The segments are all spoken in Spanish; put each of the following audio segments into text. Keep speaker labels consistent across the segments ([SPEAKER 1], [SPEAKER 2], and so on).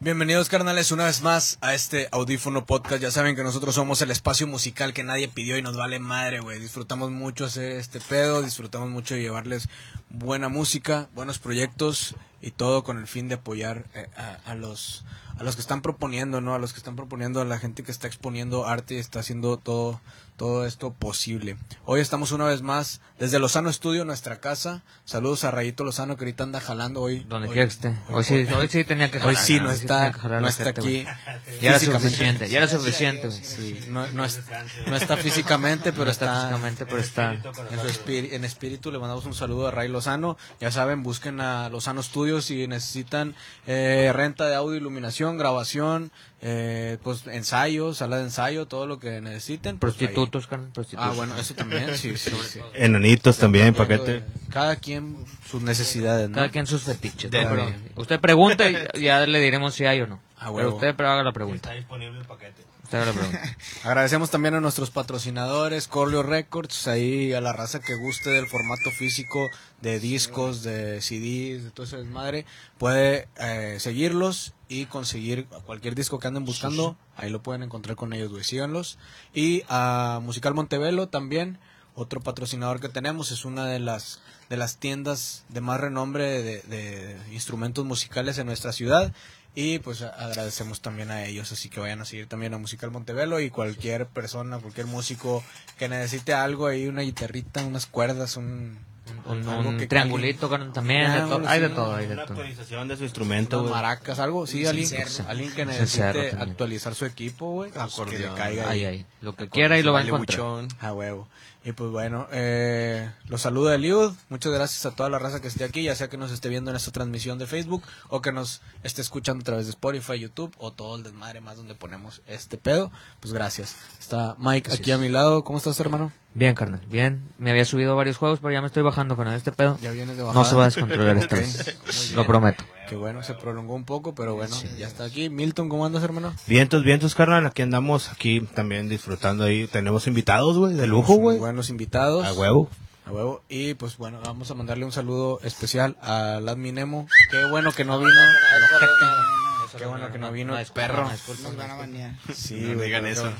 [SPEAKER 1] Bienvenidos carnales una vez más a este audífono podcast. Ya saben que nosotros somos el espacio musical que nadie pidió y nos vale madre, güey. Disfrutamos mucho hacer este pedo, disfrutamos mucho de llevarles buena música, buenos proyectos y todo con el fin de apoyar eh, a, a, los a los que están proponiendo, ¿no? A los que están proponiendo, a la gente que está exponiendo arte y está haciendo todo todo esto posible. Hoy estamos una vez más desde Lozano Estudio, nuestra casa. Saludos a Rayito Lozano que ahorita anda jalando hoy.
[SPEAKER 2] Donde
[SPEAKER 1] hoy-
[SPEAKER 2] quiera que esté. Hoy sí, hoy sí tenía que
[SPEAKER 1] Hoy
[SPEAKER 2] jalar.
[SPEAKER 1] sí no está,
[SPEAKER 2] tenía que jalar
[SPEAKER 1] no
[SPEAKER 2] la
[SPEAKER 1] está
[SPEAKER 2] gente, güey.
[SPEAKER 1] aquí.
[SPEAKER 2] Ya era
[SPEAKER 1] físicamente.
[SPEAKER 2] suficiente, ya era suficiente, güey. Sí.
[SPEAKER 1] No, no es- no está físicamente, pero
[SPEAKER 2] No
[SPEAKER 1] está,
[SPEAKER 2] está físicamente, pero está.
[SPEAKER 1] en, su espíritu, en espíritu. Le mandamos un saludo a Ray Lozano. Ya saben, busquen a Lozano Studios si necesitan eh, renta de audio, iluminación, grabación, eh, pues ensayo, sala de ensayo, todo lo que necesiten. pues, ahí.
[SPEAKER 2] Prostitutos, carnal, prostitutos.
[SPEAKER 1] Ah, bueno, eso también, sí, sí, sí.
[SPEAKER 3] Enanitos también, paquete.
[SPEAKER 1] Cada quien sus necesidades, ¿no?
[SPEAKER 2] Cada quien sus fetiches.
[SPEAKER 3] De-
[SPEAKER 2] cabrón. Usted pregunta y ya le diremos si hay o no.
[SPEAKER 1] A
[SPEAKER 2] Pero
[SPEAKER 1] Ah, huevo.
[SPEAKER 2] usted pero haga la pregunta.
[SPEAKER 4] disponible el paquete.
[SPEAKER 2] Usted haga la pregunta.
[SPEAKER 1] Agradecemos también a nuestros patrocinadores, Corleo Records, ahí a la raza que guste del formato físico de discos, de CDs, de todo ese desmadre, puede eh, seguirlos y conseguir cualquier disco que anden buscando, ahí lo pueden encontrar con ellos, güey, síganlos. Y a Musical Montevelo también, otro patrocinador que tenemos, es una de las, de las tiendas de más renombre de, de instrumentos musicales en nuestra ciudad. Y pues a- agradecemos también a ellos, así que vayan a seguir también a Musical Montevelo y cualquier persona, cualquier músico que necesite algo ahí, una guitarrita, unas cuerdas, un,
[SPEAKER 2] Un,
[SPEAKER 1] algo
[SPEAKER 2] un
[SPEAKER 1] que
[SPEAKER 2] triangulito, carnal, también. de
[SPEAKER 1] Triángulo,
[SPEAKER 2] todo. Hay de
[SPEAKER 1] sí,
[SPEAKER 2] todo, hay de
[SPEAKER 4] Una
[SPEAKER 2] todo.
[SPEAKER 4] actualización de su
[SPEAKER 1] cambie,
[SPEAKER 4] instrumento,
[SPEAKER 1] unas
[SPEAKER 4] güey.
[SPEAKER 1] maracas, algo, sí, alguien,
[SPEAKER 2] sincero.
[SPEAKER 1] alguien que
[SPEAKER 2] Sincero
[SPEAKER 1] necesite
[SPEAKER 2] también.
[SPEAKER 1] actualizar su equipo, güey, pues, que le
[SPEAKER 4] Acordeón.
[SPEAKER 1] caiga
[SPEAKER 2] Ahí,
[SPEAKER 1] ahí.
[SPEAKER 2] ahí. Lo que quiera y lo va a encontrar.
[SPEAKER 1] A huevo. Y pues bueno, eh, los saluda Eliud. Muchas gracias a toda la raza que esté aquí, ya sea que nos esté viendo en esta transmisión de Facebook o que nos esté escuchando a través de Spotify, YouTube o todo el desmadre más donde ponemos este pedo. Pues gracias. Está Mike aquí a mi lado. ¿Cómo estás, hermano?
[SPEAKER 2] Bien, carnal, bien. Me había subido varios juegos, pero ya me estoy bajando con este pedo.
[SPEAKER 1] Ya vienes de bajada.
[SPEAKER 2] No se va a descontrolar esta
[SPEAKER 1] Ok.
[SPEAKER 2] vez. Lo prometo.
[SPEAKER 1] Que bueno, se prolongó un poco, pero bueno, ya está aquí. Milton, ¿cómo andas, hermano?
[SPEAKER 3] Vientos, vientos, carnal. Aquí andamos, aquí también disfrutando ahí. Tenemos invitados, güey, de lujo,
[SPEAKER 1] Muy
[SPEAKER 3] güey.
[SPEAKER 1] Buenos invitados.
[SPEAKER 3] A huevo.
[SPEAKER 1] A huevo. Y pues bueno, vamos a mandarle un saludo especial al admin Nemo. Qué bueno que no vino.
[SPEAKER 3] Ah,
[SPEAKER 1] al ojete. Qué bueno que no vino el perro.
[SPEAKER 5] Nos van a banear.
[SPEAKER 1] Sí,
[SPEAKER 3] No
[SPEAKER 1] güey,
[SPEAKER 3] digan
[SPEAKER 1] pero-
[SPEAKER 3] eso.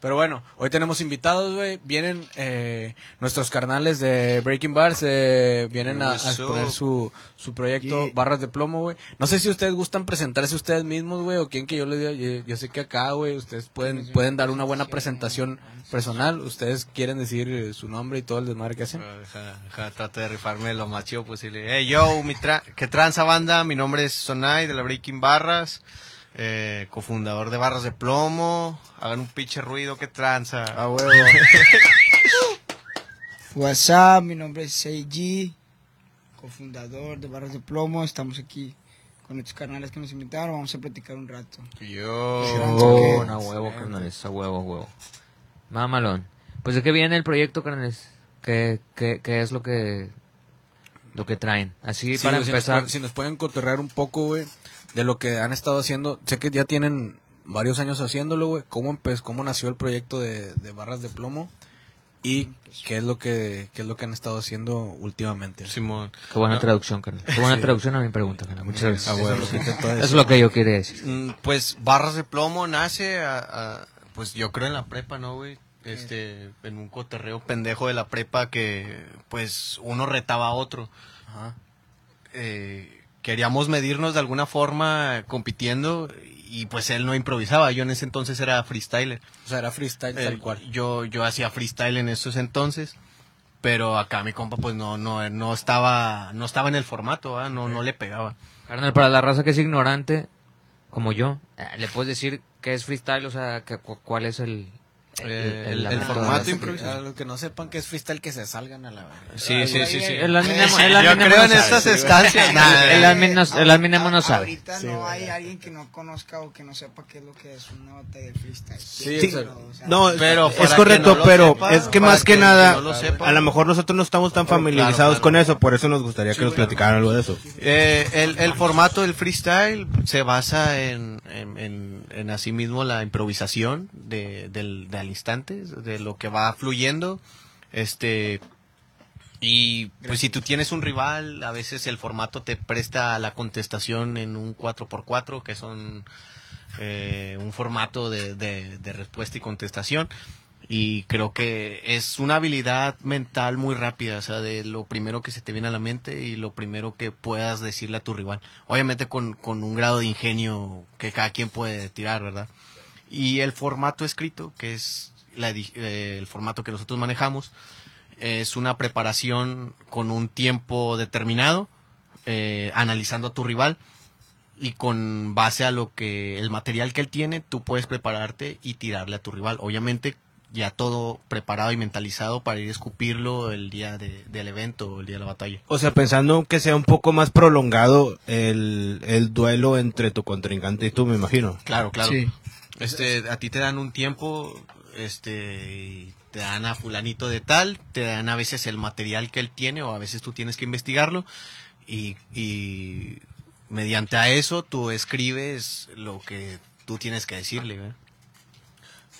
[SPEAKER 1] Pero bueno, hoy tenemos invitados, güey. Vienen eh, nuestros carnales de Breaking Bars. eh, vienen a, a exponer su, su proyecto Barras de Plomo, güey. No sé si ustedes gustan presentarse ustedes mismos, güey, o quieren que yo les diga. Yo, yo sé que acá, güey, ustedes pueden, pueden dar una buena presentación personal. Ustedes quieren decir eh, su nombre y todo el desmadre que hacen.
[SPEAKER 6] Pero deja- deja, trato de rifarme lo más chido posible. Hey, yo, mi tra- ¿qué tranza banda? Mi nombre es Sonai de la Breaking Barras, eh, cofundador de Barras de Plomo. Hagan un pinche ruido, ¿qué tranza?
[SPEAKER 1] Ah,
[SPEAKER 2] Ah,
[SPEAKER 5] WhatsApp, mi nombre es Seiji, cofundador de Barras de Plomo. Estamos aquí con estos carnales que nos invitaron. Vamos a platicar un rato.
[SPEAKER 6] Yo.
[SPEAKER 2] Oh, a huevo, carnales, a huevo, a huevo. Mamalón. Pues de qué viene el proyecto, carnales. ¿Qué, qué, qué es lo que lo que traen? Así
[SPEAKER 1] Sí,
[SPEAKER 2] para
[SPEAKER 1] güey, si nos
[SPEAKER 2] empezar.
[SPEAKER 1] pueden- Si nos, pueden cotorrear un poco, güey, de lo que han estado haciendo. Sé que ya tienen varios años haciéndolo, güey. ¿Cómo, empe- ¿Cómo nació el proyecto de, de Barras de Plomo? ¿Y qué es lo que qué es lo que han estado haciendo últimamente?
[SPEAKER 6] Simón.
[SPEAKER 2] Qué buena traducción, carnal. Qué buena traducción a mi pregunta, carnal. Muchas gracias.
[SPEAKER 1] Eso es lo que intento
[SPEAKER 2] Eso
[SPEAKER 1] decir.
[SPEAKER 2] es lo que yo quería decir.
[SPEAKER 6] Mm, Pues Barras de Plomo nace, a- a- pues yo creo en la prepa, ¿no, güey? Este, en un cotorreo pendejo de la prepa que, pues, uno retaba a otro.
[SPEAKER 1] Ajá.
[SPEAKER 6] eh, queríamos medirnos de alguna forma compitiendo y pues él no improvisaba. Yo en ese entonces era freestyler.
[SPEAKER 1] O sea, era freestyle
[SPEAKER 6] Eh,
[SPEAKER 1] tal cual.
[SPEAKER 6] Yo, yo hacía freestyle en esos entonces. Pero acá mi compa pues no, no, no estaba, no estaba en el formato, ¿va? no, no le pegaba.
[SPEAKER 2] Carnal, para la raza que es ignorante, como yo, eh, le puedes decir qué es freestyle, o sea, que cu- cuál es el, el,
[SPEAKER 6] Eh, el-
[SPEAKER 2] la
[SPEAKER 1] Ah,
[SPEAKER 6] el
[SPEAKER 2] metodología.
[SPEAKER 6] formato
[SPEAKER 1] A
[SPEAKER 6] improvisado.
[SPEAKER 1] los que no sepan que es freestyle, que se salgan a la verga.
[SPEAKER 6] Sí, sí, sí, sí.
[SPEAKER 2] El admin Nemo- el
[SPEAKER 6] Yo
[SPEAKER 2] admin Nemo
[SPEAKER 6] creo en
[SPEAKER 2] no sabe.
[SPEAKER 6] estas estancias. Nah,
[SPEAKER 2] El admin no- el admin Nemo no sabe.
[SPEAKER 5] Ahorita no hay alguien que no conozca o que no sepa qué es lo que es una batalla de freestyle.
[SPEAKER 1] Sí,
[SPEAKER 3] Sí.
[SPEAKER 5] Pero, o sea,
[SPEAKER 3] No,
[SPEAKER 6] Pero para
[SPEAKER 3] es
[SPEAKER 6] que
[SPEAKER 3] correcto,
[SPEAKER 6] no lo
[SPEAKER 3] pero
[SPEAKER 6] sepa,
[SPEAKER 3] es que
[SPEAKER 6] para
[SPEAKER 3] más que,
[SPEAKER 6] que
[SPEAKER 3] nada,
[SPEAKER 6] no lo sepa.
[SPEAKER 3] a lo mejor nosotros no estamos tan familiarizados
[SPEAKER 6] claro, claro.
[SPEAKER 3] con eso, por eso nos gustaría que nos platicaran algo de eso.
[SPEAKER 6] Eh, el, el formato del freestyle se basa en, en, en, en asimismo la improvisación de, del, del instante, de lo que va fluyendo. Este, Y pues si tú tienes un rival, a veces el formato te presta la contestación en un 4x4, que son eh, un formato de, de- de respuesta y contestación. Y creo que es una habilidad mental muy rápida, o sea, de lo primero que se te viene a la mente y lo primero que puedas decirle a tu rival. Obviamente con, con un grado de ingenio que cada quien puede tirar, ¿verdad? Y el formato escrito, que es la di- eh, el formato que nosotros manejamos, es una preparación con un tiempo determinado, eh, analizando a tu rival y con base a lo que el material que él tiene, tú puedes prepararte y tirarle a tu rival. Obviamente ya todo preparado y mentalizado para ir a escupirlo el día de- del evento, el día de la batalla.
[SPEAKER 3] O sea, pensando que sea un poco más prolongado el, el duelo entre tu contrincante y tú, me imagino.
[SPEAKER 6] Claro, claro.
[SPEAKER 5] Sí.
[SPEAKER 6] Este, a ti te dan un tiempo, este, y te dan a fulanito de tal, te dan a veces el material que él tiene o a veces tú tienes que investigarlo y, y mediante a eso tú escribes lo que tú tienes que decirle. ¿verdad?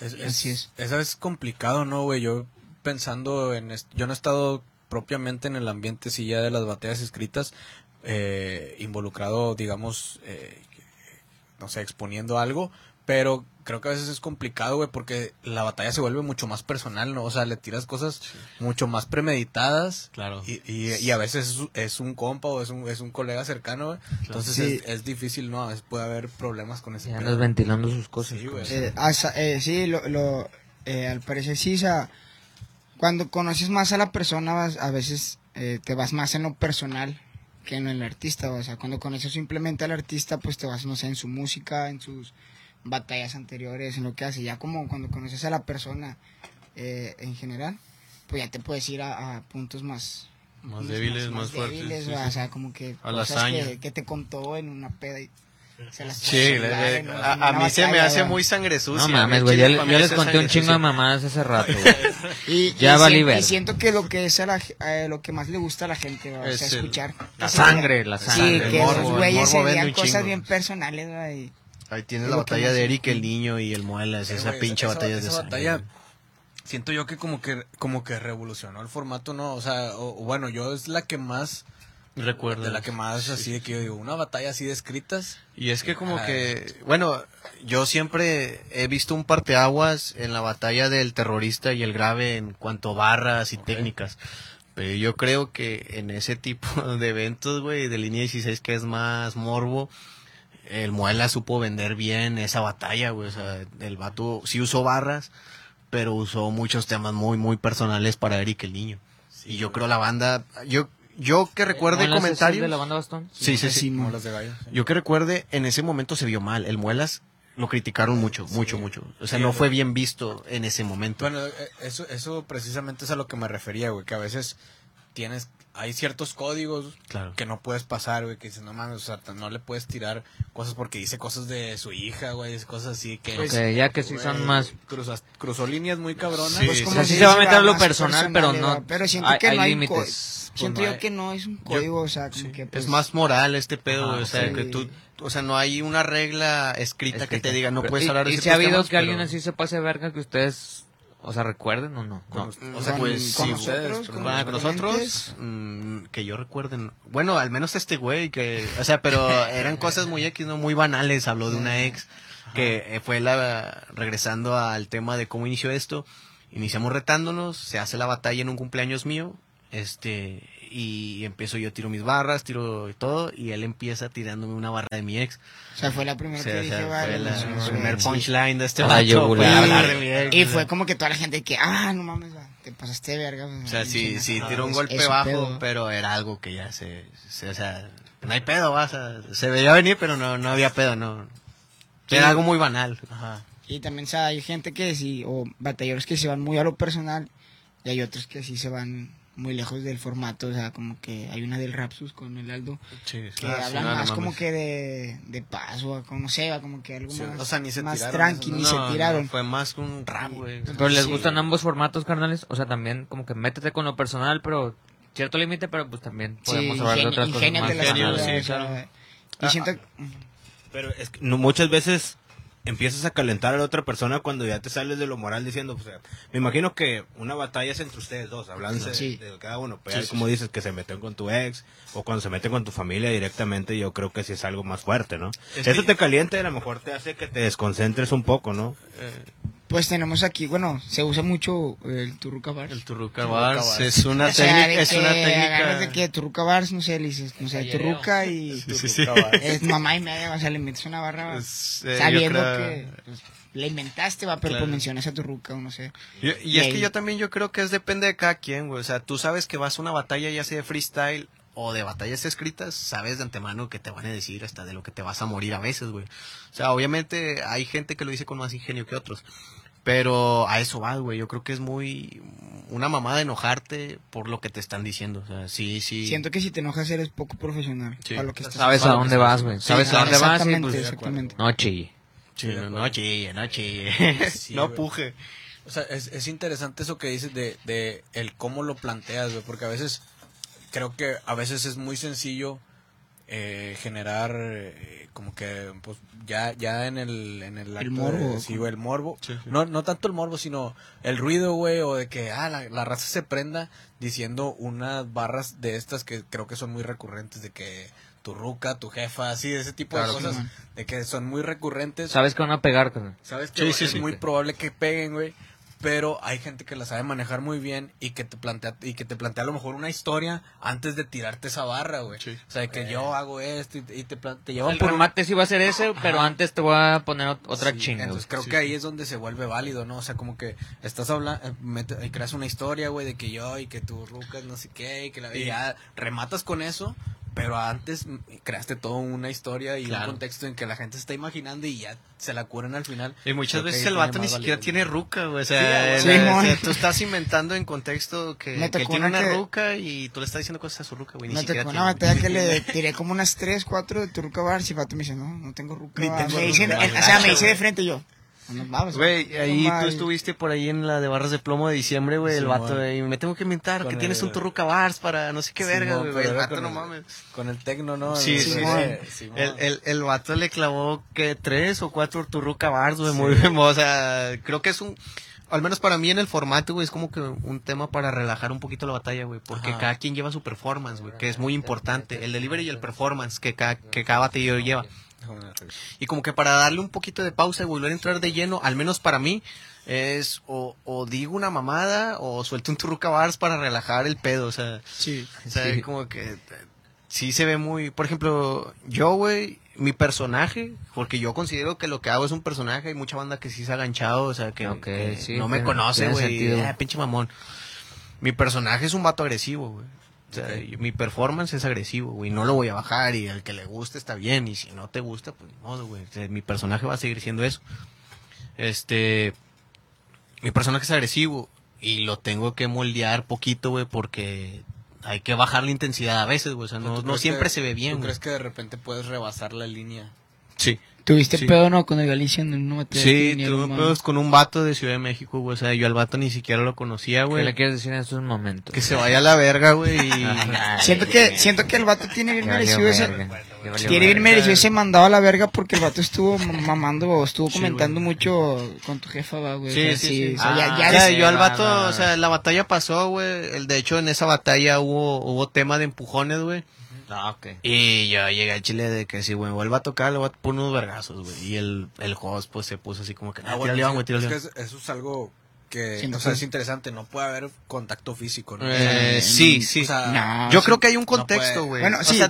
[SPEAKER 1] Es,
[SPEAKER 5] Así es.
[SPEAKER 1] Eso es complicado, ¿no, güey? Yo pensando en... est- Yo no he estado propiamente en el ambiente, sí, ya de las batallas escritas, eh, involucrado, digamos, eh, no sé, exponiendo algo, pero creo que a veces es complicado, güey, porque la batalla se vuelve mucho más personal, ¿no? O sea, le tiras cosas mucho más premeditadas.
[SPEAKER 6] Claro.
[SPEAKER 1] Y, y- y a veces es, es un compa o es un, es un colega cercano, güey. Entonces
[SPEAKER 5] Sí.
[SPEAKER 1] es, es difícil, ¿no? A veces puede haber problemas con ese
[SPEAKER 2] Ya
[SPEAKER 1] pedo.
[SPEAKER 2] andas ventilando sus cosas.
[SPEAKER 1] Sí,
[SPEAKER 2] como
[SPEAKER 1] güey.
[SPEAKER 6] pues.
[SPEAKER 2] sea.
[SPEAKER 5] Eh, asa- eh, sí, lo, lo, eh, al parecer sí, o sea, cuando conoces más a la persona, vas- a veces eh, te vas más en lo personal que en el artista, o sea, cuando conoces simplemente al artista, pues te vas, no sé, en su música, en sus batallas anteriores, en lo que hace, ya como cuando conoces a la persona eh, en general, pues ya te puedes ir a, a puntos más...
[SPEAKER 6] Más débiles, más fuertes,
[SPEAKER 5] débiles,
[SPEAKER 6] sí,
[SPEAKER 5] o
[SPEAKER 6] sí.
[SPEAKER 5] sea, como que...
[SPEAKER 6] A la
[SPEAKER 5] cosas
[SPEAKER 6] hazaña.
[SPEAKER 5] que, que te contó en una peda y... se las puedes
[SPEAKER 6] Sí, eh,
[SPEAKER 5] hablar en una-
[SPEAKER 6] a,
[SPEAKER 5] en una
[SPEAKER 6] a mí se me
[SPEAKER 5] batalla,
[SPEAKER 6] hace
[SPEAKER 5] ¿verdad?
[SPEAKER 6] muy sangre sucia.
[SPEAKER 2] No mames, güey. Yo,
[SPEAKER 6] Chile,
[SPEAKER 2] le-
[SPEAKER 6] pa' mí
[SPEAKER 2] yo
[SPEAKER 6] eso
[SPEAKER 2] les
[SPEAKER 6] es
[SPEAKER 2] conté un
[SPEAKER 6] sangre
[SPEAKER 2] chingo de
[SPEAKER 6] sucia.
[SPEAKER 2] mamás hace rato, güey.
[SPEAKER 5] Y,
[SPEAKER 2] Ya
[SPEAKER 5] y
[SPEAKER 2] valí
[SPEAKER 5] siento,
[SPEAKER 2] verga.
[SPEAKER 5] y siento que lo que es a la ge- eh, lo que más le gusta a la gente, ¿verdad? o sea,
[SPEAKER 6] Es el-
[SPEAKER 5] escuchar.
[SPEAKER 2] La
[SPEAKER 5] Que se-
[SPEAKER 2] sangre, la
[SPEAKER 5] Sí,
[SPEAKER 2] sangre.
[SPEAKER 6] el
[SPEAKER 5] que
[SPEAKER 6] morbo,
[SPEAKER 5] esos
[SPEAKER 6] el
[SPEAKER 5] güeyes se
[SPEAKER 6] morbo vende
[SPEAKER 5] vean
[SPEAKER 6] un
[SPEAKER 5] cosas
[SPEAKER 6] chingo. Pues
[SPEAKER 5] bien personales, ¿verdad? Y-
[SPEAKER 6] Ahí tienes
[SPEAKER 5] Es
[SPEAKER 6] la
[SPEAKER 5] lo que
[SPEAKER 6] batalla
[SPEAKER 5] más-
[SPEAKER 6] de Eric, el niño y el Muelas.
[SPEAKER 1] Eh,
[SPEAKER 6] Esa
[SPEAKER 1] güey,
[SPEAKER 6] pinche
[SPEAKER 1] esa-
[SPEAKER 6] batalla es
[SPEAKER 1] esa
[SPEAKER 6] de sangre.
[SPEAKER 1] batalla, Siento yo que como que como que revolucionó el formato, ¿no? O sea, o- o bueno, yo es la que más
[SPEAKER 6] Recuerdo.
[SPEAKER 1] de la que más así de que yo digo, una batalla así de escritas.
[SPEAKER 6] Y es que como
[SPEAKER 1] Ah.
[SPEAKER 6] que, bueno, yo siempre he visto un parteaguas en la batalla del terrorista y el grave en cuanto a barras y técnicas. Pero yo creo que en ese tipo de eventos, güey, de línea 16 que es más morbo, el Muela supo vender bien esa batalla, güey. O sea, el vato sí usó barras, pero usó muchos temas muy, muy personales para Eric el niño. y yo creo la banda, yo, yo que recuerde
[SPEAKER 2] ¿Molas es el
[SPEAKER 6] comentarios.
[SPEAKER 2] de la banda Bastón?
[SPEAKER 6] Sí, sí, sí.
[SPEAKER 1] Como las de gallo. sí.
[SPEAKER 6] Yo que recuerde, en ese momento se vio mal. El Muelas lo criticaron mucho, mucho, mucho. O sea, no fue bien visto en ese momento.
[SPEAKER 1] Bueno, eh, eso eso precisamente es a lo que me refería, güey, que a veces tienes hay ciertos códigos
[SPEAKER 6] Claro.
[SPEAKER 1] que no puedes pasar, güey, que dices, no mames, o sea, t- no le puedes tirar cosas porque dice cosas de su hija, güey, es cosas así que...
[SPEAKER 2] Ok, ya que sí son
[SPEAKER 1] güey,
[SPEAKER 2] más...
[SPEAKER 1] cruzas- cruzó líneas muy cabronas.
[SPEAKER 6] Sí,
[SPEAKER 1] Pues,
[SPEAKER 6] sí,
[SPEAKER 1] como
[SPEAKER 2] O sea,
[SPEAKER 5] que
[SPEAKER 2] sí se va a meter lo
[SPEAKER 5] más
[SPEAKER 2] personal, pero no-
[SPEAKER 5] ¿verdad? Pero siento
[SPEAKER 2] hay-
[SPEAKER 5] que
[SPEAKER 2] hay
[SPEAKER 5] no hay
[SPEAKER 2] límites.
[SPEAKER 5] co-
[SPEAKER 2] Pues
[SPEAKER 5] Siento
[SPEAKER 1] no
[SPEAKER 5] yo
[SPEAKER 1] hay-
[SPEAKER 5] que no es un código, o sea, como que. pues,
[SPEAKER 6] es más moral este pedo,
[SPEAKER 2] Ajá,
[SPEAKER 6] o sea,
[SPEAKER 2] sí.
[SPEAKER 6] que tú, o sea, no hay una regla escrita, que te diga no
[SPEAKER 2] Pero-
[SPEAKER 6] puedes
[SPEAKER 2] y-
[SPEAKER 6] hablar de
[SPEAKER 2] ¿Y si
[SPEAKER 6] ciertos
[SPEAKER 2] ha habido
[SPEAKER 6] temas,
[SPEAKER 2] que alguien
[SPEAKER 6] pero-
[SPEAKER 2] así se pase de verga que ustedes, o sea, recuerden o no?
[SPEAKER 1] con
[SPEAKER 2] No.
[SPEAKER 1] us- o sea,
[SPEAKER 5] con-
[SPEAKER 6] pues,
[SPEAKER 5] con
[SPEAKER 6] sí,
[SPEAKER 5] nosotros,
[SPEAKER 1] ustedes,
[SPEAKER 5] con
[SPEAKER 1] pero-
[SPEAKER 6] Bueno, con
[SPEAKER 5] los
[SPEAKER 6] nosotros,
[SPEAKER 5] clientes.
[SPEAKER 6] mm, que yo recuerden, bueno, al menos este güey, que, o sea, pero eran cosas muy X, ¿no? Muy banales, habló de una ex, que eh, fue la, regresando al tema de cómo inició esto, iniciamos retándonos, se hace la batalla en un cumpleaños mío, este, y empiezo yo, tiro mis barras, tiro todo, y él empieza tirándome una barra de mi ex.
[SPEAKER 5] O sea, fue la
[SPEAKER 6] O
[SPEAKER 5] primera
[SPEAKER 6] sea,
[SPEAKER 5] que
[SPEAKER 6] o
[SPEAKER 5] dije,
[SPEAKER 6] sea, fue
[SPEAKER 5] vale,
[SPEAKER 6] la-
[SPEAKER 5] no,
[SPEAKER 6] el
[SPEAKER 5] no,
[SPEAKER 6] primer
[SPEAKER 5] no,
[SPEAKER 6] punchline de este
[SPEAKER 2] Ah,
[SPEAKER 6] vato, fue
[SPEAKER 2] yugular.
[SPEAKER 6] hablar de mi ex.
[SPEAKER 5] Y fue como que toda la gente que, ah, no mames, va, te pasaste de verga.
[SPEAKER 6] O
[SPEAKER 3] Mm,
[SPEAKER 6] sea, sí, sí tiró un golpe bajo, pero era algo que ya se, se- O sea, no hay pedo, vas se veía venir, pero no, no había pedo, no. Era algo muy banal.
[SPEAKER 5] Y también o sea, hay gente que sí, o batalladores que se van muy a lo personal y hay otros que sí se van muy lejos del formato, o sea, como que hay una del Rapsus con el Aldo
[SPEAKER 6] Ah, Sí,
[SPEAKER 5] que hablan más como que de, de paso, como no sé, va, como que algo
[SPEAKER 1] Sí,
[SPEAKER 5] más,
[SPEAKER 1] o sea, ni se
[SPEAKER 5] más
[SPEAKER 1] tiraron,
[SPEAKER 5] tranqui,
[SPEAKER 1] eso
[SPEAKER 5] ni se tiraron.
[SPEAKER 6] fue más un rap, güey.
[SPEAKER 2] Pero les
[SPEAKER 5] Sí.
[SPEAKER 2] gustan ambos formatos, carnales. O sea, también como que métete con lo personal, pero cierto límite, pero pues también podemos
[SPEAKER 5] sí,
[SPEAKER 2] hablar de
[SPEAKER 5] ingenio-
[SPEAKER 2] otras cosas
[SPEAKER 5] ingenios
[SPEAKER 2] más.
[SPEAKER 5] de las
[SPEAKER 6] Ingenios,
[SPEAKER 2] banales.
[SPEAKER 5] cosas,
[SPEAKER 6] sí,
[SPEAKER 5] o sea,
[SPEAKER 6] claro.
[SPEAKER 5] Y siento,
[SPEAKER 3] Pero es que no, muchas veces empiezas a calentar a la otra persona cuando ya te sales de lo moral diciendo, pues, o sea, me imagino que una batalla es entre ustedes dos, hablando
[SPEAKER 5] Sí.
[SPEAKER 3] de cada uno, pero como dices que se meten con tu ex o cuando se meten con tu familia directamente, yo creo que sí es algo más fuerte, ¿no?
[SPEAKER 6] Es
[SPEAKER 3] Eso
[SPEAKER 6] que-
[SPEAKER 3] te calienta y a lo mejor te hace que te desconcentres un poco, ¿no?
[SPEAKER 5] Pues tenemos aquí, bueno, se usa mucho el Turruca Bars.
[SPEAKER 6] El Turruca Bars
[SPEAKER 1] Bars.
[SPEAKER 6] es una
[SPEAKER 5] O sea,
[SPEAKER 6] técnica.
[SPEAKER 5] de
[SPEAKER 6] Es una
[SPEAKER 5] que agarras de
[SPEAKER 6] técnica.
[SPEAKER 5] que Turruca Bars, no sé, le dices, no sé,
[SPEAKER 2] Tallereo.
[SPEAKER 5] Turruca y
[SPEAKER 6] Sí, sí.
[SPEAKER 5] es mamá y media, o sea, le metes una barra
[SPEAKER 6] Es, eh, yo
[SPEAKER 5] sabiendo
[SPEAKER 6] creo-
[SPEAKER 5] que pues, la inventaste, va, pero
[SPEAKER 6] Claro.
[SPEAKER 5] pues mencionas a Turruca o no sé.
[SPEAKER 6] Yo- y es que
[SPEAKER 5] Ey.
[SPEAKER 6] yo también yo creo que es depende de cada quien, güey. O sea, tú sabes que vas a una batalla ya sea de freestyle o de batallas escritas, sabes de antemano que te van a decir hasta de lo que te vas a morir a veces, güey. O sea, obviamente hay gente que lo dice con más ingenio que otros. Pero a eso va, güey. Yo creo que es muy una mamada enojarte por lo que te están diciendo. O sea, sí, sí.
[SPEAKER 5] Siento que si te enojas eres poco profesional
[SPEAKER 6] Sí.
[SPEAKER 5] para lo que estás
[SPEAKER 2] Sabes a
[SPEAKER 6] Claro que
[SPEAKER 2] dónde
[SPEAKER 6] sí.
[SPEAKER 2] vas, güey.
[SPEAKER 6] Sí,
[SPEAKER 2] Sabes a
[SPEAKER 6] claro.
[SPEAKER 2] dónde vas y
[SPEAKER 5] Exactamente,
[SPEAKER 2] pues...
[SPEAKER 5] exactamente.
[SPEAKER 2] No chille.
[SPEAKER 6] Sí, no, no chille, no chille.
[SPEAKER 1] Sí,
[SPEAKER 6] no
[SPEAKER 1] güey.
[SPEAKER 6] puje.
[SPEAKER 1] O sea, es, es interesante eso que dices de, de el cómo lo planteas, güey, porque a veces, creo que a veces es muy sencillo eh, generar eh, como que, pues, ya, ya en el... En el, acto
[SPEAKER 5] morbo,
[SPEAKER 1] de- sí,
[SPEAKER 5] ¿cómo?
[SPEAKER 1] güey, el morbo. No, no tanto el morbo, sino el ruido, güey, o de que, ah, la, la raza se prenda diciendo unas barras de estas que creo que son muy recurrentes, de que tu ruca, tu jefa, así, ese tipo
[SPEAKER 6] Claro
[SPEAKER 1] de
[SPEAKER 6] que
[SPEAKER 1] cosas,
[SPEAKER 5] sí.
[SPEAKER 1] de que son muy recurrentes.
[SPEAKER 2] Sabes que van a pegar, carnal.
[SPEAKER 1] Sabes que
[SPEAKER 6] Sí, sí,
[SPEAKER 1] es
[SPEAKER 6] sí.
[SPEAKER 1] muy probable que peguen, güey. Pero hay gente que la sabe manejar muy bien y que te plantea y que te plantea a lo mejor una historia antes de tirarte esa barra, güey.
[SPEAKER 6] Sí.
[SPEAKER 1] O sea, de que yo hago esto y, y te, plan- te llevan
[SPEAKER 2] El
[SPEAKER 1] por un-
[SPEAKER 2] remate sí va a ser ese, pero antes te voy a poner ot- otra
[SPEAKER 1] Sí,
[SPEAKER 2] chinga, güey.
[SPEAKER 1] Entonces creo que ahí es donde se vuelve válido, ¿no? O sea, como que estás hablando, y creas una historia, güey, de que yo y que tú rucas, no sé qué, y que la y ya rematas con eso, pero antes mm, creaste toda una historia y
[SPEAKER 6] Claro.
[SPEAKER 1] un contexto en que la gente se está imaginando y ya se la curan al final.
[SPEAKER 6] Y muchas
[SPEAKER 1] Creo que
[SPEAKER 6] veces
[SPEAKER 1] ahí
[SPEAKER 6] el
[SPEAKER 1] tiene
[SPEAKER 6] vato ni
[SPEAKER 1] más
[SPEAKER 6] siquiera
[SPEAKER 1] validez,
[SPEAKER 6] tiene ruca, güey. O
[SPEAKER 5] Sí,
[SPEAKER 6] sea, el-
[SPEAKER 5] güey. Sí,
[SPEAKER 6] o sea,
[SPEAKER 5] mon.
[SPEAKER 6] tú estás inventando en contexto que,
[SPEAKER 5] Me
[SPEAKER 6] que
[SPEAKER 5] tocó
[SPEAKER 6] tiene
[SPEAKER 5] una
[SPEAKER 6] una
[SPEAKER 5] que-
[SPEAKER 6] ruca y tú le estás diciendo cosas a su ruca, güey. Ni
[SPEAKER 5] No te
[SPEAKER 6] siquiera
[SPEAKER 5] con una
[SPEAKER 6] tiene.
[SPEAKER 5] batalla que le tiré como unas 3, 4 de Turruca Bars y el vato me dice, no, no tengo Ruca.
[SPEAKER 1] Ni
[SPEAKER 5] Bars".
[SPEAKER 1] tengo
[SPEAKER 5] me
[SPEAKER 1] Ruca
[SPEAKER 5] dicen,
[SPEAKER 1] Bars.
[SPEAKER 5] o sea, me dice de frente y yo. "No, vamos,
[SPEAKER 6] Güey,
[SPEAKER 5] no
[SPEAKER 6] ahí tú
[SPEAKER 5] mal".
[SPEAKER 6] estuviste por ahí en la de barras de plomo de diciembre, güey, el
[SPEAKER 1] Sí,
[SPEAKER 6] vato,
[SPEAKER 1] mon.
[SPEAKER 6] güey, me tengo que inventar
[SPEAKER 1] Con
[SPEAKER 6] que tienes
[SPEAKER 1] el-
[SPEAKER 6] un turruca bars para no sé qué verga,
[SPEAKER 1] Simón,
[SPEAKER 6] güey,
[SPEAKER 1] pero
[SPEAKER 6] el
[SPEAKER 1] era
[SPEAKER 6] vato
[SPEAKER 1] con
[SPEAKER 6] no
[SPEAKER 1] el-
[SPEAKER 6] mames.
[SPEAKER 1] Con el tecno, ¿no?
[SPEAKER 6] Sí,
[SPEAKER 1] El-
[SPEAKER 6] sí,
[SPEAKER 1] ese-
[SPEAKER 5] sí.
[SPEAKER 1] Simón.
[SPEAKER 6] El, el, el vato le clavó que tres o cuatro turruca bars, güey, muy bien, o sea, creo que es un, al menos para mí en el formato, güey, es como que un tema para relajar un poquito la batalla, güey, porque
[SPEAKER 1] Ajá.
[SPEAKER 6] cada quien lleva su performance, güey, que es muy importante, el delivery y el performance que cada, que cada batillo lleva. Y como que para darle un poquito de pausa y volver a entrar de lleno, al menos para mí, es o, o digo una mamada o suelto un turruca bars para relajar el pedo, o sea,
[SPEAKER 5] Sí.
[SPEAKER 6] o sea,
[SPEAKER 2] Sí.
[SPEAKER 6] como que eh, sí se ve muy. Por ejemplo, yo, güey, mi personaje, porque yo considero que lo que hago es un personaje. Hay mucha banda que sí se ha aganchado, o sea, que,
[SPEAKER 2] Ok,
[SPEAKER 6] que
[SPEAKER 2] sí,
[SPEAKER 6] no me
[SPEAKER 2] tiene-
[SPEAKER 6] conoce,
[SPEAKER 2] tiene
[SPEAKER 6] güey.
[SPEAKER 2] sentido.
[SPEAKER 6] Ah, pinche mamón. Mi personaje es un vato agresivo, güey. O sea, yo- mi performance es agresivo, güey. No lo voy a bajar y al que le guste está bien. Y si no te gusta, pues ni modo, güey. O sea, mi personaje va a seguir siendo eso. Este. Mi personaje es agresivo y lo tengo que moldear poquito, güey, porque hay que bajar la intensidad a veces, güey. O sea,
[SPEAKER 1] ¿Tú
[SPEAKER 6] no, no
[SPEAKER 1] crees
[SPEAKER 6] siempre
[SPEAKER 1] que-
[SPEAKER 6] se ve bien.
[SPEAKER 1] ¿Tú
[SPEAKER 6] güey.
[SPEAKER 1] crees que de repente puedes rebasar la línea?
[SPEAKER 6] Sí.
[SPEAKER 5] ¿Tuviste
[SPEAKER 6] Sí.
[SPEAKER 5] pedo no con el Galicia en una batalla?
[SPEAKER 6] Sí,
[SPEAKER 5] Ni el
[SPEAKER 6] tuve
[SPEAKER 5] humano.
[SPEAKER 6] pedos con un vato de Ciudad de México, güey. O sea, yo al vato ni siquiera lo conocía,
[SPEAKER 2] ¿Qué le
[SPEAKER 6] güey.
[SPEAKER 2] quieres decir en estos momentos?
[SPEAKER 6] Que se vaya a la verga, güey. y-
[SPEAKER 5] Siento que, siento que el vato tiene
[SPEAKER 2] Ya
[SPEAKER 5] bien
[SPEAKER 2] valió
[SPEAKER 5] merecido ese.
[SPEAKER 2] verga, ya valió
[SPEAKER 5] Quiere bien
[SPEAKER 2] verga.
[SPEAKER 5] merecido ese mandado a la verga porque el vato estuvo ma- mamando o estuvo comentando mucho con tu jefa, va, güey. O sea,
[SPEAKER 6] Sí, sí, sí.
[SPEAKER 5] o sea, ya-
[SPEAKER 2] Ah,
[SPEAKER 5] ya
[SPEAKER 6] O sea,
[SPEAKER 5] des-
[SPEAKER 6] yo al
[SPEAKER 2] va,
[SPEAKER 6] vato,
[SPEAKER 2] va, va.
[SPEAKER 6] o sea, la batalla pasó, güey. El- De hecho, en esa batalla hubo, hubo tema de empujones, güey.
[SPEAKER 2] Ah, ok.
[SPEAKER 6] Y yo llegué a Chile de que si, güey, vuelvo a tocar, le voy a poner unos vergazos, güey. Y el, el host, pues, se puso así como que, ah,
[SPEAKER 1] Ah,
[SPEAKER 6] güey,
[SPEAKER 1] bueno,
[SPEAKER 6] tira león, güey, tira
[SPEAKER 1] es que
[SPEAKER 6] león.
[SPEAKER 1] es- eso es algo que
[SPEAKER 5] Sí, no
[SPEAKER 1] o sea,
[SPEAKER 5] sé.
[SPEAKER 1] es interesante. No puede haber contacto físico, ¿no? O sea,
[SPEAKER 6] Eh, sí, sí.
[SPEAKER 1] o sea,
[SPEAKER 5] No,
[SPEAKER 6] Yo
[SPEAKER 5] sí.
[SPEAKER 6] creo que hay un
[SPEAKER 1] puede.
[SPEAKER 6] contexto, güey.
[SPEAKER 5] Bueno,
[SPEAKER 6] o
[SPEAKER 5] sí.
[SPEAKER 6] sea,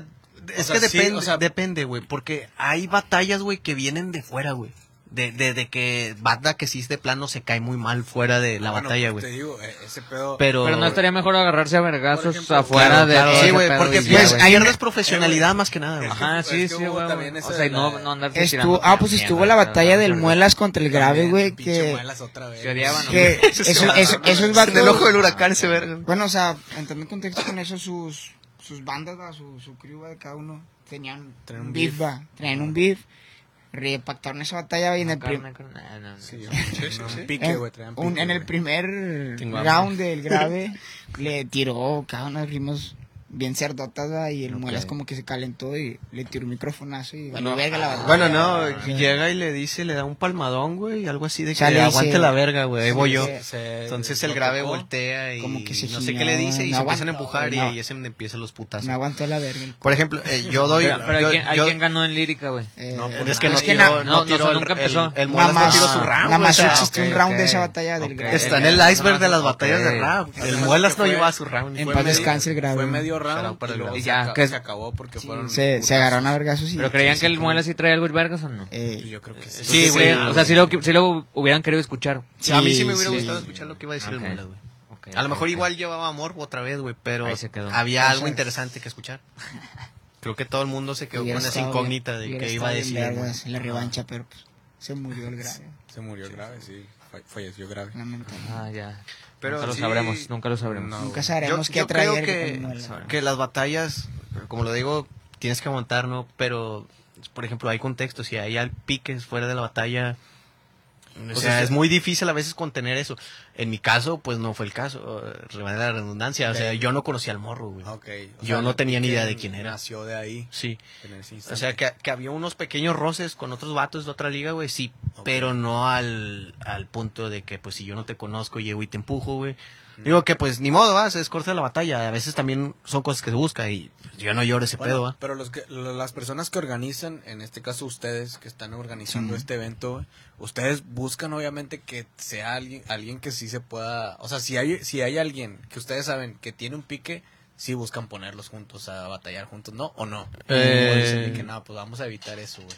[SPEAKER 1] O
[SPEAKER 6] es
[SPEAKER 1] sea,
[SPEAKER 6] que
[SPEAKER 1] sí,
[SPEAKER 6] depende,
[SPEAKER 1] o sea-
[SPEAKER 6] depende, güey, porque hay batallas, güey, que vienen de fuera, güey. De, de, de que banda que sí de plano se cae muy mal fuera de la
[SPEAKER 1] bueno,
[SPEAKER 6] batalla,
[SPEAKER 1] pues,
[SPEAKER 6] güey.
[SPEAKER 1] Te digo, eh, ese pedo.
[SPEAKER 6] Pero,
[SPEAKER 2] Pero no estaría mejor agarrarse a vergazos
[SPEAKER 1] Por ejemplo,
[SPEAKER 2] afuera
[SPEAKER 6] Claro,
[SPEAKER 2] de
[SPEAKER 6] claro,
[SPEAKER 2] todo
[SPEAKER 6] sí,
[SPEAKER 2] ese
[SPEAKER 6] güey,
[SPEAKER 2] pedo
[SPEAKER 6] porque
[SPEAKER 2] y ya,
[SPEAKER 6] pues
[SPEAKER 2] güey.
[SPEAKER 5] hay-
[SPEAKER 6] pierdes
[SPEAKER 1] Eh,
[SPEAKER 6] profesionalidad más que nada, güey.
[SPEAKER 2] Ajá,
[SPEAKER 1] es
[SPEAKER 2] sí,
[SPEAKER 1] que
[SPEAKER 2] sí,
[SPEAKER 1] hubo
[SPEAKER 2] güey.
[SPEAKER 1] también
[SPEAKER 2] güey.
[SPEAKER 1] esa
[SPEAKER 2] O sea, y
[SPEAKER 1] de
[SPEAKER 2] no,
[SPEAKER 1] la-
[SPEAKER 2] no andarse
[SPEAKER 5] Estuvo,
[SPEAKER 2] tirando
[SPEAKER 5] ah, pues
[SPEAKER 2] mierda,
[SPEAKER 5] estuvo la batalla del
[SPEAKER 2] güey.
[SPEAKER 5] Muelas contra el grave,
[SPEAKER 1] también,
[SPEAKER 5] güey,
[SPEAKER 1] pinche
[SPEAKER 5] que,
[SPEAKER 1] muelas otra vez.
[SPEAKER 2] Se odiaban, güey.
[SPEAKER 5] que eso, eso, esos vatos...
[SPEAKER 6] el ojo del huracán ese verga.
[SPEAKER 5] Bueno, o sea, entrando en contexto con eso, sus, sus bandas, va, su, su crew va, de cada uno, tenían
[SPEAKER 1] Traen
[SPEAKER 5] un
[SPEAKER 1] un
[SPEAKER 5] beef,
[SPEAKER 1] beef.
[SPEAKER 5] va, traían un beef, repactaron esa batalla va, y en el, prim-
[SPEAKER 2] Carne, carne, ah, no, no.
[SPEAKER 1] Sí, güey, un pique,
[SPEAKER 5] en-
[SPEAKER 1] güey. traían
[SPEAKER 5] un-
[SPEAKER 1] pique,
[SPEAKER 5] en el
[SPEAKER 1] güey.
[SPEAKER 5] primer
[SPEAKER 6] Tengo
[SPEAKER 5] round del grave, le tiró cada uno de los rimos bien cerdotas, ¿verdad? y el
[SPEAKER 2] Ok.
[SPEAKER 5] Muelas como que se calentó y le tiró un microfonazo y valió
[SPEAKER 6] No,
[SPEAKER 5] verga la batalla.
[SPEAKER 6] Bueno, no, llega y le dice, le da un palmadón, güey, algo así de que
[SPEAKER 5] O sea, le
[SPEAKER 6] aguante
[SPEAKER 5] dice-
[SPEAKER 6] la verga, güey, ahí voy
[SPEAKER 5] Sí,
[SPEAKER 6] yo.
[SPEAKER 5] sí.
[SPEAKER 1] Se-
[SPEAKER 6] Entonces el
[SPEAKER 1] Eh, lo
[SPEAKER 6] grave
[SPEAKER 1] tocó.
[SPEAKER 6] voltea y
[SPEAKER 5] Como que se
[SPEAKER 6] no sé
[SPEAKER 5] giró,
[SPEAKER 6] qué le dice y
[SPEAKER 5] no
[SPEAKER 6] se empiezan a
[SPEAKER 5] aguantó,
[SPEAKER 6] empujar y
[SPEAKER 5] no.
[SPEAKER 6] ahí se empiezan los putazos.
[SPEAKER 5] Me aguantó la verga. el-
[SPEAKER 6] Por ejemplo, eh, yo doy...
[SPEAKER 2] Pero, pero
[SPEAKER 6] yo-
[SPEAKER 2] ¿a, quién, a
[SPEAKER 6] yo-
[SPEAKER 2] quién ganó en lírica, güey?
[SPEAKER 5] eh,
[SPEAKER 6] No, pues, es que no
[SPEAKER 5] que
[SPEAKER 6] tiró,
[SPEAKER 5] na-
[SPEAKER 2] no,
[SPEAKER 6] no tiró
[SPEAKER 2] eso
[SPEAKER 6] el-
[SPEAKER 2] nunca
[SPEAKER 6] el-
[SPEAKER 2] empezó.
[SPEAKER 6] El
[SPEAKER 5] nada
[SPEAKER 6] Muelas no
[SPEAKER 5] más,
[SPEAKER 6] tiró su round,
[SPEAKER 5] nada
[SPEAKER 6] güey, o
[SPEAKER 5] más
[SPEAKER 6] sea, eh,
[SPEAKER 5] existe
[SPEAKER 2] ok,
[SPEAKER 5] un round
[SPEAKER 2] ok.
[SPEAKER 5] de esa batalla del
[SPEAKER 2] Ok.
[SPEAKER 5] Gran.
[SPEAKER 6] Está en el iceberg de las
[SPEAKER 2] Ok.
[SPEAKER 6] batallas de rap. El Muelas no llevaba su round.
[SPEAKER 5] En
[SPEAKER 1] Fue
[SPEAKER 5] paz
[SPEAKER 1] medio-
[SPEAKER 5] descanse el grave.
[SPEAKER 1] Fue medio
[SPEAKER 6] Será
[SPEAKER 1] round
[SPEAKER 6] para
[SPEAKER 1] y
[SPEAKER 6] el
[SPEAKER 1] luego
[SPEAKER 6] grave.
[SPEAKER 1] se,
[SPEAKER 2] Ya,
[SPEAKER 1] aca-
[SPEAKER 2] que-
[SPEAKER 1] se acabó porque fueron...
[SPEAKER 5] Se, se agarraron a vergazos y...
[SPEAKER 2] Pero creían
[SPEAKER 5] sí,
[SPEAKER 2] que el
[SPEAKER 5] sí,
[SPEAKER 2] Muela sí traía algo el vergas o no.
[SPEAKER 5] eh,
[SPEAKER 1] Yo creo que sí.
[SPEAKER 6] Sí, güey.
[SPEAKER 2] o sea, si lo, sí lo hubieran querido escuchar.
[SPEAKER 6] Sí, a mí sí me
[SPEAKER 5] sí,
[SPEAKER 6] hubiera
[SPEAKER 5] sí.
[SPEAKER 6] gustado escuchar lo que iba a decir
[SPEAKER 2] Ok.
[SPEAKER 6] el Muelas, güey.
[SPEAKER 2] Ok,
[SPEAKER 6] A lo
[SPEAKER 2] ok,
[SPEAKER 6] mejor
[SPEAKER 2] ok.
[SPEAKER 6] igual llevaba amor otra vez, güey, pero
[SPEAKER 2] Ahí se quedó.
[SPEAKER 6] había algo interesante que escuchar. Creo que todo el mundo se quedó
[SPEAKER 5] hubiera
[SPEAKER 6] con esa
[SPEAKER 5] estado
[SPEAKER 6] incógnita
[SPEAKER 5] bien-
[SPEAKER 6] de
[SPEAKER 5] hubiera
[SPEAKER 6] que iba a
[SPEAKER 5] estado
[SPEAKER 6] decir.
[SPEAKER 5] bien
[SPEAKER 6] güey.
[SPEAKER 5] vergas en la revancha, pero pues, se murió el grave.
[SPEAKER 1] Se murió grave, sí. Fa- Falleció grave.
[SPEAKER 5] Lamentable.
[SPEAKER 2] Ah, ya.
[SPEAKER 6] Pero
[SPEAKER 2] nunca lo
[SPEAKER 6] sí-
[SPEAKER 2] sabremos, nunca lo sabremos.
[SPEAKER 1] No.
[SPEAKER 5] Nunca sabremos
[SPEAKER 6] Ah, Yo-
[SPEAKER 5] qué
[SPEAKER 6] yo creo
[SPEAKER 5] atraer
[SPEAKER 6] que-
[SPEAKER 5] con Muelas.
[SPEAKER 6] Que las batallas, como lo digo, tienes que montar, ¿no? Pero, por ejemplo, hay contextos. Si hay al- piques fuera de la batalla. O sea,
[SPEAKER 1] este
[SPEAKER 6] es muy difícil a veces contener eso. En mi caso, pues no fue el caso. eh, remanera de la redundancia. O sea, yo no conocía al morro, güey.
[SPEAKER 1] Ah, ok. O
[SPEAKER 6] Yo no tenía ni idea de quién era.
[SPEAKER 1] Nació de ahí,
[SPEAKER 6] Sí.
[SPEAKER 1] en ese instante.
[SPEAKER 6] O sea, que, que había unos pequeños roces con otros vatos de otra liga, güey, sí,
[SPEAKER 1] Ok.
[SPEAKER 6] pero no al, al punto de que, pues, si yo no te conozco, llego y te empujo, güey.
[SPEAKER 1] Mm.
[SPEAKER 6] Digo que, pues, ni modo, vas, es corta la batalla. A veces también son cosas que se busca y pues, yo no lloro ese
[SPEAKER 1] Bueno,
[SPEAKER 6] pedo, ¿va?
[SPEAKER 1] Pero los que, lo- las personas que organizan, en este caso ustedes que están organizando este evento, güey, ustedes buscan obviamente que sea alguien, alguien que sí se pueda, o sea, si hay, si hay alguien que ustedes saben que tiene un pique, sí buscan ponerlos juntos a batallar juntos, ¿no? ¿O no?
[SPEAKER 6] Eh.
[SPEAKER 1] O dicen de que nada, pues vamos a evitar eso, güey.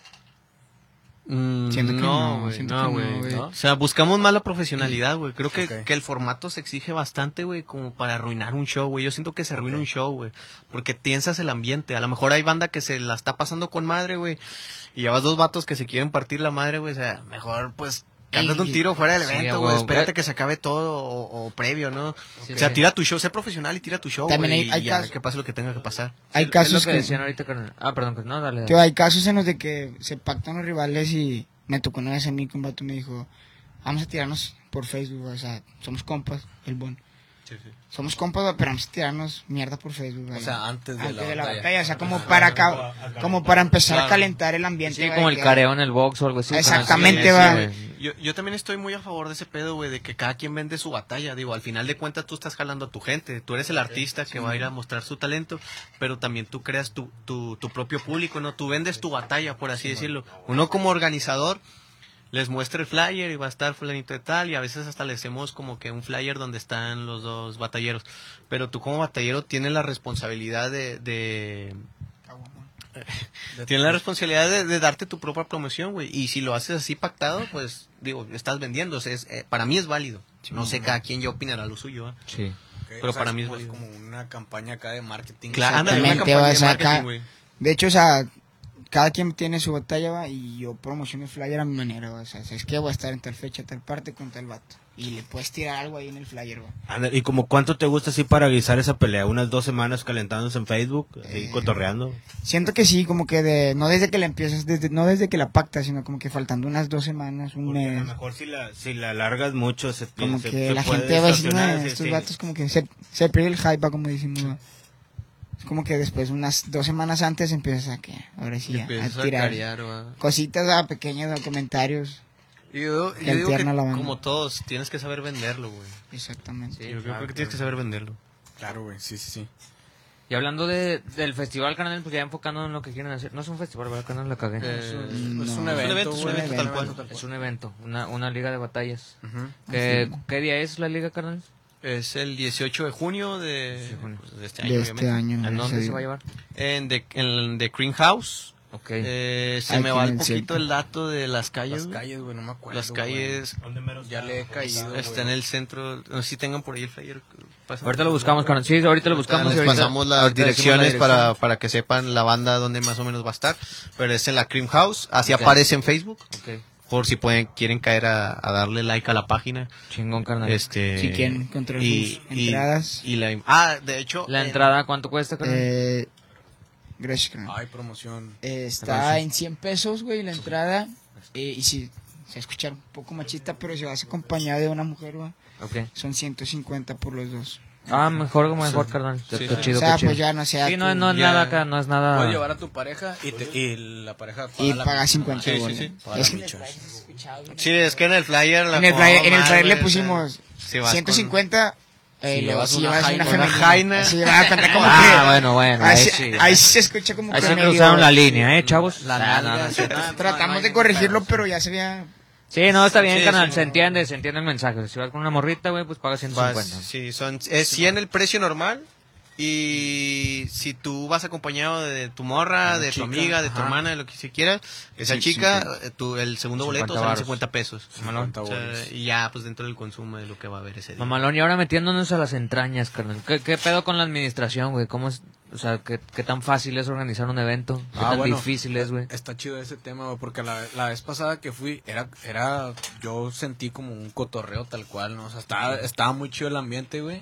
[SPEAKER 5] Siento que no,
[SPEAKER 6] no, güey,
[SPEAKER 5] siento
[SPEAKER 6] no,
[SPEAKER 5] que no,
[SPEAKER 6] güey,
[SPEAKER 5] güey.
[SPEAKER 6] ¿no? O sea, buscamos más la profesionalidad, güey. Creo que,
[SPEAKER 1] Ok.
[SPEAKER 6] que el formato se exige bastante, güey, como para arruinar un show, güey. Yo siento que se arruina un show, güey. Porque piensas el ambiente. A lo mejor hay banda que se la está pasando con madre, güey. Y llevas dos vatos que se quieren partir la madre, güey. O sea, mejor, pues, cántate un tiro fuera del
[SPEAKER 2] Sí,
[SPEAKER 6] evento,
[SPEAKER 2] a
[SPEAKER 6] güey.
[SPEAKER 2] huevo.
[SPEAKER 6] Espérate que se acabe todo o, o previo, ¿no?
[SPEAKER 2] Sí,
[SPEAKER 6] O sea,
[SPEAKER 2] sí.
[SPEAKER 6] tira tu show. Sé profesional y tira tu show,
[SPEAKER 5] También
[SPEAKER 6] güey,
[SPEAKER 5] hay- hay
[SPEAKER 6] y ya
[SPEAKER 5] casos-
[SPEAKER 6] que pase lo que tenga que pasar.
[SPEAKER 5] Hay
[SPEAKER 2] Es
[SPEAKER 5] casos
[SPEAKER 2] lo
[SPEAKER 5] que...
[SPEAKER 2] que decían ahorita, carnal. Ah, perdón, que- no, dale. dale.
[SPEAKER 5] Tío, hay casos en los de que se pactan los rivales y me tocó una vez a mí que un vato me dijo, vamos a tirarnos por Facebook, o sea, somos compas, el bon. Somos compas, güey, pero vamos a tirarnos mierda por Facebook.
[SPEAKER 1] O
[SPEAKER 5] güey.
[SPEAKER 6] eh,
[SPEAKER 1] sea, antes de
[SPEAKER 5] Antes
[SPEAKER 1] la
[SPEAKER 5] de la
[SPEAKER 1] batalla.
[SPEAKER 5] batalla, o sea, como para, ca- como para empezar a calentar el ambiente.
[SPEAKER 2] Sí,
[SPEAKER 5] güey,
[SPEAKER 2] como el
[SPEAKER 5] que-
[SPEAKER 2] careo en el box o algo así.
[SPEAKER 5] Exactamente,
[SPEAKER 2] Sí, sí,
[SPEAKER 5] va.
[SPEAKER 2] güey.
[SPEAKER 6] Yo, yo también estoy muy a favor de ese pedo, güey, de que cada quien vende su batalla. Digo, al final de cuentas tú estás jalando a tu gente. Tú eres el artista que va a ir a mostrar su talento, pero también tú creas tu, tu, tu propio público, ¿no? Tú vendes tu batalla, por así decirlo. Uno como organizador les muestra el flyer y va a estar fulanito de tal y a veces hasta le hacemos como que un flyer donde están los dos batalleros. Pero tú como batallero tienes la responsabilidad de- de,
[SPEAKER 5] "Ah,
[SPEAKER 6] Tienes la responsabilidad de, de darte tu propia promoción, güey. Y si lo haces así pactado, pues, digo, estás vendiendo. O sea, es, eh, para mí es válido. No sé cada quien ya opinará lo suyo. ¿eh?
[SPEAKER 2] Sí.
[SPEAKER 1] Ok,
[SPEAKER 6] pero para mí es
[SPEAKER 1] como,
[SPEAKER 6] válido.
[SPEAKER 1] como una campaña acá de marketing.
[SPEAKER 6] Claro, ándale, una
[SPEAKER 5] Exactamente,
[SPEAKER 6] campaña
[SPEAKER 5] vas
[SPEAKER 6] de
[SPEAKER 5] acá.
[SPEAKER 6] marketing, güey.
[SPEAKER 5] De hecho, o sea, cada quien tiene su batalla va, y yo promociono el flyer a mi manera. va, O sea, es que voy a estar en tal fecha, tal parte con tal vato. Y le puedes tirar algo ahí en el flyer. va.
[SPEAKER 3] Ándale, ¿Y como cuánto te gusta así para guisar esa pelea? ¿Unas dos semanas calentándose en Facebook? Así,
[SPEAKER 5] Eh.
[SPEAKER 3] cotorreando.
[SPEAKER 5] Siento que sí, como que de, no desde que la empiezas, desde, no desde que la pactas, sino como que faltando unas dos semanas, un
[SPEAKER 3] Porque a
[SPEAKER 5] mes.
[SPEAKER 3] lo mejor si la, si la alargas mucho, se
[SPEAKER 5] Como
[SPEAKER 3] se-
[SPEAKER 5] que
[SPEAKER 3] se
[SPEAKER 5] la
[SPEAKER 3] puede
[SPEAKER 5] gente va a decir,
[SPEAKER 3] estacionar,
[SPEAKER 5] "Nah,
[SPEAKER 3] sí,
[SPEAKER 5] estos
[SPEAKER 3] sí.
[SPEAKER 5] vatos como que se, se pierde el hype, va, como decimos. va. Es como que después, unas dos semanas antes, empiezas a que, ahora sí, a, a tirar cositas ah, va, pequeñas, va, comentarios.
[SPEAKER 6] Y Yo,
[SPEAKER 5] Que
[SPEAKER 6] yo digo que,
[SPEAKER 5] altierna la banda.
[SPEAKER 6] como todos, tienes que saber venderlo, güey.
[SPEAKER 5] Exactamente.
[SPEAKER 2] Sí,
[SPEAKER 6] yo
[SPEAKER 2] claro,
[SPEAKER 6] creo que tienes que saber venderlo.
[SPEAKER 1] Claro, güey, sí, sí, sí.
[SPEAKER 2] Y hablando de, del festival, carnal, pues ya enfocando en lo que quieren hacer. No es un festival, ¿verdad, carnal? La cagué.
[SPEAKER 6] Eh,
[SPEAKER 1] Es un-
[SPEAKER 5] no.
[SPEAKER 1] es un
[SPEAKER 5] Es
[SPEAKER 6] un
[SPEAKER 1] evento,
[SPEAKER 6] evento, es un
[SPEAKER 1] güey,
[SPEAKER 5] evento tal
[SPEAKER 6] cual.
[SPEAKER 2] Es un evento, una, una liga de batallas.
[SPEAKER 1] Ujú.
[SPEAKER 5] Ah,
[SPEAKER 2] ¿Qué, ¿Qué día es la liga, carnal?
[SPEAKER 6] Es el 18 de junio de,
[SPEAKER 2] de junio.
[SPEAKER 6] pues, de este año,
[SPEAKER 5] De este
[SPEAKER 6] obviamente.
[SPEAKER 5] año.
[SPEAKER 2] ¿En
[SPEAKER 5] ese
[SPEAKER 2] dónde se
[SPEAKER 5] día.
[SPEAKER 2] va a llevar?
[SPEAKER 6] En The, en The Green House.
[SPEAKER 2] Ok.
[SPEAKER 6] Eh, se
[SPEAKER 5] Aquí
[SPEAKER 6] me va
[SPEAKER 5] en
[SPEAKER 6] un
[SPEAKER 5] el
[SPEAKER 6] poquito
[SPEAKER 5] centro.
[SPEAKER 6] el dato de las calles.
[SPEAKER 1] Las
[SPEAKER 6] güey.
[SPEAKER 1] calles, güey, no me acuerdo.
[SPEAKER 6] Las
[SPEAKER 1] güey.
[SPEAKER 6] calles
[SPEAKER 1] Ya le he caído.
[SPEAKER 6] Está en
[SPEAKER 1] güey.
[SPEAKER 6] el centro. No sé si tengan por ahí el flyer. Pásame.
[SPEAKER 2] ahorita lo buscamos, carnal. Sí, ahorita lo buscamos. y
[SPEAKER 6] Les
[SPEAKER 2] ahorita-
[SPEAKER 6] pasamos las
[SPEAKER 2] ahorita decimos la
[SPEAKER 6] direcciones para,
[SPEAKER 2] dirección.
[SPEAKER 6] para que sepan la banda donde más o menos va a estar. Pero es en la Cream House. Así
[SPEAKER 2] Ok.
[SPEAKER 6] aparece en Facebook.
[SPEAKER 2] Ok.
[SPEAKER 6] Por si pueden, quieren caer a, a darle like a la página.
[SPEAKER 2] Chingón, carnal.
[SPEAKER 6] Este,
[SPEAKER 5] Si quieren, contra
[SPEAKER 6] y,
[SPEAKER 5] sus
[SPEAKER 6] y-
[SPEAKER 5] entradas.
[SPEAKER 6] y la, ah, de hecho.
[SPEAKER 2] ¿La
[SPEAKER 6] en-
[SPEAKER 2] entrada cuánto cuesta, carnal?
[SPEAKER 5] Eh, gracias, carnal.
[SPEAKER 3] Ah,
[SPEAKER 1] Ay, promoción.
[SPEAKER 5] Eh, está en 100 pesos, güey, la entrada. Eh, y si se escucha un poco machista, pero si vas acompañado de una mujer, güey,
[SPEAKER 2] ok.
[SPEAKER 5] son 150 por los dos.
[SPEAKER 2] Ah, mejor, mejor, carnal. Qué
[SPEAKER 6] sí.
[SPEAKER 2] chido,
[SPEAKER 5] o sea,
[SPEAKER 2] qué chido.
[SPEAKER 5] pues ya no sea.
[SPEAKER 2] sí,
[SPEAKER 5] tú.
[SPEAKER 2] no, no es
[SPEAKER 6] Ya.
[SPEAKER 2] nada acá, no es nada.
[SPEAKER 1] Puedes llevar a tu pareja y, te- y la pareja
[SPEAKER 5] Y
[SPEAKER 1] la-
[SPEAKER 5] paga 50
[SPEAKER 6] Sí, sí,
[SPEAKER 5] bolas.
[SPEAKER 6] sí.
[SPEAKER 1] paga
[SPEAKER 5] Es-
[SPEAKER 1] la micho.
[SPEAKER 6] Sí, es que en el flyer... la-
[SPEAKER 5] en el flyer, en el
[SPEAKER 6] no
[SPEAKER 5] flyer le
[SPEAKER 6] mames,
[SPEAKER 5] pusimos
[SPEAKER 6] si vas
[SPEAKER 5] 150. eh,
[SPEAKER 1] Si
[SPEAKER 5] luego
[SPEAKER 1] llevas
[SPEAKER 5] si
[SPEAKER 1] una
[SPEAKER 5] llevas
[SPEAKER 1] jaina,
[SPEAKER 5] una
[SPEAKER 1] una
[SPEAKER 5] femenina.
[SPEAKER 6] jaina.
[SPEAKER 5] Si llevas también como
[SPEAKER 2] Ah,
[SPEAKER 5] que-
[SPEAKER 2] bueno, bueno. Ahí
[SPEAKER 5] Ahí, se-
[SPEAKER 2] sí.
[SPEAKER 5] ahí se escucha como
[SPEAKER 2] Ahí
[SPEAKER 5] que
[SPEAKER 2] se
[SPEAKER 5] medio- Ah,
[SPEAKER 2] cruzaron la línea, ¿eh, chavos?
[SPEAKER 1] La
[SPEAKER 2] No,
[SPEAKER 1] nalga,
[SPEAKER 2] no, no,
[SPEAKER 1] sí.
[SPEAKER 2] no.
[SPEAKER 5] Tratamos de corregirlo, pero ya se veía.
[SPEAKER 2] Sí, no, está bien,
[SPEAKER 6] Sí,
[SPEAKER 2] carnal.
[SPEAKER 6] sí.
[SPEAKER 2] se entiende, se entiende el mensaje. Si vas con una morrita, güey, pues paga
[SPEAKER 6] con- vas-
[SPEAKER 2] 150.
[SPEAKER 6] sí, son, es 100 el precio normal. Y si tú vas acompañado de tu morra,
[SPEAKER 1] Una
[SPEAKER 6] de
[SPEAKER 1] chica,
[SPEAKER 6] tu amiga, de tu
[SPEAKER 1] ajá.
[SPEAKER 6] hermana, de lo que se quiera, esa
[SPEAKER 2] Sí,
[SPEAKER 6] chica, eh, tu- el segundo
[SPEAKER 2] 50
[SPEAKER 6] boleto sale
[SPEAKER 2] varos.
[SPEAKER 6] 50 pesos.
[SPEAKER 1] 50
[SPEAKER 6] O sea,
[SPEAKER 1] bolas.
[SPEAKER 6] y ya, pues dentro del consumo de lo que va a haber ese día.
[SPEAKER 2] Mamalón, y ahora metiéndonos a las entrañas, carnal. ¿Qué, qué pedo con la administración, güey? ¿Cómo es, o sea, qué, qué tan fácil es organizar un evento? ¿Qué
[SPEAKER 1] Ah,
[SPEAKER 2] tan
[SPEAKER 1] bueno.
[SPEAKER 2] difícil es, güey?
[SPEAKER 1] Está chido ese tema, güey, porque la, la vez pasada que fui, era, era, yo sentí como un cotorreo tal cual, ¿no? O sea, estaba, estaba muy chido el ambiente, güey.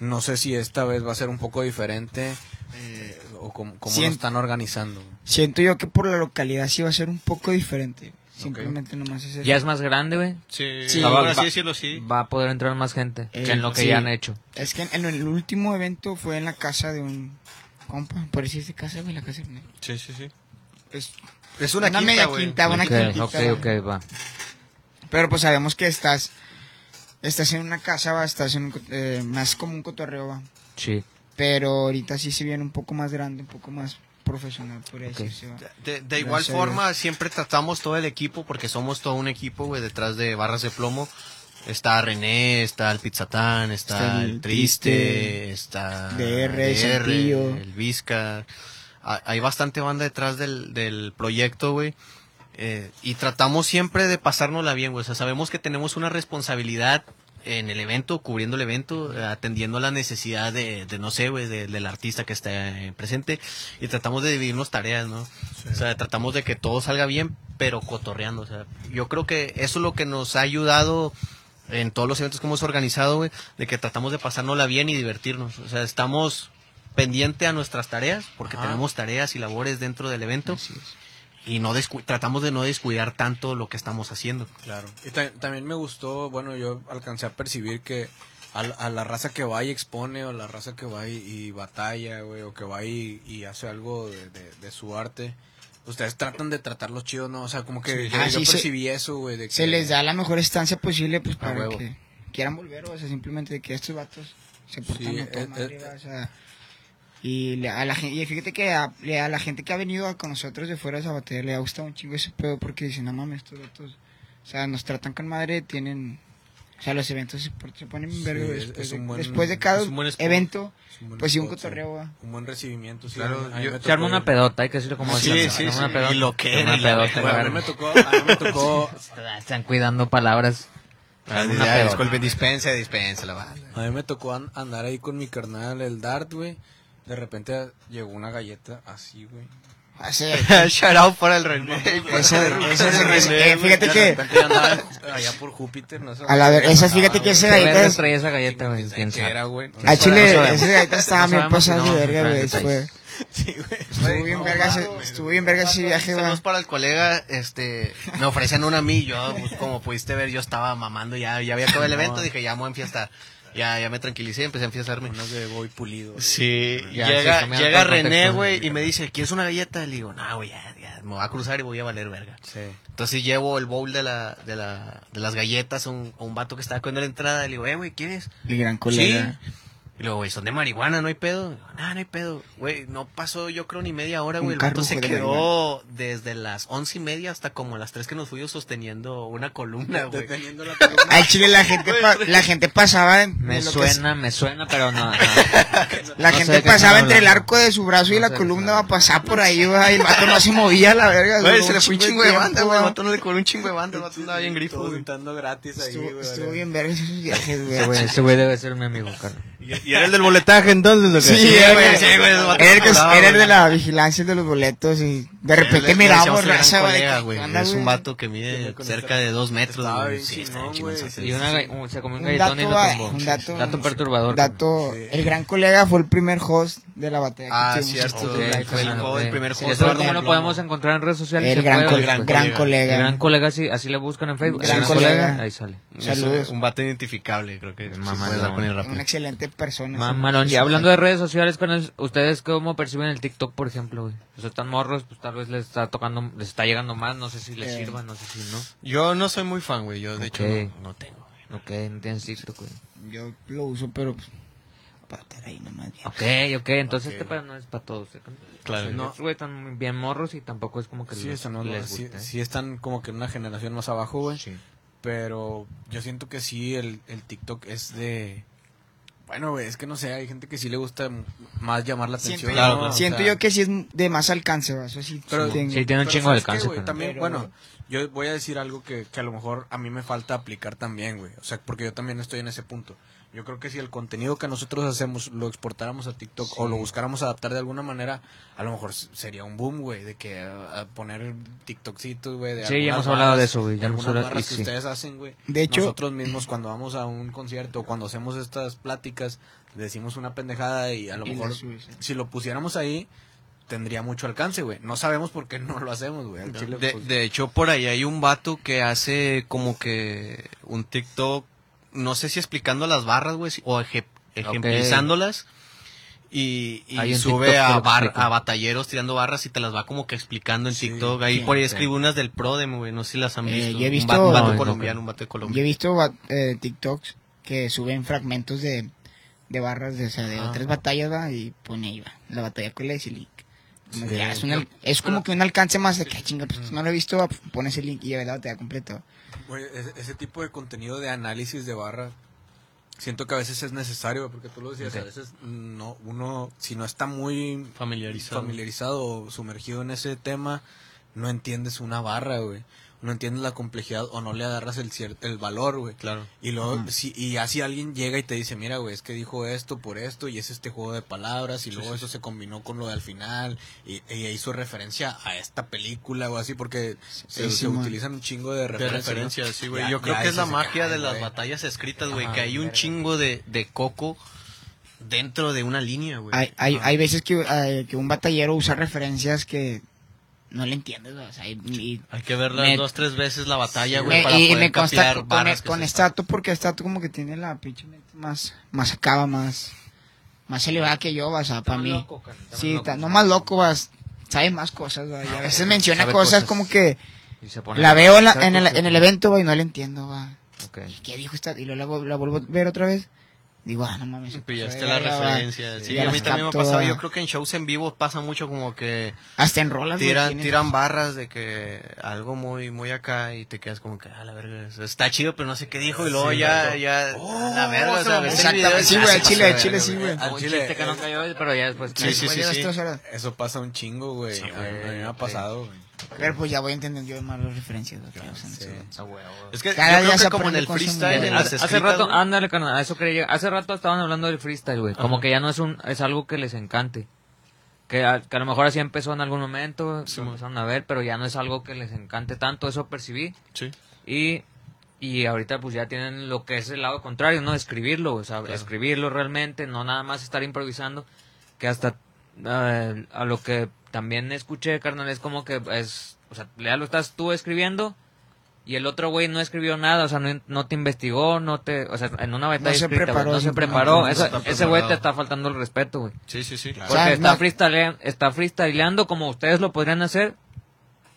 [SPEAKER 1] No sé si esta vez va a ser un poco diferente eh, o cómo, cómo lo
[SPEAKER 5] Sien-
[SPEAKER 1] están organizando. güey.
[SPEAKER 5] Siento yo que por la localidad sí va a ser un poco diferente. Simplemente nomás es eso.
[SPEAKER 2] Ya es más grande, güey.
[SPEAKER 6] Sí,
[SPEAKER 5] Sí.
[SPEAKER 6] por
[SPEAKER 2] Va-
[SPEAKER 6] así
[SPEAKER 2] va-
[SPEAKER 6] decirlo, sí.
[SPEAKER 2] Va a poder entrar más gente
[SPEAKER 5] Eh,
[SPEAKER 2] que en lo que
[SPEAKER 5] sí.
[SPEAKER 2] ya han hecho.
[SPEAKER 5] Es que en el último evento fue en la casa de un compa. Por eso es de casa, güey, la casa de
[SPEAKER 6] Sí, sí, sí.
[SPEAKER 5] Es
[SPEAKER 6] Es una, quinta,
[SPEAKER 5] media
[SPEAKER 6] güey.
[SPEAKER 5] quinta, una
[SPEAKER 2] ok,
[SPEAKER 5] quintita,
[SPEAKER 2] ok,
[SPEAKER 5] güey.
[SPEAKER 2] ok, va.
[SPEAKER 5] Pero pues sabemos que estás. Estás en una casa, va, estás en un co- eh, más como un cotorreo, va.
[SPEAKER 2] Sí.
[SPEAKER 5] Pero ahorita sí se viene un poco más grande, un poco más profesional, por
[SPEAKER 2] Ok.
[SPEAKER 5] decirse, va.
[SPEAKER 6] De, de igual
[SPEAKER 5] Gracias a
[SPEAKER 6] forma, siempre tratamos todo el equipo, porque somos todo un equipo, güey, detrás de Barras de Plomo. Está René, está el Pizzatán, está,
[SPEAKER 5] Está el
[SPEAKER 6] el Triste,
[SPEAKER 5] Triste,
[SPEAKER 6] está
[SPEAKER 5] DR,
[SPEAKER 6] DR,
[SPEAKER 5] Santillo.
[SPEAKER 6] el Vizca. Ha- Hay bastante banda detrás del, del proyecto, güey. Eh, y tratamos siempre de pasárnosla bien, güey. O sea, sabemos que tenemos una responsabilidad en el evento, cubriendo el evento, eh, atendiendo la necesidad de, de, no sé, güey, de- del artista que está eh, presente. Y tratamos de dividirnos tareas, ¿no? O sea, tratamos de que todo salga bien, pero cotorreando. O sea, yo creo que eso es lo que nos ha ayudado en todos los eventos que hemos organizado, güey, de que tratamos de pasárnosla bien y divertirnos. O sea, estamos pendiente a nuestras tareas, porque
[SPEAKER 1] Ajá.
[SPEAKER 6] tenemos tareas y labores dentro del evento y no descu- tratamos de no descuidar tanto lo que estamos haciendo.
[SPEAKER 1] Claro. Y ta- también me gustó, bueno, yo alcancé a percibir que a, la- a la raza que va y expone, o la raza que va y, y batalla, güey, o que va y, y hace algo de, de- de su arte, ustedes tratan de tratarlos chidos, ¿no? O sea, como que yo,
[SPEAKER 5] Ah,
[SPEAKER 1] yo
[SPEAKER 5] sí, se-
[SPEAKER 1] percibí eso, güey. de
[SPEAKER 5] se
[SPEAKER 1] que-
[SPEAKER 5] les da la mejor estancia posible pues para
[SPEAKER 1] huevo.
[SPEAKER 5] que quieran volver o sea simplemente de que estos vatos se portan
[SPEAKER 1] Sí,
[SPEAKER 5] a toda
[SPEAKER 1] eh,
[SPEAKER 5] madre,
[SPEAKER 1] eh,
[SPEAKER 5] va, o sea, y le- a la gente y fíjate que a, le- a la gente que ha venido a- con nosotros de fuera de Sabater le ha gustado un chingo ese pedo porque dicen no mames estos vatos o sea nos tratan con madre tienen o sea los eventos se, por- se ponen
[SPEAKER 1] Sí,
[SPEAKER 5] verga
[SPEAKER 1] es-
[SPEAKER 5] después,
[SPEAKER 1] es
[SPEAKER 5] de-
[SPEAKER 1] un buen-
[SPEAKER 5] después de cada
[SPEAKER 6] es un buen spot.
[SPEAKER 5] evento
[SPEAKER 1] es buen
[SPEAKER 5] pues sí un
[SPEAKER 1] spot,
[SPEAKER 5] cotorreo va.
[SPEAKER 1] Un buen recibimiento, sí.
[SPEAKER 6] Claro,
[SPEAKER 1] a mí
[SPEAKER 6] yo-
[SPEAKER 1] me
[SPEAKER 2] Se arma
[SPEAKER 1] tocó
[SPEAKER 2] una
[SPEAKER 1] ir.
[SPEAKER 2] pedota, hay que decirlo como
[SPEAKER 6] Sí,
[SPEAKER 2] es.
[SPEAKER 6] sí,
[SPEAKER 2] se arma
[SPEAKER 6] sí.
[SPEAKER 2] una pedota.
[SPEAKER 6] Y lo que
[SPEAKER 2] Se arma
[SPEAKER 6] era,
[SPEAKER 2] una
[SPEAKER 6] la
[SPEAKER 2] pedota,
[SPEAKER 1] Bueno, a mí
[SPEAKER 2] güey.
[SPEAKER 1] me tocó, a mí me tocó,
[SPEAKER 2] Están cuidando palabras. Una
[SPEAKER 6] Ya,
[SPEAKER 2] pedota.
[SPEAKER 6] disculpen, dispensa, dispensa la banda.
[SPEAKER 1] A mí me tocó an- andar ahí con mi carnal, el Dart, güey. De repente llegó una galleta así, güey.
[SPEAKER 5] O sea,
[SPEAKER 6] Shout out para el René.
[SPEAKER 5] ese- ese- ese-
[SPEAKER 6] René,
[SPEAKER 5] eh, fíjate
[SPEAKER 1] De
[SPEAKER 5] que
[SPEAKER 1] repente yo andaba allá por Júpiter, no sé.
[SPEAKER 5] a la ver esas fíjate
[SPEAKER 1] Ah,
[SPEAKER 5] que esa
[SPEAKER 2] ¿Qué
[SPEAKER 5] galleta
[SPEAKER 2] vergas
[SPEAKER 5] es- Ah,
[SPEAKER 2] traía esa galleta, güey? ¿Quién
[SPEAKER 1] ¿Qué
[SPEAKER 2] sabe?
[SPEAKER 1] era, güey?
[SPEAKER 5] A Chile,
[SPEAKER 2] sabemos.
[SPEAKER 5] ese galleta estaba
[SPEAKER 2] No
[SPEAKER 5] bien
[SPEAKER 2] sabemos si
[SPEAKER 5] pasado
[SPEAKER 2] no,
[SPEAKER 5] de verga,
[SPEAKER 2] no
[SPEAKER 5] güey.
[SPEAKER 2] sabemos.
[SPEAKER 5] fue-
[SPEAKER 1] Sí, güey.
[SPEAKER 5] Estuvo bien verga ese- estuvo bien verga ese viaje, güey.
[SPEAKER 6] Saludos para el colega, este, me ofrecen una a mí, yo, pues, como pudiste ver, yo estaba mamando, ya, ya había acabado el evento, dije, ya me voy a enfiestar. Ya, ya me tranquilicé, empecé a enfiestarme.
[SPEAKER 1] Uno que voy pulido. güey.
[SPEAKER 6] Sí,
[SPEAKER 2] Ya, sí,
[SPEAKER 6] llega,
[SPEAKER 2] cambiaron todo
[SPEAKER 6] llega
[SPEAKER 2] el
[SPEAKER 6] René,
[SPEAKER 2] contexto.
[SPEAKER 6] güey, y me dice, ¿quieres una galleta? Le digo, no, güey, ya, ya, me voy a cruzar y voy a valer verga.
[SPEAKER 1] Sí.
[SPEAKER 6] Entonces llevo el bowl de, la, de, la, de las galletas a un, a un vato que estaba comiendo la entrada. Le digo, eh, güey, ¿quieres?
[SPEAKER 5] El gran
[SPEAKER 6] Sí. Y luego, güey, son de marihuana, no hay pedo. Digo, Nah, no hay pedo. Güey, no pasó yo creo ni media hora,
[SPEAKER 5] Un
[SPEAKER 6] güey. El vato
[SPEAKER 5] carrujo
[SPEAKER 6] se
[SPEAKER 5] de
[SPEAKER 6] quedó desde las once y media hasta como las tres que nos fuimos sosteniendo una columna, güey.
[SPEAKER 1] Deteniendo la columna.
[SPEAKER 5] Al chile la gente, pa- la gente pasaba. en-
[SPEAKER 2] Me
[SPEAKER 5] en lo que es-
[SPEAKER 2] suena, me suena, pero no. no.
[SPEAKER 5] La
[SPEAKER 2] no sé de
[SPEAKER 5] gente
[SPEAKER 2] qué están
[SPEAKER 5] pasaba entre el
[SPEAKER 2] hablando.
[SPEAKER 5] arco de su brazo y
[SPEAKER 2] No
[SPEAKER 5] la
[SPEAKER 2] sé de qué
[SPEAKER 5] columna,
[SPEAKER 2] están
[SPEAKER 5] va a pasar por ahí, va. Y el vato no se movía, la verga.
[SPEAKER 6] Güey,
[SPEAKER 5] duró
[SPEAKER 6] se le fue un chingo de
[SPEAKER 5] tiempo,
[SPEAKER 6] banda, güey. El
[SPEAKER 5] va.
[SPEAKER 6] vato no le coló un chingo de banda, el vato andaba bien grifo,
[SPEAKER 1] Todo
[SPEAKER 6] güey.
[SPEAKER 1] sentando gratis ahí,
[SPEAKER 5] Estuvo,
[SPEAKER 1] güey.
[SPEAKER 5] estuvo bien verga esos viajes,
[SPEAKER 2] Ese
[SPEAKER 5] güey.
[SPEAKER 2] güey- Ese güey debe ser mi amigo, carnal.
[SPEAKER 3] ¿Y era el del boletaje entonces? o qué?
[SPEAKER 5] Sí,
[SPEAKER 6] Sí,
[SPEAKER 5] era-
[SPEAKER 6] güey, sí, güey, el vato
[SPEAKER 5] Era el que-
[SPEAKER 6] colaba,
[SPEAKER 5] era el de
[SPEAKER 6] güey.
[SPEAKER 5] la vigilancia de los boletos y De repente
[SPEAKER 6] Le- le
[SPEAKER 5] miramos
[SPEAKER 6] decíamos el gran
[SPEAKER 5] raza, güey,
[SPEAKER 6] colega,
[SPEAKER 5] que-
[SPEAKER 6] güey.
[SPEAKER 5] anda,
[SPEAKER 6] Es un
[SPEAKER 5] güey.
[SPEAKER 6] vato que
[SPEAKER 1] Tiene
[SPEAKER 6] mide
[SPEAKER 1] con
[SPEAKER 6] cerca de dos metros,
[SPEAKER 1] Estaba
[SPEAKER 6] güey.
[SPEAKER 1] bien
[SPEAKER 6] Sí, está
[SPEAKER 1] chingón,
[SPEAKER 6] chingón
[SPEAKER 1] güey.
[SPEAKER 6] esa
[SPEAKER 2] Y una, ga- un- se comió un,
[SPEAKER 5] Un
[SPEAKER 2] galletón y
[SPEAKER 5] dato,
[SPEAKER 2] lo
[SPEAKER 5] ah,
[SPEAKER 2] tumbó.
[SPEAKER 5] un dato-
[SPEAKER 2] perturbador.
[SPEAKER 5] Dato, el gran colega fue el primer host de la batalla. que
[SPEAKER 6] Ah,
[SPEAKER 5] tuvimos.
[SPEAKER 6] cierto.
[SPEAKER 2] Ok,
[SPEAKER 6] Fue el
[SPEAKER 2] Fernando,
[SPEAKER 6] joven,
[SPEAKER 2] ok.
[SPEAKER 6] primer
[SPEAKER 2] Sí,
[SPEAKER 6] joven.
[SPEAKER 2] ya saben
[SPEAKER 6] Orden
[SPEAKER 2] cómo
[SPEAKER 6] de
[SPEAKER 2] lo
[SPEAKER 6] plomo.
[SPEAKER 2] podemos encontrar en redes sociales.
[SPEAKER 5] El
[SPEAKER 2] Se
[SPEAKER 5] gran,
[SPEAKER 2] puede,
[SPEAKER 5] col-
[SPEAKER 2] güey.
[SPEAKER 5] gran,
[SPEAKER 6] gran
[SPEAKER 5] colega.
[SPEAKER 2] El gran colega, sí, así le buscan en Facebook. El
[SPEAKER 5] Gran
[SPEAKER 2] gran colega.
[SPEAKER 5] colega.
[SPEAKER 2] Ahí sale.
[SPEAKER 5] Saludos.
[SPEAKER 6] Un vato identificable, creo que.
[SPEAKER 2] Mamá,
[SPEAKER 6] se puede
[SPEAKER 2] no.
[SPEAKER 6] dar con el
[SPEAKER 5] Una
[SPEAKER 6] rápido.
[SPEAKER 5] excelente persona.
[SPEAKER 2] Ma- Malón, y hablando de redes sociales, con el- ¿ustedes cómo perciben el TikTok, por ejemplo? Güey? O sea, están morros, pues tal vez les está tocando, les está llegando más, no sé si les
[SPEAKER 5] Eh.
[SPEAKER 2] sirva, no sé si no.
[SPEAKER 6] Yo no soy muy fan, güey. Yo, de hecho,
[SPEAKER 2] Ok.
[SPEAKER 6] no, no tengo. güey.
[SPEAKER 2] Ok, no tienes TikTok, güey.
[SPEAKER 5] Yo lo uso, pero pues, para estar ahí nomás bien.
[SPEAKER 2] Ok, ok, entonces este para no es para todos. ¿eh?
[SPEAKER 6] Claro.
[SPEAKER 2] No, güey, están muy bien morros y tampoco es como que
[SPEAKER 1] Sí,
[SPEAKER 2] les,
[SPEAKER 1] están,
[SPEAKER 2] les
[SPEAKER 1] sí-
[SPEAKER 5] ¿eh?
[SPEAKER 2] guste.
[SPEAKER 1] sí están como que en una generación más abajo, güey. Pero yo siento que sí, el, el TikTok es de... Bueno, güey, es que no sé, hay gente que sí le gusta m- más llamar la
[SPEAKER 5] Siento,
[SPEAKER 1] atención.
[SPEAKER 5] yo-
[SPEAKER 6] Claro,
[SPEAKER 1] ¿no?
[SPEAKER 6] claro.
[SPEAKER 1] O
[SPEAKER 5] siento
[SPEAKER 1] sea,
[SPEAKER 5] yo que sí es de más alcance, güey, eso sí.
[SPEAKER 1] Pero-
[SPEAKER 5] sí tengo.
[SPEAKER 2] Sí, tiene un
[SPEAKER 1] pero
[SPEAKER 2] chingo de
[SPEAKER 1] ¿sabes qué,
[SPEAKER 2] alcance.
[SPEAKER 1] güey?
[SPEAKER 2] pero-
[SPEAKER 1] También,
[SPEAKER 5] Pero-
[SPEAKER 1] bueno, yo voy a decir algo que, que a lo mejor a mí me falta aplicar también, güey. O sea, porque yo también estoy en ese punto. Yo creo que si el contenido que nosotros hacemos lo exportáramos a TikTok o lo buscáramos adaptar de alguna manera, a lo mejor s- sería un boom, güey, de que ah, poner TikToksitos, güey. de
[SPEAKER 2] Sí,
[SPEAKER 1] algunas
[SPEAKER 2] ya hemos hablado de
[SPEAKER 1] barras,
[SPEAKER 2] eso, güey, ya
[SPEAKER 1] de
[SPEAKER 2] hemos
[SPEAKER 1] algunas
[SPEAKER 2] hablado-
[SPEAKER 1] barras
[SPEAKER 2] y
[SPEAKER 1] que
[SPEAKER 2] sí.
[SPEAKER 1] ustedes hacen, güey.
[SPEAKER 5] De hecho-
[SPEAKER 1] nosotros mismos cuando vamos a un concierto, cuando hacemos estas pláticas, decimos una pendejada y a lo
[SPEAKER 5] Y la
[SPEAKER 1] mejor
[SPEAKER 5] subes, sí.
[SPEAKER 1] si lo pusiéramos ahí, tendría mucho alcance, güey. No sabemos por qué no lo hacemos, güey. Al chile,
[SPEAKER 6] De,
[SPEAKER 1] pues,
[SPEAKER 6] de hecho, por ahí hay un vato que hace como que un TikTok, no sé si explicando las barras, güey, si- o eje- ejemplizándolas. Y, y
[SPEAKER 2] Hay un
[SPEAKER 6] sube
[SPEAKER 2] TikTok que
[SPEAKER 6] a,
[SPEAKER 2] lo
[SPEAKER 6] bar-
[SPEAKER 2] explica.
[SPEAKER 6] a batalleros tirando barras y te las va como que explicando en
[SPEAKER 1] Sí,
[SPEAKER 6] TikTok. Ahí
[SPEAKER 5] sí,
[SPEAKER 6] por ahí
[SPEAKER 1] sí.
[SPEAKER 6] escribe unas del Prodem, güey. No sé si las han
[SPEAKER 5] Eh,
[SPEAKER 6] visto.
[SPEAKER 5] yo he
[SPEAKER 6] Un
[SPEAKER 5] visto-
[SPEAKER 6] vato, un vato
[SPEAKER 2] No, no,
[SPEAKER 6] colombiano,
[SPEAKER 2] no.
[SPEAKER 6] un vato de
[SPEAKER 5] Yo he
[SPEAKER 6] Colombia.
[SPEAKER 5] visto va- eh, TikToks que suben fragmentos de, de barras de, o sea,
[SPEAKER 2] Ah,
[SPEAKER 5] de otras batallas va, y pone ahí va, la batalla con Leslie. Link. Como que ya es, un al- es como que un alcance más de que "Ah, chinga,
[SPEAKER 2] Mm.
[SPEAKER 5] pues, no lo he visto, va, pues, pones el link y ya ves la batalla completa. va.
[SPEAKER 1] güey, ese, ese tipo de contenido de análisis de barra, siento que a veces es necesario, güey, porque tú lo decías,
[SPEAKER 2] Ok.
[SPEAKER 1] a veces no, uno, si no está muy
[SPEAKER 6] Familiarizado.
[SPEAKER 1] familiarizado o sumergido en ese tema, no entiendes una barra, güey. No entiendes la complejidad o no le agarras el, cier- el valor, güey.
[SPEAKER 6] Claro.
[SPEAKER 1] Y luego, si, y ya si alguien llega y te dice, mira, güey, es que dijo esto por esto, y es este juego de palabras, y luego eso se combinó con lo del final, y, y hizo referencia a esta película o así, porque eh, se,
[SPEAKER 5] sí,
[SPEAKER 1] se
[SPEAKER 5] man.
[SPEAKER 1] utilizan un chingo de
[SPEAKER 6] De
[SPEAKER 1] referencias.
[SPEAKER 6] referencia,
[SPEAKER 1] ¿no?
[SPEAKER 6] sí, güey.
[SPEAKER 1] Ya-
[SPEAKER 6] Yo creo
[SPEAKER 1] ya
[SPEAKER 6] que es la
[SPEAKER 1] se
[SPEAKER 6] magia
[SPEAKER 1] cae,
[SPEAKER 6] de las
[SPEAKER 1] güey.
[SPEAKER 6] batallas escritas, güey.
[SPEAKER 2] Ajá,
[SPEAKER 6] Que hay un
[SPEAKER 2] verga.
[SPEAKER 6] chingo de, de coco dentro de una línea,
[SPEAKER 2] Pues,
[SPEAKER 6] güey.
[SPEAKER 5] Hay, hay, hay veces que, eh, que un batallero usa referencias que no le entiendes, va, o sea, y- y
[SPEAKER 6] Hay que verlas
[SPEAKER 5] Me-
[SPEAKER 6] dos, tres veces la batalla,
[SPEAKER 5] Me-
[SPEAKER 6] güey, para
[SPEAKER 5] Eh, y
[SPEAKER 6] poder
[SPEAKER 5] me consta
[SPEAKER 6] capear
[SPEAKER 5] con, con,
[SPEAKER 6] barras que se
[SPEAKER 5] este dato porque este dato como que tiene la pinche mente más, más acaba, más, más elevada que yo, vas, o sea, para mí. sí, está- no más loco, vas, sabe más cosas, va, y a veces menciona
[SPEAKER 2] sabe
[SPEAKER 5] cosas,
[SPEAKER 2] cosas.
[SPEAKER 5] como que
[SPEAKER 2] Y se pone-
[SPEAKER 5] la veo en, la-
[SPEAKER 2] ¿Sabe
[SPEAKER 5] en el,
[SPEAKER 2] por qué?
[SPEAKER 5] en el evento, va, y no la entiendo, va.
[SPEAKER 2] Ok.
[SPEAKER 5] ¿Y ¿Qué dijo esta? Y luego la, vu- la vuelvo a ver otra vez. Digo, ah, no mames. se
[SPEAKER 6] Pillaste
[SPEAKER 5] pasó de
[SPEAKER 6] la
[SPEAKER 5] verga, va.
[SPEAKER 6] referencia. Sí,
[SPEAKER 5] Ya
[SPEAKER 6] a mí
[SPEAKER 5] las
[SPEAKER 6] también me ha
[SPEAKER 5] capto,
[SPEAKER 6] pasado.
[SPEAKER 5] va.
[SPEAKER 6] Yo creo que en shows en vivo pasa mucho como que
[SPEAKER 5] Hasta en rolas, güey,
[SPEAKER 6] tiran,
[SPEAKER 5] tienen-
[SPEAKER 6] tiran barras de que algo muy, muy acá y te quedas como que, ah, la verga, eso está chido, pero no sé qué dijo y luego ya, ya, la verga, o sea, ves el video
[SPEAKER 5] Oh, Exactamente,
[SPEAKER 6] y
[SPEAKER 5] sí,
[SPEAKER 6] ya
[SPEAKER 5] güey,
[SPEAKER 6] se
[SPEAKER 5] al
[SPEAKER 6] pasó
[SPEAKER 5] chile,
[SPEAKER 6] de
[SPEAKER 5] al chile,
[SPEAKER 6] verga,
[SPEAKER 5] sí, güey.
[SPEAKER 1] Al
[SPEAKER 2] Un
[SPEAKER 1] chile,
[SPEAKER 2] chiste que no cayó, pero ya después.
[SPEAKER 6] Sí, sí,
[SPEAKER 5] Después
[SPEAKER 6] sí,
[SPEAKER 5] llevas
[SPEAKER 6] sí.
[SPEAKER 5] tres horas.
[SPEAKER 1] Eso pasa un chingo, güey.
[SPEAKER 6] Sí,
[SPEAKER 1] a,
[SPEAKER 6] güey,
[SPEAKER 1] mí- a mí me ha
[SPEAKER 2] sí.
[SPEAKER 1] pasado, güey.
[SPEAKER 5] Pero pues ya voy entendiendo yo más las referencias, va, o sea, no sé.
[SPEAKER 2] Ah, huevo.
[SPEAKER 6] Es que yo
[SPEAKER 5] Cada día
[SPEAKER 6] creo que
[SPEAKER 5] se
[SPEAKER 6] como en
[SPEAKER 5] aprende
[SPEAKER 6] el
[SPEAKER 5] cosas
[SPEAKER 6] freestyle,
[SPEAKER 5] nuevas.
[SPEAKER 6] en
[SPEAKER 2] Hace-
[SPEAKER 6] las
[SPEAKER 2] Hace,
[SPEAKER 6] escritas,
[SPEAKER 2] rato, ah.
[SPEAKER 6] güey,
[SPEAKER 2] ándale, carnal, a eso quería llegar. Hace rato estaban hablando del freestyle, güey. Como que ya no es un, es algo que les encante. Que a, que a lo mejor así empezó en algún momento, se empezaron a ver, pero ya no es algo que les encante tanto, eso percibí.
[SPEAKER 6] Sí.
[SPEAKER 2] Y, y ahorita pues ya tienen lo que es el lado contrario, ¿no? Escribirlo, o sea, escribirlo realmente, no nada más estar improvisando, que hasta eh, a lo que también escuché, carnal, es como que es, o sea, ya lo estás tú escribiendo y el otro güey no escribió nada, o sea, no, no te investigó, no te, o sea, en una batalla
[SPEAKER 5] No se
[SPEAKER 2] escrita, güey,
[SPEAKER 5] preparó,
[SPEAKER 2] no se
[SPEAKER 5] simplemente.
[SPEAKER 2] preparó,
[SPEAKER 6] No
[SPEAKER 2] Esa-
[SPEAKER 6] está
[SPEAKER 2] ese güey
[SPEAKER 6] preparado.
[SPEAKER 2] te está faltando el respeto, güey.
[SPEAKER 6] Sí, sí, sí.
[SPEAKER 2] Porque
[SPEAKER 5] O sea,
[SPEAKER 2] está,
[SPEAKER 5] no-
[SPEAKER 2] freestyle, está freestyleando como ustedes lo podrían hacer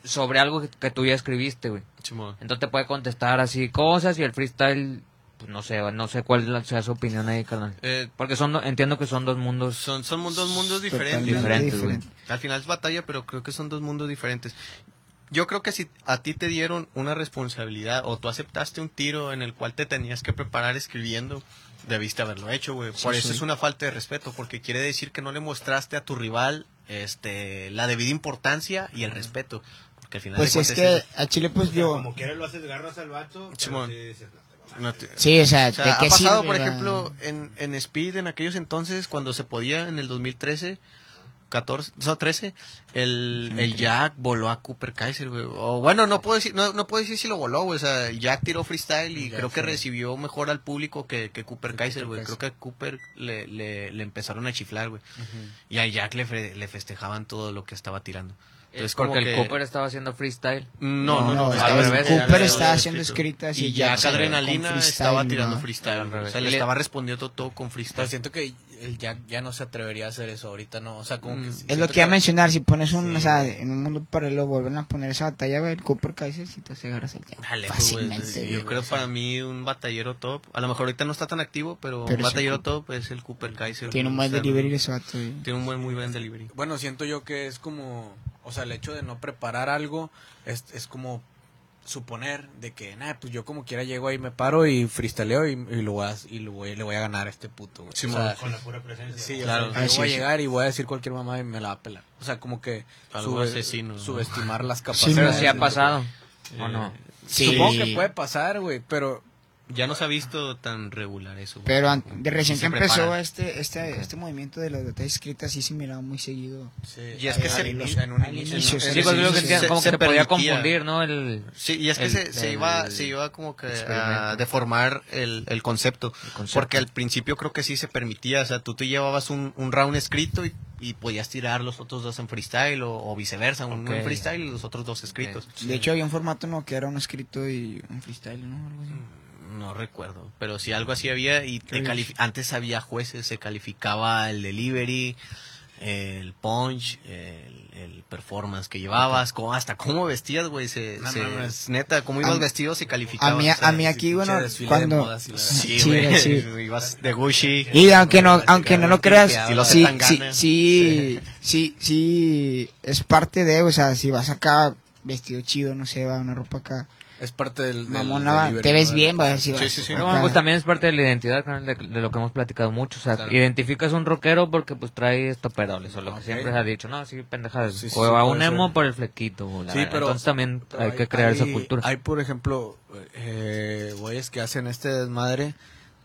[SPEAKER 2] sobre algo que, que tú ya escribiste, güey.
[SPEAKER 6] Simón.
[SPEAKER 2] Entonces te puede contestar así cosas y el freestyle, pues no sé, no sé cuál la- sea su opinión ahí, carnal.
[SPEAKER 6] Eh,
[SPEAKER 2] Porque son, do- entiendo que son dos mundos.
[SPEAKER 6] son, son mundos, mundos diferentes.
[SPEAKER 5] Totalmente
[SPEAKER 2] Diferente, güey.
[SPEAKER 5] diferente.
[SPEAKER 6] Al final es batalla, pero creo que son dos mundos diferentes. Yo creo que si a ti te dieron una responsabilidad o tú aceptaste un tiro en el cual te tenías que preparar escribiendo, debiste haberlo hecho, güey. Por eso es una falta de respeto, porque quiere decir que no le mostraste a tu rival este, la debida importancia y el respeto. Porque al final
[SPEAKER 5] Pues
[SPEAKER 6] de
[SPEAKER 5] es
[SPEAKER 6] cuentas
[SPEAKER 5] que a Chile pues yo...
[SPEAKER 3] Como quieres lo haces, garras al vato. pero
[SPEAKER 6] Simón.
[SPEAKER 3] sí dices, no,
[SPEAKER 6] es-
[SPEAKER 3] te mames.
[SPEAKER 6] no te-
[SPEAKER 5] Sí, o sea,
[SPEAKER 6] O sea,
[SPEAKER 5] ¿de
[SPEAKER 6] ha
[SPEAKER 5] qué
[SPEAKER 6] pasado,
[SPEAKER 5] sirve,
[SPEAKER 6] por
[SPEAKER 5] va?
[SPEAKER 6] ejemplo, en, en Speed en aquellos entonces, cuando se podía, en el 2013, 14, no, 13, el, el Jack voló a Cooper Kaiser, güey. O bueno, no puedo decir, no, no puedo decir si lo voló, güey. O sea, el Jack tiró freestyle y
[SPEAKER 7] Jack
[SPEAKER 6] creo que
[SPEAKER 7] fue.
[SPEAKER 6] recibió mejor al público que, que Cooper Kaiser, güey.
[SPEAKER 7] Kaiser.
[SPEAKER 6] Creo que a Cooper le, le, le empezaron a chiflar, güey. Y a Jack le, fe- le festejaban todo lo que estaba tirando.
[SPEAKER 2] Es
[SPEAKER 6] Entonces, como
[SPEAKER 2] Eh, porque el
[SPEAKER 6] que-
[SPEAKER 2] Cooper estaba haciendo freestyle.
[SPEAKER 6] No, no, no.
[SPEAKER 5] No,
[SPEAKER 6] al
[SPEAKER 5] estaba-
[SPEAKER 6] revés,
[SPEAKER 5] Cooper
[SPEAKER 6] al revés,
[SPEAKER 5] estaba
[SPEAKER 6] al
[SPEAKER 5] haciendo
[SPEAKER 6] escrito.
[SPEAKER 5] escritas y
[SPEAKER 6] y
[SPEAKER 5] Jack
[SPEAKER 6] Jack
[SPEAKER 5] salió con
[SPEAKER 6] Adrenalina
[SPEAKER 5] freestyle,
[SPEAKER 6] estaba
[SPEAKER 5] ¿no?
[SPEAKER 6] tirando freestyle.
[SPEAKER 2] Al
[SPEAKER 6] güey. O sea,
[SPEAKER 2] revés.
[SPEAKER 6] le
[SPEAKER 2] Y le-
[SPEAKER 6] estaba respondiendo todo con
[SPEAKER 1] Pero
[SPEAKER 6] freestyle.
[SPEAKER 1] siento que el Jack ya no se atrevería a hacer eso ahorita, ¿no? O sea, como
[SPEAKER 6] Mm.
[SPEAKER 1] que...
[SPEAKER 6] Es
[SPEAKER 5] Es
[SPEAKER 1] siento
[SPEAKER 5] lo
[SPEAKER 1] que
[SPEAKER 5] que iba a mencionar, si pones un,
[SPEAKER 1] Sí.
[SPEAKER 5] o sea, en un mundo paralelo vuelven a poner esa batalla, güey, el Cooper Kaiser, si te agarras el tiempo.
[SPEAKER 6] Dale, pues, güey,
[SPEAKER 5] Fácilmente.
[SPEAKER 6] yo
[SPEAKER 5] güey.
[SPEAKER 6] creo para mí un batallero top, a lo mejor ahorita no está tan activo, pero,
[SPEAKER 5] Pero
[SPEAKER 6] un
[SPEAKER 5] es
[SPEAKER 6] batallero
[SPEAKER 5] el
[SPEAKER 6] top es el Cooper Kaiser.
[SPEAKER 5] Tiene un
[SPEAKER 6] güey,
[SPEAKER 5] buen
[SPEAKER 6] o sea,
[SPEAKER 5] delivery ese vato, güey.
[SPEAKER 6] Tiene un buen, muy buen delivery.
[SPEAKER 1] Bueno, siento yo que es como, o sea, el hecho de no preparar algo es, es como suponer de que, nada, pues yo como quiera llego ahí, me paro y freestaleo y, y lo voy a, y lo voy, le voy a ganar a este puto, güey. o sea,
[SPEAKER 3] Con la pura presencia.
[SPEAKER 1] sí, o
[SPEAKER 6] Claro.
[SPEAKER 1] sea, yo
[SPEAKER 5] Ah, sí,
[SPEAKER 1] voy a
[SPEAKER 5] sí.
[SPEAKER 1] llegar y voy a decir cualquier mamá y me la va a pelar. O sea, como que
[SPEAKER 6] Algo asesino, ¿no?
[SPEAKER 1] subestimar las
[SPEAKER 5] Sí,
[SPEAKER 2] Pero
[SPEAKER 1] capacidades.
[SPEAKER 5] no,
[SPEAKER 2] sí
[SPEAKER 5] no,
[SPEAKER 2] ha pasado. ¿O no?
[SPEAKER 5] Sí.
[SPEAKER 1] Supongo que puede pasar, güey, pero
[SPEAKER 6] Ya no se ha visto tan regular eso. güey.
[SPEAKER 5] Pero an- de recién
[SPEAKER 6] Sí
[SPEAKER 5] que
[SPEAKER 6] se
[SPEAKER 5] empezó
[SPEAKER 6] preparan.
[SPEAKER 5] este, este, este movimiento de las batallas escritas, sí se miraba muy seguido.
[SPEAKER 6] Y es que se-
[SPEAKER 1] en un
[SPEAKER 5] al
[SPEAKER 1] inicio,
[SPEAKER 5] inicio,
[SPEAKER 1] ¿no?
[SPEAKER 5] sí,
[SPEAKER 1] En
[SPEAKER 2] Sí,
[SPEAKER 1] un
[SPEAKER 2] pues
[SPEAKER 5] sí,
[SPEAKER 2] lo
[SPEAKER 5] sí,
[SPEAKER 2] que
[SPEAKER 5] sí.
[SPEAKER 2] entiendo, como
[SPEAKER 6] Se
[SPEAKER 2] que te podía
[SPEAKER 6] permitía.
[SPEAKER 2] confundir, ¿no? El,
[SPEAKER 6] Sí, y es que
[SPEAKER 2] El-
[SPEAKER 6] se, se
[SPEAKER 2] el
[SPEAKER 6] iba, se iba como que a
[SPEAKER 2] experimento.
[SPEAKER 6] deformar el, el concepto,
[SPEAKER 2] concepto.
[SPEAKER 6] Porque al principio creo que sí se permitía. O sea, tú te llevabas un, un round escrito y, y podías tirar los otros dos en freestyle o, o viceversa, uno
[SPEAKER 2] Ok.
[SPEAKER 6] en freestyle y los otros dos escritos.
[SPEAKER 5] De hecho, había un formato no que era un escrito y un freestyle, ¿no? Algo así.
[SPEAKER 6] No recuerdo, pero si algo así había y te
[SPEAKER 5] Creo que
[SPEAKER 6] califi- antes había jueces, se calificaba el delivery, el punch, el, el performance que llevabas, cómo- hasta cómo vestías, güey, se,
[SPEAKER 1] No
[SPEAKER 6] se-
[SPEAKER 1] mames.
[SPEAKER 6] neta, cómo ibas
[SPEAKER 5] A-
[SPEAKER 6] vestido se
[SPEAKER 5] A
[SPEAKER 6] calificaba.
[SPEAKER 5] mí,
[SPEAKER 6] o sea,
[SPEAKER 5] a mí aquí,
[SPEAKER 1] pinche
[SPEAKER 5] bueno,
[SPEAKER 1] desfile de
[SPEAKER 5] cuando...
[SPEAKER 1] modas y la-
[SPEAKER 6] Sí,
[SPEAKER 5] sí,
[SPEAKER 6] güey,
[SPEAKER 5] sí.
[SPEAKER 6] ibas de Gucci.
[SPEAKER 5] Y aunque no, aunque no lo creas,
[SPEAKER 6] Sí, lo
[SPEAKER 5] sí,
[SPEAKER 6] aceptan
[SPEAKER 5] sí,
[SPEAKER 6] ganas.
[SPEAKER 5] sí, sí, sí, es parte de, o sea, si vas acá vestido chido, no sé, va una ropa acá,
[SPEAKER 1] es parte del... del-
[SPEAKER 5] mamona,
[SPEAKER 1] del
[SPEAKER 5] va,
[SPEAKER 1] delivery,
[SPEAKER 5] te ves
[SPEAKER 1] ¿no?
[SPEAKER 5] bien, va, si vas
[SPEAKER 6] Sí, sí, sí.
[SPEAKER 5] acá.
[SPEAKER 2] Pero bueno, pues también es parte de la identidad carnal, de, de lo que hemos platicado mucho. O sea,
[SPEAKER 1] Claro.
[SPEAKER 2] identificas un rockero porque pues trae estoperoles o lo
[SPEAKER 1] Ok.
[SPEAKER 2] que siempre se ha dicho. No, sí, pendejadas.
[SPEAKER 1] Sí, sí,
[SPEAKER 2] o
[SPEAKER 1] sí,
[SPEAKER 2] a
[SPEAKER 1] puede
[SPEAKER 2] un emo
[SPEAKER 1] ser.
[SPEAKER 2] por el flequito. o la
[SPEAKER 1] Sí,
[SPEAKER 2] verga.
[SPEAKER 1] pero-
[SPEAKER 2] Entonces también
[SPEAKER 1] Pero
[SPEAKER 2] hay que crear esa cultura.
[SPEAKER 1] Hay, por ejemplo, eh, güeyes que hacen este desmadre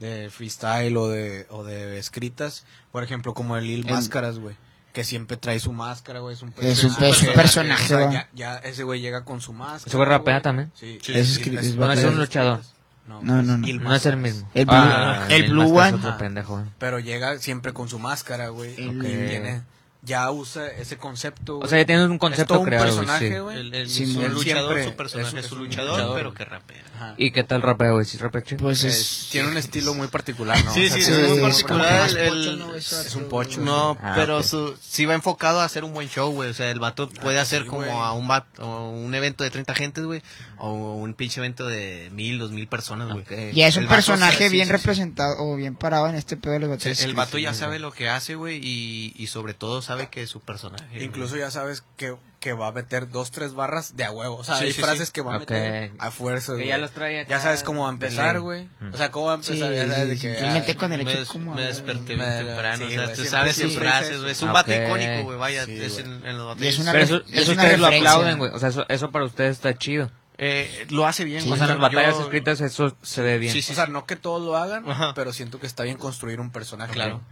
[SPEAKER 1] de freestyle o de, o de escritas. Por ejemplo, como el Lil
[SPEAKER 5] El-
[SPEAKER 1] Máscaras, güey. Que siempre trae su máscara, güey. Es un,
[SPEAKER 5] Es un pe- es un personaje,
[SPEAKER 1] O sea,
[SPEAKER 5] va.
[SPEAKER 1] ya, ya ese güey llega con su máscara.
[SPEAKER 2] Ese güey rapea
[SPEAKER 1] güey.
[SPEAKER 2] también.
[SPEAKER 1] Sí.
[SPEAKER 5] Sí, Es sí, escri- sí. es
[SPEAKER 1] Bueno,
[SPEAKER 5] batalla.
[SPEAKER 1] un luchador.
[SPEAKER 5] No, no, no.
[SPEAKER 1] Lil
[SPEAKER 2] pues. No es el
[SPEAKER 1] Máscaras.
[SPEAKER 2] mismo.
[SPEAKER 5] El Blue- el
[SPEAKER 2] Lil
[SPEAKER 5] Blue
[SPEAKER 2] Máscara es
[SPEAKER 5] One.
[SPEAKER 2] otro pendejo, eh.
[SPEAKER 1] Pero llega siempre con su máscara, güey.
[SPEAKER 5] El-
[SPEAKER 1] que tiene- ya usa ese concepto.
[SPEAKER 2] O sea, ya tienes un
[SPEAKER 1] es
[SPEAKER 2] concepto
[SPEAKER 1] todo un
[SPEAKER 2] creado. güey,
[SPEAKER 1] personaje,
[SPEAKER 2] sí.
[SPEAKER 1] güey.
[SPEAKER 6] El, el-
[SPEAKER 5] Sí,
[SPEAKER 6] es un
[SPEAKER 5] él
[SPEAKER 6] luchador,
[SPEAKER 1] siempre
[SPEAKER 6] su personaje
[SPEAKER 1] es-
[SPEAKER 6] es,
[SPEAKER 1] es
[SPEAKER 6] un
[SPEAKER 1] un
[SPEAKER 6] luchador,
[SPEAKER 1] luchador,
[SPEAKER 6] pero
[SPEAKER 1] güey.
[SPEAKER 6] que rapea.
[SPEAKER 1] Ajá.
[SPEAKER 2] ¿Y qué tal rapea, güey? ¿Sí rapea chido?
[SPEAKER 5] Pues
[SPEAKER 1] Es-
[SPEAKER 5] es...
[SPEAKER 1] tiene un estilo muy particular, ¿no?
[SPEAKER 6] Sí,
[SPEAKER 1] O sea,
[SPEAKER 6] sí,
[SPEAKER 5] sí,
[SPEAKER 6] es muy
[SPEAKER 5] sí,
[SPEAKER 6] particular.
[SPEAKER 5] sí.
[SPEAKER 6] el-
[SPEAKER 5] Es un pocho, ¿no?
[SPEAKER 1] Es un pocho.
[SPEAKER 6] No,
[SPEAKER 2] Ah,
[SPEAKER 6] pero
[SPEAKER 2] ok.
[SPEAKER 6] su, sí va enfocado a hacer un buen show, güey. O sea, el vato puede hacer
[SPEAKER 1] Ah, sí,
[SPEAKER 6] como
[SPEAKER 1] güey.
[SPEAKER 6] a un, vato- o un evento de 30 gentes, güey. O un pinche evento de mil, dos mil personas, güey.
[SPEAKER 5] Y es un
[SPEAKER 6] El vato,
[SPEAKER 5] personaje
[SPEAKER 6] o sea, sí,
[SPEAKER 5] bien
[SPEAKER 6] sí, sí.
[SPEAKER 5] representado o bien parado en este pedo de los batallas.
[SPEAKER 6] El
[SPEAKER 5] escritas.
[SPEAKER 6] vato ya sabe lo que hace, güey. Y, y sobre todo sabe que es su personaje. güey.
[SPEAKER 1] Incluso ya sabes que, que va a meter dos, tres barras de a huevo. O sea,
[SPEAKER 6] Sí,
[SPEAKER 1] hay
[SPEAKER 6] sí,
[SPEAKER 1] frases
[SPEAKER 6] sí.
[SPEAKER 1] que va a
[SPEAKER 2] Ok.
[SPEAKER 1] meter a fuerza.
[SPEAKER 2] Que
[SPEAKER 1] güey.
[SPEAKER 2] ya los trae acá
[SPEAKER 1] Ya sabes cómo va a empezar,
[SPEAKER 2] de ley.
[SPEAKER 1] güey.
[SPEAKER 2] Mm.
[SPEAKER 1] O sea, cómo va a
[SPEAKER 5] Sí,
[SPEAKER 1] empezar. ya sabes de
[SPEAKER 5] sí,
[SPEAKER 1] que,
[SPEAKER 5] sí,
[SPEAKER 1] ah,
[SPEAKER 5] simplemente con el
[SPEAKER 6] me,
[SPEAKER 5] hecho
[SPEAKER 6] des-
[SPEAKER 5] como-
[SPEAKER 6] me desperté
[SPEAKER 1] Me-
[SPEAKER 6] bien temprano.
[SPEAKER 1] sí,
[SPEAKER 6] o sea,
[SPEAKER 1] güey,
[SPEAKER 6] tú
[SPEAKER 1] siempre-
[SPEAKER 6] sabes sus
[SPEAKER 1] siempre
[SPEAKER 6] frases,
[SPEAKER 1] es
[SPEAKER 6] güey. Es
[SPEAKER 1] eso.
[SPEAKER 6] un
[SPEAKER 2] Ah,
[SPEAKER 6] vato
[SPEAKER 2] ok.
[SPEAKER 6] icónico, güey. Vaya,
[SPEAKER 1] Sí,
[SPEAKER 6] es
[SPEAKER 1] güey.
[SPEAKER 6] en, en los
[SPEAKER 5] Y es una
[SPEAKER 6] batallas.
[SPEAKER 2] Pero eso,
[SPEAKER 5] Es
[SPEAKER 2] eso
[SPEAKER 5] una
[SPEAKER 2] ustedes lo
[SPEAKER 5] referencia.
[SPEAKER 2] aplauden, güey. O sea, eso, eso para ustedes está chido.
[SPEAKER 6] Eh, lo hace bien,
[SPEAKER 5] Sí,
[SPEAKER 2] o sea, en las
[SPEAKER 6] Yo-
[SPEAKER 2] batallas escritas eso se ve bien.
[SPEAKER 6] Sí, sí,
[SPEAKER 1] o sea, no que todos lo hagan,
[SPEAKER 6] Ajá.
[SPEAKER 1] pero siento que está bien construir un personaje.
[SPEAKER 6] Claro.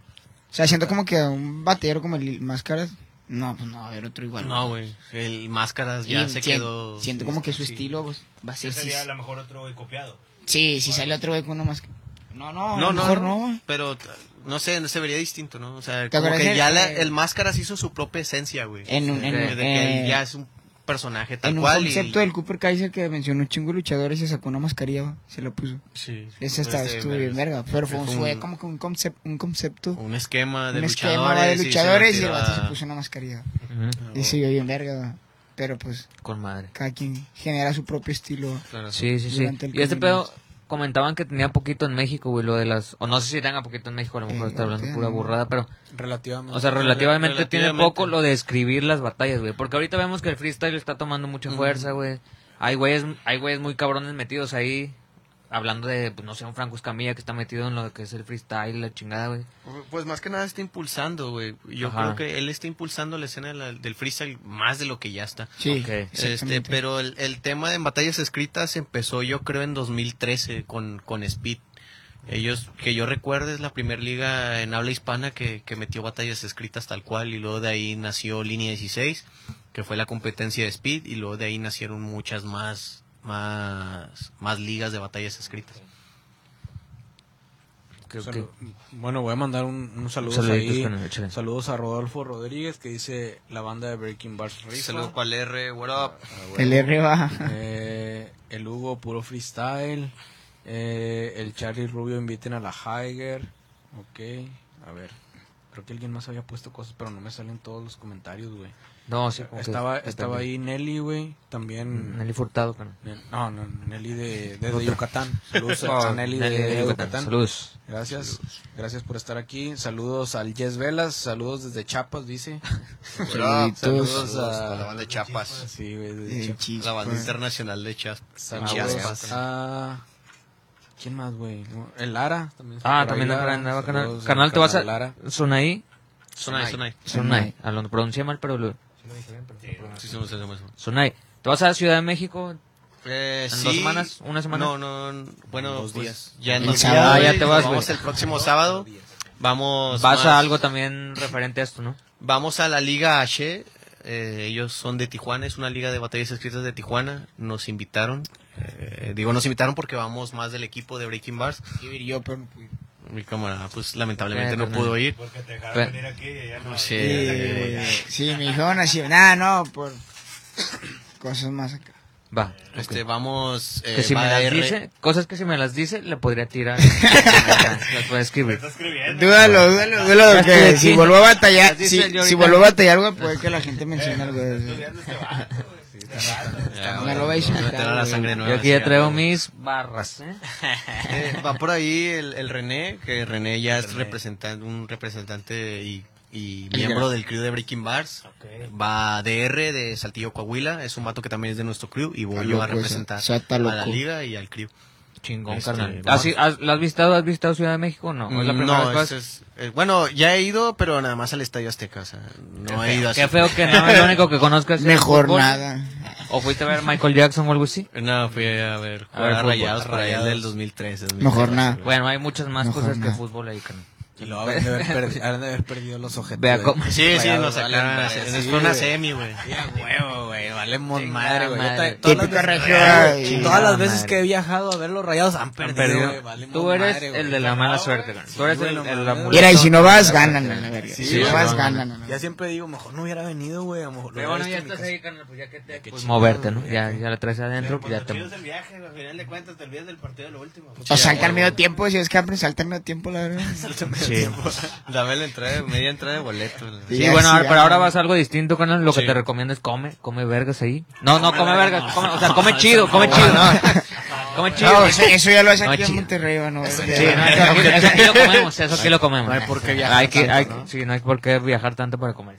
[SPEAKER 5] O sea, siento como que un batallero como el Máscaras... No, pues no, va a haber otro igual.
[SPEAKER 6] No, güey. El máscaras
[SPEAKER 5] Y
[SPEAKER 6] ya se
[SPEAKER 5] sien-
[SPEAKER 6] quedó.
[SPEAKER 5] Siento como que su
[SPEAKER 6] Sí.
[SPEAKER 5] estilo pues, va a ser... sí,
[SPEAKER 3] sería a lo mejor otro güey copiado.
[SPEAKER 5] Sí, si sale otro güey con una máscara. No, no,
[SPEAKER 6] No,
[SPEAKER 5] no,
[SPEAKER 6] no,
[SPEAKER 5] mejor
[SPEAKER 6] no,
[SPEAKER 5] no, güey.
[SPEAKER 6] Pero t- no sé, no se vería distinto, ¿no? O sea,
[SPEAKER 5] ¿Te
[SPEAKER 6] como
[SPEAKER 5] parece?
[SPEAKER 6] que ya la-
[SPEAKER 5] Eh,
[SPEAKER 6] el máscaras hizo su propia esencia, güey.
[SPEAKER 5] En un, en,
[SPEAKER 6] De- de que
[SPEAKER 5] eh,
[SPEAKER 6] él ya es un personaje tal
[SPEAKER 5] en un
[SPEAKER 6] cual. y-
[SPEAKER 5] concepto del Cooper Kaiser que mencionó un chingo de luchadores se sacó una mascarilla, va, se la puso.
[SPEAKER 6] Sí.
[SPEAKER 5] Esa está,
[SPEAKER 6] Este,
[SPEAKER 5] estuvo bien verga, pero fue,
[SPEAKER 6] fue
[SPEAKER 5] fue
[SPEAKER 6] un-
[SPEAKER 5] como que un, concep- un concepto,
[SPEAKER 6] Un esquema de
[SPEAKER 5] un
[SPEAKER 6] luchadores.
[SPEAKER 5] esquema va, de
[SPEAKER 6] y se
[SPEAKER 5] luchadores y, el
[SPEAKER 6] metió
[SPEAKER 5] vato se
[SPEAKER 6] a-
[SPEAKER 5] puso una mascarilla.
[SPEAKER 2] Ujú.
[SPEAKER 5] Y se vio bien verga, va. pero pues
[SPEAKER 2] Con madre.
[SPEAKER 5] cada quien genera su propio estilo. va.
[SPEAKER 2] Sí, sí, sí.
[SPEAKER 5] Durante el
[SPEAKER 2] Y este
[SPEAKER 5] camino.
[SPEAKER 2] pedo comentaban que tenía poquito en México, güey, lo de las... O no sé si tenga poquito en México, a lo mejor
[SPEAKER 5] Eh,
[SPEAKER 2] está hablando
[SPEAKER 5] ahorita
[SPEAKER 2] pura
[SPEAKER 5] no.
[SPEAKER 2] burrada, pero...
[SPEAKER 1] Relativamente.
[SPEAKER 2] O sea, relativamente, tiene
[SPEAKER 6] Relativamente.
[SPEAKER 2] poco lo de escribir las batallas, güey. Porque ahorita vemos que el freestyle está tomando mucha fuerza, güey. Hay güeyes, hay güeyes muy cabrones metidos ahí. Hablando de, pues, no sé, un Franco Escamilla que está metido en lo que es el freestyle, la chingada, güey.
[SPEAKER 6] Pues más que nada está impulsando, güey. Yo
[SPEAKER 2] Ajá.
[SPEAKER 6] creo que él está impulsando la escena de la- del freestyle más de lo que ya está.
[SPEAKER 5] Sí,
[SPEAKER 2] Ok.
[SPEAKER 6] Este,
[SPEAKER 5] exactamente.
[SPEAKER 6] pero el, el tema de batallas escritas empezó yo creo en 2013 con, con Speed, Ellos, que yo recuerde, es la primera liga en habla hispana que, que metió batallas escritas tal cual y luego de ahí nació Línea 16, que fue la competencia de Speed y luego de ahí nacieron muchas más, más, más ligas de batallas escritas.
[SPEAKER 2] Creo
[SPEAKER 1] Salu-
[SPEAKER 2] que
[SPEAKER 1] Bueno, voy a mandar un, un saludo
[SPEAKER 2] Saluditos
[SPEAKER 1] ahí.
[SPEAKER 2] con el chile.
[SPEAKER 1] Saludos a Rodolfo Rodríguez que dice la banda de Breaking Bars Rifa.
[SPEAKER 6] Saludos para el R, what up?
[SPEAKER 1] Ah, bueno.
[SPEAKER 5] El R va.
[SPEAKER 1] Eh, el Hugo puro freestyle. Eh, el Charlie Rubio inviten a la Heiger. Ok, a ver. Creo que alguien más había puesto cosas, pero no me salen todos los comentarios, güey.
[SPEAKER 2] No, sí, como que-
[SPEAKER 1] Estaba,
[SPEAKER 2] depende. Mm,
[SPEAKER 1] estaba ahí Nelly, güey. También.
[SPEAKER 2] Nelly Furtado, carnal.
[SPEAKER 1] No, no, Nelly de, desde Yucatán. Saludos a
[SPEAKER 2] Ah,
[SPEAKER 1] Nelly de,
[SPEAKER 2] Nelly de
[SPEAKER 1] Yucatán.
[SPEAKER 2] Saludos.
[SPEAKER 1] Gracias, gracias por estar aquí. Saludos al Jess Velas, saludos desde Chiapas, dice.
[SPEAKER 6] What up?
[SPEAKER 5] Saluditos.
[SPEAKER 6] Saludos a la banda de Chiapas,
[SPEAKER 1] Sí, güey, desde
[SPEAKER 5] Eh,
[SPEAKER 1] Chiapas.
[SPEAKER 5] chis-
[SPEAKER 6] la banda internacional de Chiapas.
[SPEAKER 1] Saludos
[SPEAKER 6] Chiapas.
[SPEAKER 1] a... Ah, ¿Quién más, güey? El Lara. También está
[SPEAKER 2] Ah,
[SPEAKER 1] por
[SPEAKER 2] también
[SPEAKER 1] ahí, Lara.
[SPEAKER 2] andaba, carnal.
[SPEAKER 1] Saludos
[SPEAKER 2] Carnal, te vas
[SPEAKER 1] carnal
[SPEAKER 2] a.
[SPEAKER 1] Lara.
[SPEAKER 2] Son ahí.
[SPEAKER 6] Son ahí, son ahí.
[SPEAKER 2] Son ahí. A lo pronuncié mal, pero. lo-
[SPEAKER 6] Sí, son- son- son- son.
[SPEAKER 2] Son ahí. Te vas a la Ciudad de México.
[SPEAKER 6] Eh,
[SPEAKER 2] ¿En dos semanas? ¿Una semana?
[SPEAKER 6] No, no, no, bueno,
[SPEAKER 1] Dos
[SPEAKER 6] pues,
[SPEAKER 1] días.
[SPEAKER 6] Ya en
[SPEAKER 5] El
[SPEAKER 6] dos días.
[SPEAKER 5] sábado. Ah,
[SPEAKER 2] ya te vas,
[SPEAKER 6] Vamos
[SPEAKER 2] güey.
[SPEAKER 6] el próximo sábado. Vamos.
[SPEAKER 2] Vas
[SPEAKER 6] más-
[SPEAKER 2] a algo también referente a esto, ¿no?
[SPEAKER 6] Vamos a la Liga H. eh, ellos son de Tijuana, es una liga de batallas escritas de Tijuana. Nos invitaron. eh, digo, nos invitaron porque vamos más del equipo de Breaking Bars.
[SPEAKER 5] Iba a ir yo, pero no pude.
[SPEAKER 6] Mi cámara, pues lamentablemente
[SPEAKER 2] Eh,
[SPEAKER 6] no
[SPEAKER 2] carnal.
[SPEAKER 6] pudo ir.
[SPEAKER 3] Porque te dejaron
[SPEAKER 2] Pero-
[SPEAKER 3] venir aquí y ya no.
[SPEAKER 6] Sí,
[SPEAKER 5] Eh, Sí, me dijeron así, nada, no, por cosas más acá.
[SPEAKER 2] Va.
[SPEAKER 6] Este, vamos. eh,
[SPEAKER 2] Que si me
[SPEAKER 6] va
[SPEAKER 2] las
[SPEAKER 6] R.
[SPEAKER 2] dice, cosas que si me las dice, le podría tirar. Las puede escribir.
[SPEAKER 3] Está escribiendo.
[SPEAKER 5] Dúdalo, dúdalo, dúdalo,
[SPEAKER 2] "Ah, Ya
[SPEAKER 5] que
[SPEAKER 2] estoy
[SPEAKER 5] si
[SPEAKER 2] aquí.
[SPEAKER 5] vuelvo a batallar,
[SPEAKER 2] Así es
[SPEAKER 5] si,
[SPEAKER 2] el yo
[SPEAKER 5] si
[SPEAKER 2] ahorita. Eh,
[SPEAKER 5] vuelvo a batallar, güey, puede que la gente mencione algo de eso.
[SPEAKER 6] Ya,
[SPEAKER 5] Me lo
[SPEAKER 6] güey,
[SPEAKER 5] vais a
[SPEAKER 6] nos va a
[SPEAKER 5] sacar,
[SPEAKER 6] tener la
[SPEAKER 5] güey.
[SPEAKER 6] sangre
[SPEAKER 2] Yo
[SPEAKER 6] nueva,
[SPEAKER 2] aquí ya
[SPEAKER 6] sí,
[SPEAKER 2] traigo
[SPEAKER 6] güey.
[SPEAKER 2] mis barras, ¿eh?
[SPEAKER 6] Eh, va por ahí el, el René, que René ya es representante, un representante y, y miembro del crew de Breaking Bars. Va DR de Saltillo, Coahuila. Es un vato que también es de nuestro crew y voy
[SPEAKER 5] Está
[SPEAKER 6] yo a
[SPEAKER 5] loco ese,
[SPEAKER 6] representar
[SPEAKER 5] o sea, está
[SPEAKER 6] a la
[SPEAKER 5] loco.
[SPEAKER 6] liga y al crew.
[SPEAKER 2] Chingón,
[SPEAKER 6] Este,
[SPEAKER 2] carnal. Ah,
[SPEAKER 6] vamos.
[SPEAKER 2] ¿Así, has, ¿Lo has visitado? ¿Has visitado Ciudad de México? No, es la
[SPEAKER 1] Mm,
[SPEAKER 2] primera
[SPEAKER 6] No,
[SPEAKER 2] vez. que vas?
[SPEAKER 6] ese es- eh, bueno, ya he ido, pero nada más al Estadio Azteca. o sea, no he ido así.
[SPEAKER 2] Qué feo que no, lo único que conozcas es el
[SPEAKER 5] Mejor
[SPEAKER 2] fútbol.
[SPEAKER 5] nada.
[SPEAKER 2] ¿O fuiste a ver Michael Jackson o algo así?
[SPEAKER 6] No, fui
[SPEAKER 2] A
[SPEAKER 6] a ver,
[SPEAKER 2] ver,
[SPEAKER 6] jugar a
[SPEAKER 2] fútbol,
[SPEAKER 6] Rayados para allá
[SPEAKER 1] Rayados.
[SPEAKER 6] del 2013.
[SPEAKER 5] Mejor nada.
[SPEAKER 2] Bueno, hay muchas más
[SPEAKER 5] Mejor
[SPEAKER 2] cosas que
[SPEAKER 5] nada.
[SPEAKER 2] fútbol ahí, carnal.
[SPEAKER 1] Y lo han de haber, perdi- han de haber perdido los objetos.
[SPEAKER 2] Vea cómo-
[SPEAKER 6] Sí, sí,
[SPEAKER 1] Rayados,
[SPEAKER 6] nos sacaron.
[SPEAKER 1] valen,
[SPEAKER 6] eh,
[SPEAKER 1] sí,
[SPEAKER 6] Fue una
[SPEAKER 1] güey.
[SPEAKER 6] semi, güey.
[SPEAKER 1] huevo, güey. Vale mon
[SPEAKER 2] Chingada
[SPEAKER 1] madre, güey. Yo
[SPEAKER 2] madre.
[SPEAKER 1] tra- todas las
[SPEAKER 5] Típico
[SPEAKER 1] veces-
[SPEAKER 5] regio,
[SPEAKER 1] Ay,
[SPEAKER 5] güey.
[SPEAKER 1] Todas las
[SPEAKER 2] Chingada
[SPEAKER 1] veces
[SPEAKER 2] madre.
[SPEAKER 1] que he viajado a ver los rayados han perdido,
[SPEAKER 2] Perdido.
[SPEAKER 1] güey, vale
[SPEAKER 2] Tú
[SPEAKER 1] mon
[SPEAKER 2] eres
[SPEAKER 1] madre, güey.
[SPEAKER 2] el de la mala suerte, carnal. Tú eres
[SPEAKER 1] güey,
[SPEAKER 2] el,
[SPEAKER 1] no
[SPEAKER 2] el
[SPEAKER 1] mames.
[SPEAKER 2] amuleto.
[SPEAKER 5] Mira, y si no vas, ganan a la verga.
[SPEAKER 1] Sí,
[SPEAKER 5] si no
[SPEAKER 1] güey,
[SPEAKER 5] vas,
[SPEAKER 1] no,
[SPEAKER 5] ganan a la
[SPEAKER 1] Ya
[SPEAKER 5] verga.
[SPEAKER 1] siempre digo, mejor no hubiera venido, güey. a lo mejor lo
[SPEAKER 2] Pero
[SPEAKER 1] hubiera
[SPEAKER 2] bueno, ya
[SPEAKER 1] visto en mi
[SPEAKER 2] estás
[SPEAKER 1] casa.
[SPEAKER 2] ahí, carnal, pues ya que te...
[SPEAKER 1] Este qué
[SPEAKER 2] Pues
[SPEAKER 1] chingado,
[SPEAKER 2] moverte, ¿no?
[SPEAKER 1] güey,
[SPEAKER 2] Ya, ya la traes adentro, pues ya te...
[SPEAKER 3] Cuando te olvidas del viaje, al final de cuentas te olvidas del partido lo último.
[SPEAKER 5] O salta al medio tiempo, si es que salta al medio tiempo, la verga.
[SPEAKER 2] Sí.
[SPEAKER 6] Dame la entrada, media entrada de boleto. la-
[SPEAKER 5] Sí,
[SPEAKER 2] Y bueno,
[SPEAKER 5] así,
[SPEAKER 2] ahora- pero
[SPEAKER 5] ah,
[SPEAKER 2] ahora vas a algo distinto, carnal. Lo que
[SPEAKER 6] Sí.
[SPEAKER 2] te recomiendo es come, come vergas ahí. No, no, come vergas. come- o sea, come chido, come chido. Come chido.
[SPEAKER 5] No, eso, eso ya lo hace
[SPEAKER 2] No,
[SPEAKER 5] aquí en
[SPEAKER 2] chido.
[SPEAKER 5] Monterrey, bueno.
[SPEAKER 2] Sí, no, eso, aquí, eso aquí lo comemos, eso aquí lo comemos.
[SPEAKER 1] no hay por qué viajar
[SPEAKER 2] Hay que-
[SPEAKER 1] tanto,
[SPEAKER 2] hay-
[SPEAKER 1] ¿no?
[SPEAKER 2] Sí, no hay por qué viajar tanto para comer.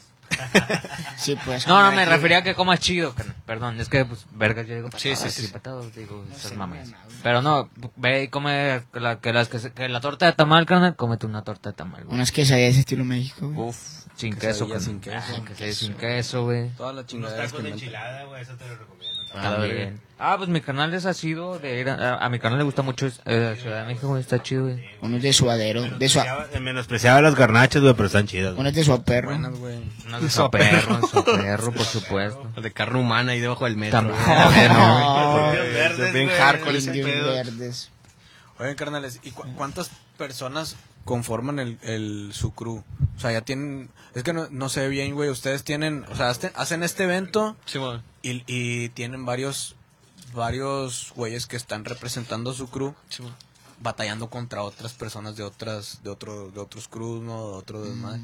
[SPEAKER 5] Sí, pues.
[SPEAKER 2] No, no,
[SPEAKER 5] aquí-
[SPEAKER 2] me refería a que comas chido, carnal. Perdón, es que, pues, vergas, yo digo
[SPEAKER 6] Sí,
[SPEAKER 2] patadas,
[SPEAKER 6] sí, sí,
[SPEAKER 2] y
[SPEAKER 6] sí.
[SPEAKER 2] patadas, digo, esas
[SPEAKER 5] sé,
[SPEAKER 2] mamas.
[SPEAKER 5] no, no.
[SPEAKER 2] Pero no, ve y come la, que, las, que, se- que la torta de tamal, carnal, cómete una torta de tamal, güey.
[SPEAKER 5] Unas quesadillas estilo México,
[SPEAKER 2] Oh.
[SPEAKER 5] güey.
[SPEAKER 1] Uf,
[SPEAKER 2] Sin
[SPEAKER 1] quesadilla
[SPEAKER 2] queso, carnal.
[SPEAKER 1] sin queso.
[SPEAKER 2] Ah, quesadilla sin queso, güey.
[SPEAKER 1] Todas las
[SPEAKER 3] Unos
[SPEAKER 1] chingaderas
[SPEAKER 3] tacos
[SPEAKER 1] que
[SPEAKER 3] de
[SPEAKER 1] me
[SPEAKER 3] enchilada, güey, eso te lo recomiendo.
[SPEAKER 2] También. Ah, pues mi canal es ha sido de ir a, a- a mi canal le gusta mucho eh, Ciudad de México, güey, está chido, güey.
[SPEAKER 5] Unos de suadero, de sua,
[SPEAKER 3] Menospreciaba- Menospreciaba las garnachas, güey, pero están chidas. güey.
[SPEAKER 5] unas de suaperro.
[SPEAKER 1] Buenas, güey.
[SPEAKER 2] No de soperro, soperro, por supuesto.
[SPEAKER 6] De carne humana ahí debajo del metro.
[SPEAKER 2] También.
[SPEAKER 6] güey. A ver,
[SPEAKER 5] No,
[SPEAKER 6] güey,
[SPEAKER 3] verdes,
[SPEAKER 6] se ven
[SPEAKER 3] güey.
[SPEAKER 6] hardcore ese
[SPEAKER 5] indios
[SPEAKER 6] pedo.
[SPEAKER 5] verdes.
[SPEAKER 1] Oigan, carnales, ¿y cu- cuántas personas conforman el, el- su crew? O sea, ya tienen... Es que no, no sé bien, güey. Ustedes tienen... O sea, haste- hacen este evento
[SPEAKER 6] Simón.
[SPEAKER 1] y, y tienen varios... Varios güeyes que están representando su crew batallando contra otras personas de otras de otro de otros crews, ¿no? De
[SPEAKER 6] Mm,
[SPEAKER 1] otro desmadre.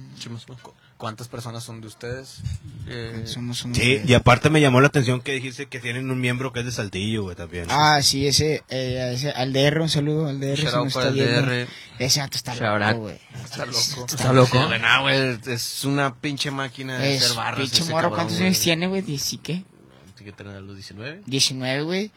[SPEAKER 1] Cu- ¿Cuántas personas son de ustedes?
[SPEAKER 6] Eh,
[SPEAKER 5] Somos un.
[SPEAKER 3] Sí, y aparte me llamó la atención que dijiste que tienen un miembro que es de Saltillo, güey, también.
[SPEAKER 5] Ah, sí, ese, eh, a ese, al DR, un saludo al DR.
[SPEAKER 6] Shout
[SPEAKER 5] si
[SPEAKER 6] out
[SPEAKER 5] me está
[SPEAKER 6] para el
[SPEAKER 5] viendo.
[SPEAKER 6] DR.
[SPEAKER 5] Ese vato está
[SPEAKER 2] Shout out.
[SPEAKER 5] loco, güey.
[SPEAKER 1] Está loco.
[SPEAKER 2] Está loco.
[SPEAKER 6] No, güey, no, güey, es una pinche máquina de
[SPEAKER 5] Es
[SPEAKER 6] hacer barras.
[SPEAKER 5] pinche
[SPEAKER 6] ese
[SPEAKER 5] morro,
[SPEAKER 6] cabrón,
[SPEAKER 5] ¿cuántos
[SPEAKER 6] güey.
[SPEAKER 5] años tiene, güey? ¿Dieci qué?
[SPEAKER 6] Tiene que tener a los 19.
[SPEAKER 5] 19, güey.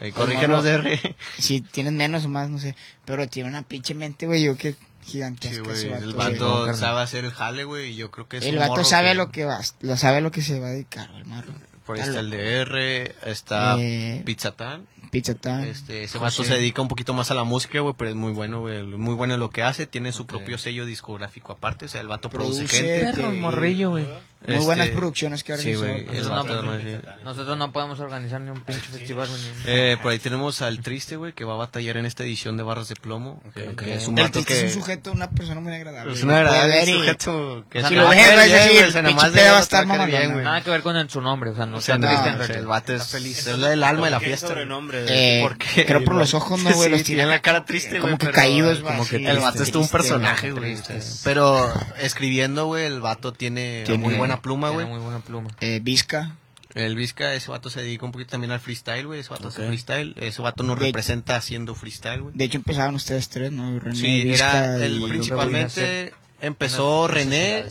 [SPEAKER 6] Ahí corrígenos,
[SPEAKER 5] morro.
[SPEAKER 6] DR.
[SPEAKER 5] Si tienes menos o más, no sé. Pero tiene una pinche mente, güey, yo que
[SPEAKER 6] Sí,
[SPEAKER 5] gigantesca
[SPEAKER 6] güey,
[SPEAKER 5] ese
[SPEAKER 6] el
[SPEAKER 5] vato, güey.
[SPEAKER 6] vato sabe hacer el jale, güey, y yo creo que es
[SPEAKER 5] El
[SPEAKER 6] un
[SPEAKER 5] vato
[SPEAKER 6] morro
[SPEAKER 5] sabe
[SPEAKER 6] que-
[SPEAKER 5] lo que va, lo sabe lo que se va a dedicar, güey, el marro.
[SPEAKER 6] Por ahí está
[SPEAKER 5] Está
[SPEAKER 6] el DR, está
[SPEAKER 5] Eh,
[SPEAKER 6] Pizzatán.
[SPEAKER 5] Pizza Time.
[SPEAKER 6] Este, ese vato se dedica un poquito más a la música, güey, pero es muy bueno, güey. Muy bueno en lo que hace. Tiene su propio sello discográfico aparte. O sea, el vato produce,
[SPEAKER 5] Produce,
[SPEAKER 6] gente.
[SPEAKER 5] Perro,
[SPEAKER 2] Perro, morrillo, güey.
[SPEAKER 5] Muy
[SPEAKER 6] Este,
[SPEAKER 5] buenas producciones que organizó.
[SPEAKER 6] Sí, güey. el
[SPEAKER 2] Eso no,
[SPEAKER 6] vato,
[SPEAKER 2] pues,
[SPEAKER 6] güey.
[SPEAKER 2] Nosotros no podemos organizar ni un pinche festival, güey. ni un-
[SPEAKER 6] Eh, por ahí tenemos al Triste, güey, que va a batallar en esta edición de Barras de Plomo. eh, Que es un
[SPEAKER 5] El
[SPEAKER 6] vato
[SPEAKER 5] triste
[SPEAKER 6] que...
[SPEAKER 5] es un sujeto, una persona muy agradable.
[SPEAKER 6] Es un agradable
[SPEAKER 5] Puede ver y-
[SPEAKER 6] sujeto que
[SPEAKER 2] Si
[SPEAKER 6] se
[SPEAKER 2] lo
[SPEAKER 6] va a
[SPEAKER 2] ves,
[SPEAKER 6] caer
[SPEAKER 5] vas a
[SPEAKER 6] bien,
[SPEAKER 5] decir,
[SPEAKER 6] güey, o sea,
[SPEAKER 5] "Pinche
[SPEAKER 6] nomás
[SPEAKER 5] pedo
[SPEAKER 6] de-
[SPEAKER 5] va a estar
[SPEAKER 6] va a caer
[SPEAKER 5] mamalona".
[SPEAKER 6] bien, güey.
[SPEAKER 2] Nada que ver con el- su nombre, o sea, no
[SPEAKER 6] O sea,
[SPEAKER 2] está triste
[SPEAKER 6] no,
[SPEAKER 2] en
[SPEAKER 6] o sea, el
[SPEAKER 2] realidad.
[SPEAKER 6] vato es feliz. Es el alma de la fiesta.
[SPEAKER 5] Eh,
[SPEAKER 6] ¿Por qué?
[SPEAKER 5] Creo por los ojos, ¿no, güey?
[SPEAKER 6] Sí,
[SPEAKER 5] Los tiene
[SPEAKER 6] tiene la cara triste, güey.
[SPEAKER 5] como que
[SPEAKER 6] pero
[SPEAKER 5] caídos,
[SPEAKER 6] Como que
[SPEAKER 5] güey,
[SPEAKER 6] el
[SPEAKER 5] sí,
[SPEAKER 6] vato es
[SPEAKER 5] triste,
[SPEAKER 6] un
[SPEAKER 5] triste,
[SPEAKER 6] personaje, güey.
[SPEAKER 2] triste.
[SPEAKER 6] o sea, Pero escribiendo, güey, el vato tiene,
[SPEAKER 5] Tiene-
[SPEAKER 6] muy buena pluma,
[SPEAKER 2] Tiene
[SPEAKER 6] güey.
[SPEAKER 2] muy buena pluma.
[SPEAKER 5] Eh, Vizca.
[SPEAKER 6] El Vizca, ese vato se dedica un poquito también al freestyle, güey. Ese vato hace
[SPEAKER 1] Ok.
[SPEAKER 6] freestyle. Ese vato nos
[SPEAKER 5] De-
[SPEAKER 6] representa haciendo freestyle, güey.
[SPEAKER 5] De hecho, empezaban ustedes tres, ¿no? René,
[SPEAKER 6] Sí, era
[SPEAKER 5] Vizca
[SPEAKER 6] el
[SPEAKER 5] y-
[SPEAKER 6] principalmente empezó René,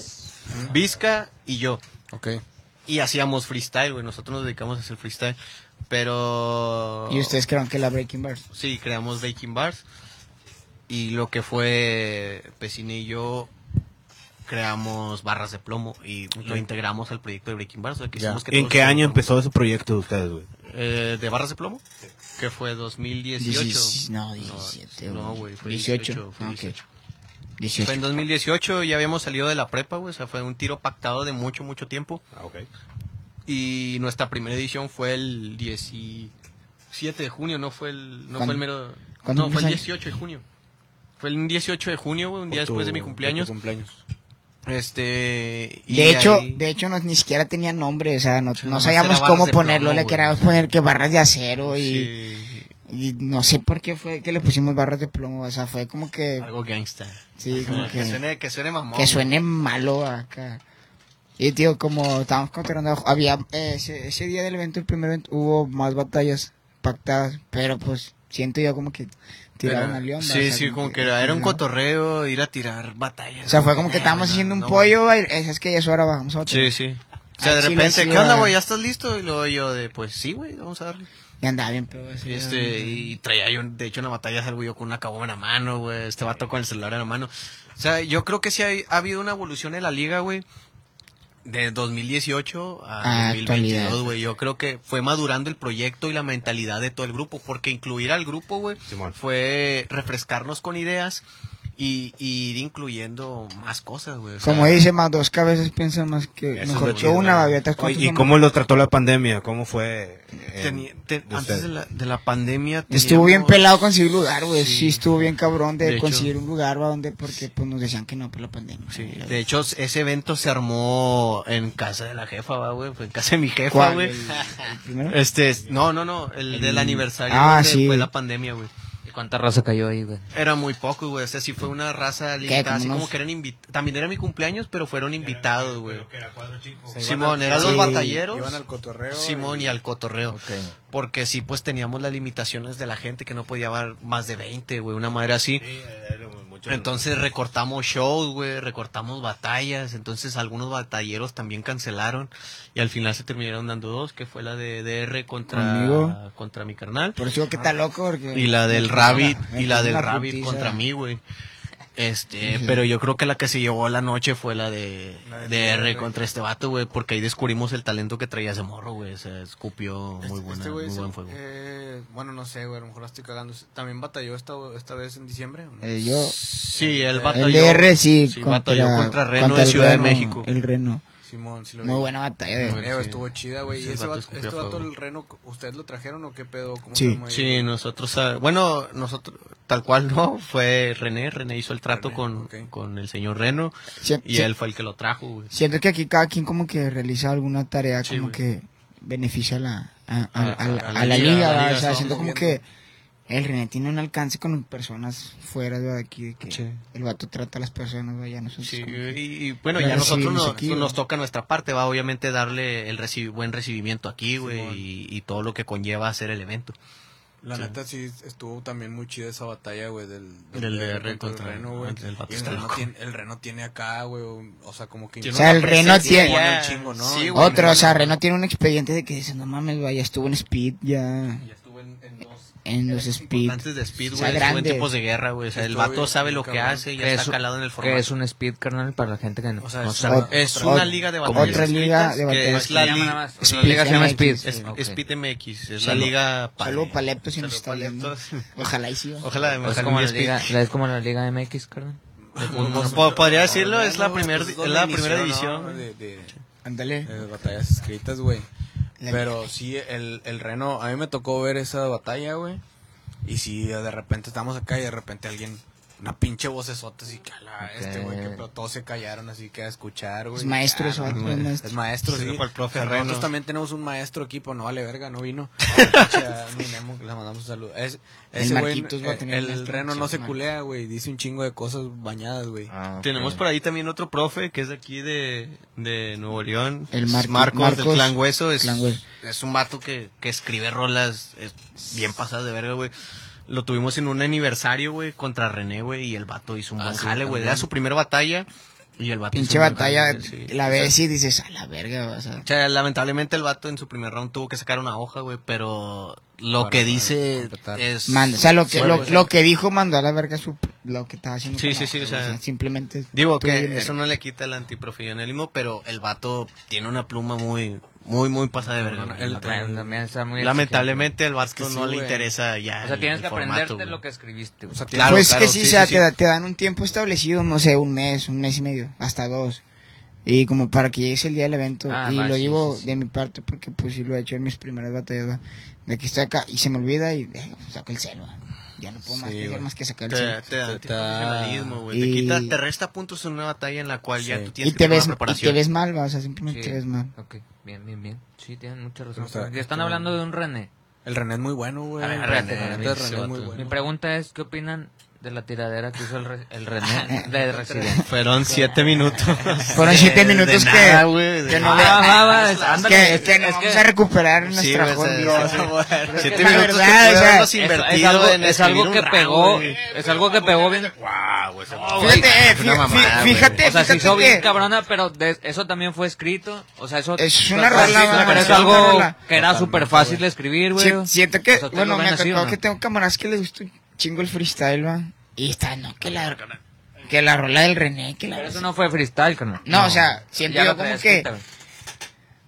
[SPEAKER 6] Vizca y yo.
[SPEAKER 1] Ok.
[SPEAKER 6] Y hacíamos freestyle, güey. Nosotros nos dedicamos a hacer freestyle. Pero.
[SPEAKER 5] Y ustedes crean que la Breaking Bars.
[SPEAKER 6] Sí, creamos Baking Bars. Y lo que fue Pesine y yo creamos barras de plomo y lo integramos al proyecto de Breaking Bars. o sea, que hicimos que
[SPEAKER 3] ¿En
[SPEAKER 6] todos
[SPEAKER 3] qué año
[SPEAKER 6] trabajamos.
[SPEAKER 3] empezó ese proyecto de ustedes, güey?
[SPEAKER 6] Eh, ¿De barras de plomo? Que fue 2018.
[SPEAKER 5] Diecis- no, 17,
[SPEAKER 6] No,
[SPEAKER 5] güey.
[SPEAKER 6] güey, fue
[SPEAKER 5] 18,
[SPEAKER 6] 18. fue
[SPEAKER 5] ah, ok.
[SPEAKER 6] 18.
[SPEAKER 5] 18.
[SPEAKER 6] Fue en 2018, ya habíamos salido de la prepa, güey. O sea, fue un tiro pactado de mucho, mucho tiempo.
[SPEAKER 3] Ah, ok.
[SPEAKER 6] Y nuestra primera edición fue el 17 de junio, no fue el, no fue
[SPEAKER 5] ¿Cuándo?
[SPEAKER 6] el mero.
[SPEAKER 5] ¿Cuándo
[SPEAKER 6] No, fue el
[SPEAKER 5] cumples años?
[SPEAKER 6] 18 de junio. Fue el 18 de junio, güey, un día después de mi cumpleaños. Este. y
[SPEAKER 5] De hecho,
[SPEAKER 6] ahí-
[SPEAKER 5] de hecho no, ni siquiera tenía nombre, o sea, no, no
[SPEAKER 6] nomás
[SPEAKER 5] sabíamos
[SPEAKER 6] era
[SPEAKER 5] cómo
[SPEAKER 6] barras de
[SPEAKER 5] ponerlo,
[SPEAKER 6] plomo,
[SPEAKER 5] le
[SPEAKER 6] güey.
[SPEAKER 5] queríamos poner que barras de acero y,
[SPEAKER 6] sí,
[SPEAKER 5] y no sé por qué fue que le pusimos barras de plomo, o sea, fue como que,
[SPEAKER 6] algo gangsta.
[SPEAKER 5] sí, como
[SPEAKER 6] Que
[SPEAKER 5] que,
[SPEAKER 6] suene, que suene mamón.
[SPEAKER 5] que suene malo acá. Y tío, como estábamos controlando, había, eh, ese, ese día del evento, el primer evento, hubo más batallas pactadas, pero pues siento yo como que tiraron
[SPEAKER 6] Pero-
[SPEAKER 5] al león.
[SPEAKER 6] Sí, sí, como que era, era un cotorreo ir a tirar batallas.
[SPEAKER 5] O sea, fue como que
[SPEAKER 6] Eh,
[SPEAKER 5] estábamos
[SPEAKER 6] no,
[SPEAKER 5] haciendo un
[SPEAKER 6] no,
[SPEAKER 5] pollo, y, es que ya es hora, vamos a batallar.
[SPEAKER 6] Sí, sí. O sea,
[SPEAKER 5] Al
[SPEAKER 6] de
[SPEAKER 5] chile
[SPEAKER 6] repente,
[SPEAKER 5] sí,
[SPEAKER 6] ¿qué onda,
[SPEAKER 5] güey?
[SPEAKER 6] güey? ¿Ya estás listo? Y luego yo de, pues sí, güey, vamos a darle.
[SPEAKER 5] Y andaba bien, pero así,
[SPEAKER 6] Este, y traía yo, de hecho, en la batalla salgo yo con una caboma en la mano, güey. Este vato con el celular en la mano. O sea, yo creo que sí hay- ha habido una evolución en la liga, güey. De 2018 a
[SPEAKER 5] Ah,
[SPEAKER 6] 2022,
[SPEAKER 5] actualidad.
[SPEAKER 6] güey. Yo creo que fue madurando el proyecto y la mentalidad de todo el grupo. Porque incluir al grupo, güey,
[SPEAKER 3] Simón.
[SPEAKER 6] fue refrescarnos con ideas y, y ir incluyendo más cosas, güey. O sea,
[SPEAKER 5] Como dice, más dos cabezas piensan más que
[SPEAKER 3] Eso
[SPEAKER 5] mejor
[SPEAKER 3] es lo
[SPEAKER 5] que
[SPEAKER 3] chido,
[SPEAKER 5] una
[SPEAKER 3] güey.
[SPEAKER 5] gaviota.
[SPEAKER 3] Oye,
[SPEAKER 5] ¿cuántos
[SPEAKER 3] ¿Y
[SPEAKER 5] son?
[SPEAKER 3] cómo lo trató la pandemia? ¿Cómo fue? eh,
[SPEAKER 6] teni- te-
[SPEAKER 3] de
[SPEAKER 6] antes
[SPEAKER 3] ustedes?
[SPEAKER 6] de la, de la pandemia.
[SPEAKER 5] Estuvo bien
[SPEAKER 6] teníamos-
[SPEAKER 5] pelado conseguir lugar, güey.
[SPEAKER 6] Sí.
[SPEAKER 5] Sí. estuvo bien cabrón de,
[SPEAKER 6] De hecho.
[SPEAKER 5] conseguir un lugar, ¿va? Donde, porque pues nos decían que no por la pandemia.
[SPEAKER 6] Sí,
[SPEAKER 5] güey.
[SPEAKER 6] de hecho, s- ese evento se armó en casa de la jefa, va, güey. Fue en casa de mi jefa,
[SPEAKER 5] ¿Cuál?
[SPEAKER 6] güey.
[SPEAKER 5] ¿El- el primero?
[SPEAKER 6] Este, es- no, no, no. El, del aniversario
[SPEAKER 5] Ah,
[SPEAKER 6] donde
[SPEAKER 5] sí.
[SPEAKER 6] fue la pandemia, güey.
[SPEAKER 2] ¿Y cuánta raza cayó ahí, güey?
[SPEAKER 6] Era muy poco, güey. O sea, sí fue una raza limitada.
[SPEAKER 5] como
[SPEAKER 6] Así como
[SPEAKER 5] unos-
[SPEAKER 6] que eran invitados. También era mi cumpleaños, pero fueron invitados, güey.
[SPEAKER 1] Se iban
[SPEAKER 6] Simón,
[SPEAKER 1] al-
[SPEAKER 6] eran los
[SPEAKER 1] sí,
[SPEAKER 6] batalleros.
[SPEAKER 1] Iban al cotorreo.
[SPEAKER 6] Simón y al cotorreo. Porque sí, pues teníamos las limitaciones de la gente que no podía haber más de 20, güey. Una madre así. Entonces recortamos shows, güey, recortamos batallas, entonces algunos batalleros también cancelaron y al final se terminaron dando dos, que fue la de DR contra
[SPEAKER 5] Conmigo.
[SPEAKER 6] contra mi carnal
[SPEAKER 5] Por eso digo que está loco, porque.
[SPEAKER 6] y la del
[SPEAKER 5] me-
[SPEAKER 6] Rabbit
[SPEAKER 5] me-
[SPEAKER 6] y la
[SPEAKER 5] me-
[SPEAKER 6] del
[SPEAKER 5] una
[SPEAKER 6] Rabbit
[SPEAKER 5] putiza.
[SPEAKER 6] contra mí, güey. Este, pero yo creo que la que se llevó la noche fue la de, DR contra este vato, güey, porque ahí descubrimos el talento que traía ese morro, güey, se escupió muy, buena,
[SPEAKER 1] Este- güey
[SPEAKER 6] muy
[SPEAKER 1] se-
[SPEAKER 6] buen fuego.
[SPEAKER 1] eh, bueno, no sé, güey, a lo mejor la estoy cagando. ¿También batalló esta, esta vez en diciembre? ¿o no?
[SPEAKER 5] Eh, yo.
[SPEAKER 6] Sí, el batalló.
[SPEAKER 5] El DR sí.
[SPEAKER 6] Sí, batalló contra Reno
[SPEAKER 5] contra
[SPEAKER 6] de
[SPEAKER 5] el
[SPEAKER 6] Ciudad de
[SPEAKER 5] Reno,
[SPEAKER 6] México.
[SPEAKER 5] El Reno.
[SPEAKER 1] Simón, sí lo
[SPEAKER 5] Muy
[SPEAKER 1] vi.
[SPEAKER 5] buena batalla. de-
[SPEAKER 1] Eh, güey, estuvo chida, güey. ¿Y
[SPEAKER 6] Ese
[SPEAKER 1] ese
[SPEAKER 6] vato
[SPEAKER 1] vato,
[SPEAKER 6] escupió
[SPEAKER 1] este vato,
[SPEAKER 6] fuego.
[SPEAKER 1] el reno, ustedes lo trajeron o qué pedo? ¿Cómo
[SPEAKER 5] Sí.
[SPEAKER 1] armó ahí?
[SPEAKER 6] Sí, nosotros, ah, bueno, nosotros, tal cual no, fue René, René hizo el trato
[SPEAKER 1] René,
[SPEAKER 6] con,
[SPEAKER 1] ok.
[SPEAKER 6] con el señor Reno
[SPEAKER 5] Sie-
[SPEAKER 6] y
[SPEAKER 5] sie-
[SPEAKER 6] él fue el que lo trajo, güey.
[SPEAKER 5] Siento que aquí cada quien como que realiza alguna tarea
[SPEAKER 6] Sí,
[SPEAKER 5] como
[SPEAKER 6] güey.
[SPEAKER 5] que beneficia a la, a, a-
[SPEAKER 6] A-
[SPEAKER 5] a la-
[SPEAKER 6] a la
[SPEAKER 5] a la
[SPEAKER 6] liga,
[SPEAKER 5] liga,
[SPEAKER 6] a la liga,
[SPEAKER 5] ¿verdad? o sea,
[SPEAKER 6] estamos
[SPEAKER 5] siento como que el René tiene un alcance con personas fuera de aquí, de que
[SPEAKER 6] Sí.
[SPEAKER 5] el vato trata a las personas, güey, ya nosotros
[SPEAKER 6] Sí,
[SPEAKER 5] como que-
[SPEAKER 6] y, y bueno,
[SPEAKER 5] Lo
[SPEAKER 6] ya nosotros
[SPEAKER 5] recibimos
[SPEAKER 6] nos,
[SPEAKER 5] aquí, güey.
[SPEAKER 6] nos toca nuestra parte, va obviamente darle el reci- buen recibimiento aquí, güey, y, y todo lo que conlleva hacer el evento.
[SPEAKER 1] La neta sí estuvo también muy chida esa batalla, güey, del,
[SPEAKER 6] Del
[SPEAKER 1] DR
[SPEAKER 6] DR
[SPEAKER 1] contra
[SPEAKER 6] contra-
[SPEAKER 1] el Reno, güey.
[SPEAKER 6] el- el vato
[SPEAKER 1] Y El,
[SPEAKER 6] está
[SPEAKER 1] Reno
[SPEAKER 6] loco.
[SPEAKER 1] tiene, el Reno tiene acá, güey, un- o sea, como que...
[SPEAKER 6] Tiene
[SPEAKER 5] O sea, el
[SPEAKER 6] una
[SPEAKER 5] Reno
[SPEAKER 6] presencia
[SPEAKER 5] tiene-
[SPEAKER 6] ya-
[SPEAKER 1] un chingo, ¿no?
[SPEAKER 6] sí, güey.
[SPEAKER 5] Otro, o sea, Reno tiene un expediente de que dice, no mames, güey, ya estuvo en Speed, ya...
[SPEAKER 6] Ya estuvo estuvo en, en los
[SPEAKER 5] en los speed.
[SPEAKER 6] antes de Speed,
[SPEAKER 5] O
[SPEAKER 6] güey.
[SPEAKER 5] sea,
[SPEAKER 6] estuvo en
[SPEAKER 5] grande.
[SPEAKER 6] tiempos de guerra, güey. O sea, el
[SPEAKER 1] Estuvo
[SPEAKER 6] vato
[SPEAKER 1] bien-
[SPEAKER 6] sabe
[SPEAKER 1] bien
[SPEAKER 6] lo que
[SPEAKER 1] cabrón.
[SPEAKER 6] hace y ya
[SPEAKER 2] Que
[SPEAKER 6] está
[SPEAKER 2] es un-
[SPEAKER 6] calado en el
[SPEAKER 2] Que
[SPEAKER 6] formato.
[SPEAKER 2] es un speed, carnal, para la gente que no,
[SPEAKER 1] O sea,
[SPEAKER 2] no
[SPEAKER 1] es-
[SPEAKER 2] sabe.
[SPEAKER 5] Ot-
[SPEAKER 6] Es una
[SPEAKER 5] ot-
[SPEAKER 6] liga de
[SPEAKER 5] Otra
[SPEAKER 6] batallas.
[SPEAKER 5] liga de
[SPEAKER 6] que
[SPEAKER 5] batallas.
[SPEAKER 6] es la
[SPEAKER 2] Se llama
[SPEAKER 6] liga-
[SPEAKER 2] nada más.
[SPEAKER 6] es la
[SPEAKER 2] Speed,
[SPEAKER 6] liga
[SPEAKER 2] se llama Speed.
[SPEAKER 6] Es,
[SPEAKER 2] Ok.
[SPEAKER 6] es Pit MX, es la
[SPEAKER 5] Salud.
[SPEAKER 6] liga. padre.
[SPEAKER 5] Saludo para Lepto si nos
[SPEAKER 6] Saludo
[SPEAKER 5] está
[SPEAKER 6] pa'
[SPEAKER 5] viendo.
[SPEAKER 6] Leptos. Pues
[SPEAKER 5] Ojalá y sí. va.
[SPEAKER 6] Ojalá,
[SPEAKER 2] Es
[SPEAKER 6] además,
[SPEAKER 2] como, la
[SPEAKER 6] algún día
[SPEAKER 2] liga,
[SPEAKER 6] Speed.
[SPEAKER 2] la- es como la Liga MX, carnal.
[SPEAKER 6] Pues, po- Podría pues, decirlo, es la
[SPEAKER 1] pues,
[SPEAKER 6] primera es la primera edición. güey.
[SPEAKER 1] De, de-
[SPEAKER 5] Ándale.
[SPEAKER 6] Eh,
[SPEAKER 1] de batallas escritas, güey.
[SPEAKER 5] La-
[SPEAKER 1] Pero sí, el, el reno, a mí me tocó ver esa batalla, güey. Y si de repente estamos acá y de repente alguien, una pinche vocesota así que "Ala, este
[SPEAKER 2] Ok.
[SPEAKER 1] güey, que pero todos se callaron así que a escuchar, güey.
[SPEAKER 5] Es maestro
[SPEAKER 1] Ah,
[SPEAKER 5] ese
[SPEAKER 1] no,
[SPEAKER 5] vato,
[SPEAKER 1] güey,
[SPEAKER 5] es maestro.
[SPEAKER 1] Es maestro,
[SPEAKER 6] Se
[SPEAKER 1] sí.
[SPEAKER 6] dijo al profe
[SPEAKER 1] O sea,
[SPEAKER 6] Reno.
[SPEAKER 1] nosotros también tenemos un maestro aquí, pues no vale verga, no vino. O sea, mi Nemo, le mandamos un saludo. Es,
[SPEAKER 5] El
[SPEAKER 1] ese güey, eh,
[SPEAKER 5] Marquitos va a tener
[SPEAKER 1] el,
[SPEAKER 5] maestro,
[SPEAKER 1] reno no
[SPEAKER 5] sí,
[SPEAKER 1] se
[SPEAKER 5] Marquitos.
[SPEAKER 1] culea, güey. Dice un chingo de cosas bañadas, güey.
[SPEAKER 2] Ah.
[SPEAKER 6] Tenemos por ahí también otro profe que es de aquí de, de Nuevo León.
[SPEAKER 5] El
[SPEAKER 6] Es
[SPEAKER 5] Mar-
[SPEAKER 6] Marcos, del
[SPEAKER 5] Marcos
[SPEAKER 6] Clan Hueso. Es,
[SPEAKER 5] Clan Hueso.
[SPEAKER 6] es un vato que, que escribe rolas es bien pasadas de verga, güey. Lo tuvimos en un aniversario, güey, contra René, güey, y el vato hizo un buen jale, güey. Era su primera batalla y el vato hizo
[SPEAKER 5] Ah, Pinche
[SPEAKER 6] un buen
[SPEAKER 5] batalla.
[SPEAKER 6] jale, güey, pues, sí.
[SPEAKER 5] La ves y dices, a la verga. O sea,
[SPEAKER 6] O sea, lamentablemente el vato en su primer round tuvo que sacar una hoja, güey, pero lo
[SPEAKER 1] Para
[SPEAKER 6] que dice
[SPEAKER 1] completar.
[SPEAKER 6] es...
[SPEAKER 5] manda- o sea, lo que,
[SPEAKER 6] Sí,
[SPEAKER 5] lo,
[SPEAKER 6] güey.
[SPEAKER 5] lo que dijo mandó a la verga su, lo que estaba haciendo.
[SPEAKER 6] Sí,
[SPEAKER 5] con
[SPEAKER 6] sí,
[SPEAKER 5] la
[SPEAKER 6] sí, o
[SPEAKER 5] otra,
[SPEAKER 6] sea,
[SPEAKER 5] simplemente.
[SPEAKER 6] Digo
[SPEAKER 5] tú
[SPEAKER 6] que
[SPEAKER 5] dime.
[SPEAKER 6] eso no le quita el antiprofesionalismo, pero el vato tiene una pluma muy, muy, muy pasada de verga. güey.
[SPEAKER 2] El tren también está muy
[SPEAKER 6] Lamentablemente al vato no
[SPEAKER 1] sí,
[SPEAKER 6] le
[SPEAKER 1] güey.
[SPEAKER 6] interesa
[SPEAKER 2] exigente.
[SPEAKER 6] ya.
[SPEAKER 2] O sea,
[SPEAKER 6] el-
[SPEAKER 2] tienes
[SPEAKER 6] el
[SPEAKER 2] que
[SPEAKER 6] formato,
[SPEAKER 2] aprenderte
[SPEAKER 6] güey.
[SPEAKER 2] lo que escribiste. güey.
[SPEAKER 1] O sea,
[SPEAKER 6] Claro,
[SPEAKER 5] pues
[SPEAKER 6] claro,
[SPEAKER 5] que sí,
[SPEAKER 6] sí,
[SPEAKER 5] o sea,
[SPEAKER 6] sí,
[SPEAKER 5] Te,
[SPEAKER 6] sí.
[SPEAKER 5] da- te dan un tiempo establecido, no sé, un mes, un mes y medio, hasta dos. Y como para que llegues el día del evento.
[SPEAKER 2] Ah,
[SPEAKER 5] y
[SPEAKER 2] va,
[SPEAKER 5] lo
[SPEAKER 2] sí,
[SPEAKER 5] llevo
[SPEAKER 2] sí, sí.
[SPEAKER 5] de mi parte porque pues sí lo he hecho en mis primeras batallas. ¿va? De que estoy acá y se me olvida y eh, saco el celo. Ya no puedo más,
[SPEAKER 1] Sí,
[SPEAKER 5] hacer
[SPEAKER 1] güey.
[SPEAKER 5] más que sacar el
[SPEAKER 6] Te,
[SPEAKER 5] celo.
[SPEAKER 6] te da
[SPEAKER 1] Te-
[SPEAKER 6] antiprofesionalismo, güey. Te,
[SPEAKER 5] y-
[SPEAKER 6] quita, te resta puntos en una batalla en la cual ya
[SPEAKER 1] Sí.
[SPEAKER 6] tú tienes
[SPEAKER 5] Y
[SPEAKER 6] que
[SPEAKER 5] te,
[SPEAKER 6] tener
[SPEAKER 5] ves,
[SPEAKER 6] una
[SPEAKER 5] y te
[SPEAKER 6] preparación.
[SPEAKER 5] ves mal, ¿va? o sea, simplemente
[SPEAKER 2] Sí.
[SPEAKER 5] te ves mal.
[SPEAKER 2] Ok, bien, bien, bien. Sí, tienen mucha razón.
[SPEAKER 1] O sea,
[SPEAKER 2] Ya están
[SPEAKER 1] está-
[SPEAKER 2] hablando de un René.
[SPEAKER 1] El René es muy bueno, güey.
[SPEAKER 2] A ver,
[SPEAKER 1] El
[SPEAKER 2] espérate,
[SPEAKER 1] René,
[SPEAKER 2] espérate,
[SPEAKER 1] el
[SPEAKER 2] ese
[SPEAKER 1] René es muy
[SPEAKER 6] vato.
[SPEAKER 2] Mi
[SPEAKER 1] bueno.
[SPEAKER 2] pregunta es, ¿qué opinan de la tiradera que hizo el, re- el René de Resident?
[SPEAKER 6] Fueron siete minutos.
[SPEAKER 5] Fueron siete
[SPEAKER 6] De- de
[SPEAKER 5] minutos que-
[SPEAKER 6] nada, güey, de
[SPEAKER 5] que no
[SPEAKER 2] Ah,
[SPEAKER 6] nada.
[SPEAKER 5] veo.
[SPEAKER 2] va, va,
[SPEAKER 5] Es
[SPEAKER 2] ándale,
[SPEAKER 5] que,
[SPEAKER 2] es
[SPEAKER 5] que no
[SPEAKER 2] es
[SPEAKER 5] vamos a recuperar nuestra
[SPEAKER 6] güey, o sea, sí,
[SPEAKER 5] jodido.
[SPEAKER 6] sí. Siete
[SPEAKER 5] la
[SPEAKER 6] minutos que
[SPEAKER 5] verdad, o sea,
[SPEAKER 6] pudiéramos
[SPEAKER 5] es-
[SPEAKER 2] es
[SPEAKER 6] invertido
[SPEAKER 2] algo-
[SPEAKER 6] en
[SPEAKER 2] es algo
[SPEAKER 6] escribir
[SPEAKER 2] que
[SPEAKER 6] un
[SPEAKER 2] pegó,
[SPEAKER 6] round, güey.
[SPEAKER 2] es algo que pegó bien.
[SPEAKER 6] Guau, ese-
[SPEAKER 5] Fíjate, eh,
[SPEAKER 6] Una
[SPEAKER 5] fí-
[SPEAKER 6] mamada,
[SPEAKER 5] fí-
[SPEAKER 6] güey.
[SPEAKER 5] fíjate,
[SPEAKER 2] O sea, se
[SPEAKER 5] fíjate
[SPEAKER 2] hizo bien
[SPEAKER 5] que-
[SPEAKER 2] cabrona, pero de- eso también fue escrito. O sea, eso.
[SPEAKER 5] Es
[SPEAKER 2] fue
[SPEAKER 5] una rola,
[SPEAKER 2] escrito,
[SPEAKER 5] güey.
[SPEAKER 2] Pero es
[SPEAKER 5] Es una
[SPEAKER 2] algo
[SPEAKER 5] rola.
[SPEAKER 2] que era súper fácil de escribir, güey.
[SPEAKER 5] Si- siento que,
[SPEAKER 2] O sea, ¿ustedes
[SPEAKER 5] bueno,
[SPEAKER 2] lo ven
[SPEAKER 5] me ha
[SPEAKER 2] así o
[SPEAKER 5] tocado
[SPEAKER 2] no?
[SPEAKER 5] que tengo camaradas que les gusta un chingo el freestyle, va. Y está, no, que la, que la rola del René, que la.
[SPEAKER 2] Pero eso no fue freestyle, carnal.
[SPEAKER 5] No, o sea, siento
[SPEAKER 2] Ya
[SPEAKER 5] yo
[SPEAKER 2] lo traía
[SPEAKER 5] como que-
[SPEAKER 2] escrita, güey.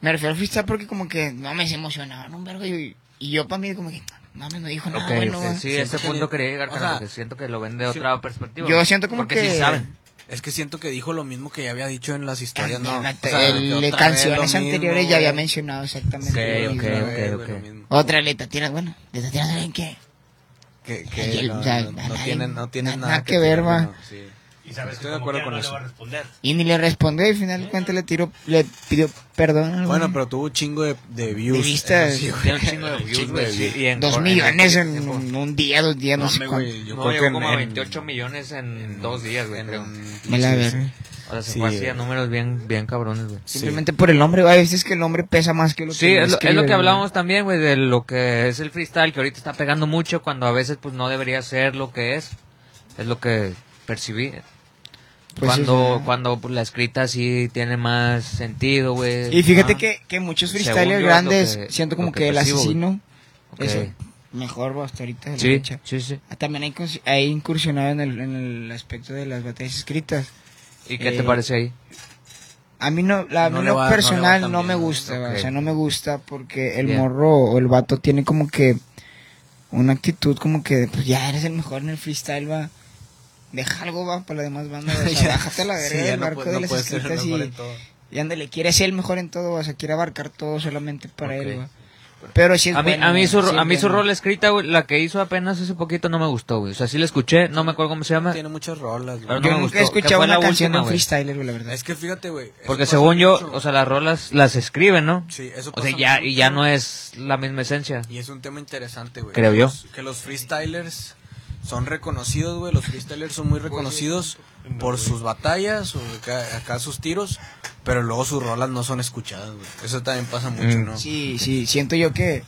[SPEAKER 5] Me refiero al freestyle porque como que no me se emocionaban un vergo y, y yo para mí como que, no me no dijo nada
[SPEAKER 2] Ok,
[SPEAKER 5] bueno,
[SPEAKER 2] ok,
[SPEAKER 5] va.
[SPEAKER 2] Ah, sí, ese punto quería llegar, carnal, porque siento que lo ven de otra perspectiva.
[SPEAKER 5] Yo
[SPEAKER 2] güey.
[SPEAKER 5] siento como
[SPEAKER 2] Porque
[SPEAKER 5] que-
[SPEAKER 2] sí saben.
[SPEAKER 1] Es que siento que dijo lo mismo que ya había dicho en las historias, ¿no?
[SPEAKER 5] En la-
[SPEAKER 1] O sea,
[SPEAKER 5] en
[SPEAKER 1] que otra
[SPEAKER 5] canciones
[SPEAKER 1] vez lo mismo,
[SPEAKER 5] anteriores ya había
[SPEAKER 1] güey.
[SPEAKER 5] mencionado
[SPEAKER 1] Sí,
[SPEAKER 5] exactamente lo
[SPEAKER 2] Ok,
[SPEAKER 5] mismo.
[SPEAKER 2] ok,
[SPEAKER 1] otra vez,
[SPEAKER 2] ok,
[SPEAKER 1] güey, lo
[SPEAKER 2] ok.
[SPEAKER 1] mismo.
[SPEAKER 5] Otra le tiras, bueno, le tiras en qué.
[SPEAKER 1] Que, que
[SPEAKER 5] Ay, el-
[SPEAKER 1] no,
[SPEAKER 5] o sea,
[SPEAKER 1] no-
[SPEAKER 5] a
[SPEAKER 1] no
[SPEAKER 5] nadie-
[SPEAKER 1] tienen, no tienen
[SPEAKER 5] na-
[SPEAKER 1] nada,
[SPEAKER 5] nada que ver,
[SPEAKER 1] tirar,
[SPEAKER 5] va.
[SPEAKER 1] ¿no? Sí.
[SPEAKER 3] Y sabes
[SPEAKER 1] Estoy
[SPEAKER 3] que
[SPEAKER 1] de
[SPEAKER 3] como
[SPEAKER 1] acuerdo
[SPEAKER 3] quiera
[SPEAKER 1] con
[SPEAKER 3] no
[SPEAKER 1] eso.
[SPEAKER 3] le va a responder.
[SPEAKER 5] Y ni le respondió y al final de cuentas le tiró, le pidió perdón. al
[SPEAKER 1] Bueno,
[SPEAKER 5] güey.
[SPEAKER 1] pero tuvo un chingo de, de views.
[SPEAKER 5] De vistas.
[SPEAKER 1] eso sí, güey.
[SPEAKER 2] Tiene un chingo de views,
[SPEAKER 1] Chingo
[SPEAKER 2] güey.
[SPEAKER 1] de
[SPEAKER 2] sí,
[SPEAKER 1] views.
[SPEAKER 2] y en-
[SPEAKER 5] Dos
[SPEAKER 2] en- este
[SPEAKER 5] millones en, un día, dos días, no,
[SPEAKER 1] No,
[SPEAKER 5] sé
[SPEAKER 1] hombre,
[SPEAKER 5] cuánto.
[SPEAKER 1] güey, yo
[SPEAKER 2] No,
[SPEAKER 1] creo
[SPEAKER 2] llegó
[SPEAKER 1] que
[SPEAKER 2] como
[SPEAKER 1] en-
[SPEAKER 2] a 28 millones en dos días, güey, creo.
[SPEAKER 5] Me la
[SPEAKER 1] Sí, sí.
[SPEAKER 5] verga.
[SPEAKER 2] O sea, se
[SPEAKER 1] Sí,
[SPEAKER 2] fue así a
[SPEAKER 5] eh.
[SPEAKER 1] güey.
[SPEAKER 2] números bien, bien cabrones, güey.
[SPEAKER 5] Simplemente por el nombre, güey, a veces que el nombre pesa más que lo
[SPEAKER 2] Sí,
[SPEAKER 5] que uno
[SPEAKER 2] es lo, es lo
[SPEAKER 5] escribe,
[SPEAKER 2] que
[SPEAKER 5] güey.
[SPEAKER 2] hablábamos también, güey, de lo que es el freestyle, que ahorita está pegando mucho cuando a veces pues no debería ser lo que es. Es lo que percibí.
[SPEAKER 5] Pues
[SPEAKER 2] cuando
[SPEAKER 5] sí,
[SPEAKER 2] cuando pues, la escrita sí tiene más sentido, güey.
[SPEAKER 5] Y fíjate
[SPEAKER 2] Ah,
[SPEAKER 5] que, que muchos
[SPEAKER 2] Según
[SPEAKER 5] freestylers
[SPEAKER 2] yo,
[SPEAKER 5] grandes,
[SPEAKER 2] lo que-
[SPEAKER 5] siento
[SPEAKER 2] lo
[SPEAKER 5] como
[SPEAKER 2] que
[SPEAKER 5] que, el
[SPEAKER 2] percibo, güey.
[SPEAKER 5] asesino,
[SPEAKER 2] ok.
[SPEAKER 5] eso, mejor güey, hasta ahorita. de la
[SPEAKER 2] Sí,
[SPEAKER 5] fecha.
[SPEAKER 2] sí, sí.
[SPEAKER 5] Ah, También hay, cons- hay incursionado en el, en el aspecto de las batallas escritas.
[SPEAKER 2] ¿Y qué
[SPEAKER 5] Eh,
[SPEAKER 2] te parece ahí?
[SPEAKER 5] A mí no, la, a
[SPEAKER 1] No
[SPEAKER 5] mí
[SPEAKER 1] le
[SPEAKER 5] lo
[SPEAKER 1] va- no le va
[SPEAKER 5] personal no,
[SPEAKER 1] tan
[SPEAKER 5] me
[SPEAKER 1] bien, ¿no?
[SPEAKER 5] gusta, güey,
[SPEAKER 2] Ok.
[SPEAKER 5] o sea, no me gusta porque el
[SPEAKER 2] Bien.
[SPEAKER 5] morro o el vato tiene como que una actitud como que, pues ya eres el mejor en el freestyle, va. Deja algo, va, para la demás banda, güey, o sea, bájate a la verga
[SPEAKER 1] Sí, ya
[SPEAKER 5] del
[SPEAKER 1] no
[SPEAKER 5] barco
[SPEAKER 1] puede-
[SPEAKER 5] de
[SPEAKER 1] no
[SPEAKER 5] las
[SPEAKER 1] puede ser
[SPEAKER 5] escritas
[SPEAKER 1] mejor
[SPEAKER 5] y,
[SPEAKER 1] en todo.
[SPEAKER 5] y ándale, quiere ser el mejor en todo, o sea, quiere abarcar todo solamente para
[SPEAKER 2] Ok.
[SPEAKER 5] él, va. Pero sí es
[SPEAKER 2] A mí,
[SPEAKER 5] bueno,
[SPEAKER 2] a mí
[SPEAKER 5] güey,
[SPEAKER 2] su,
[SPEAKER 5] sí es
[SPEAKER 2] a mí su
[SPEAKER 5] bueno.
[SPEAKER 2] rol escrita, güey, la que hizo apenas hace poquito no me gustó, güey. O sea, sí la escuché, no me acuerdo cómo se llama.
[SPEAKER 1] Tiene muchas rolas,
[SPEAKER 2] Pero
[SPEAKER 1] güey.
[SPEAKER 2] no me
[SPEAKER 5] Yo nunca he
[SPEAKER 2] gustó, que
[SPEAKER 5] escuchado
[SPEAKER 2] fue
[SPEAKER 5] una
[SPEAKER 2] la
[SPEAKER 5] canción de
[SPEAKER 2] última,
[SPEAKER 5] un
[SPEAKER 2] güey.
[SPEAKER 5] freestyler, güey, la verdad.
[SPEAKER 1] Es que fíjate, güey. eso
[SPEAKER 2] Porque
[SPEAKER 1] pasa
[SPEAKER 2] según yo,
[SPEAKER 1] mucho.
[SPEAKER 2] o sea, las rolas las escriben, ¿no?
[SPEAKER 1] Sí, eso
[SPEAKER 2] O sea,
[SPEAKER 1] pasa
[SPEAKER 2] ya, y ya
[SPEAKER 1] mucho.
[SPEAKER 2] no es la misma esencia.
[SPEAKER 1] Y es un tema interesante, güey.
[SPEAKER 2] Creo
[SPEAKER 1] Que
[SPEAKER 2] yo.
[SPEAKER 1] los- Que los freestylers son reconocidos, güey. Los freestylers son muy reconocidos por sus batallas, o acá, acá sus tiros, pero luego sus rolas no son escuchadas, güey. Eso también pasa mucho, ¿no?
[SPEAKER 5] Sí, sí, siento yo que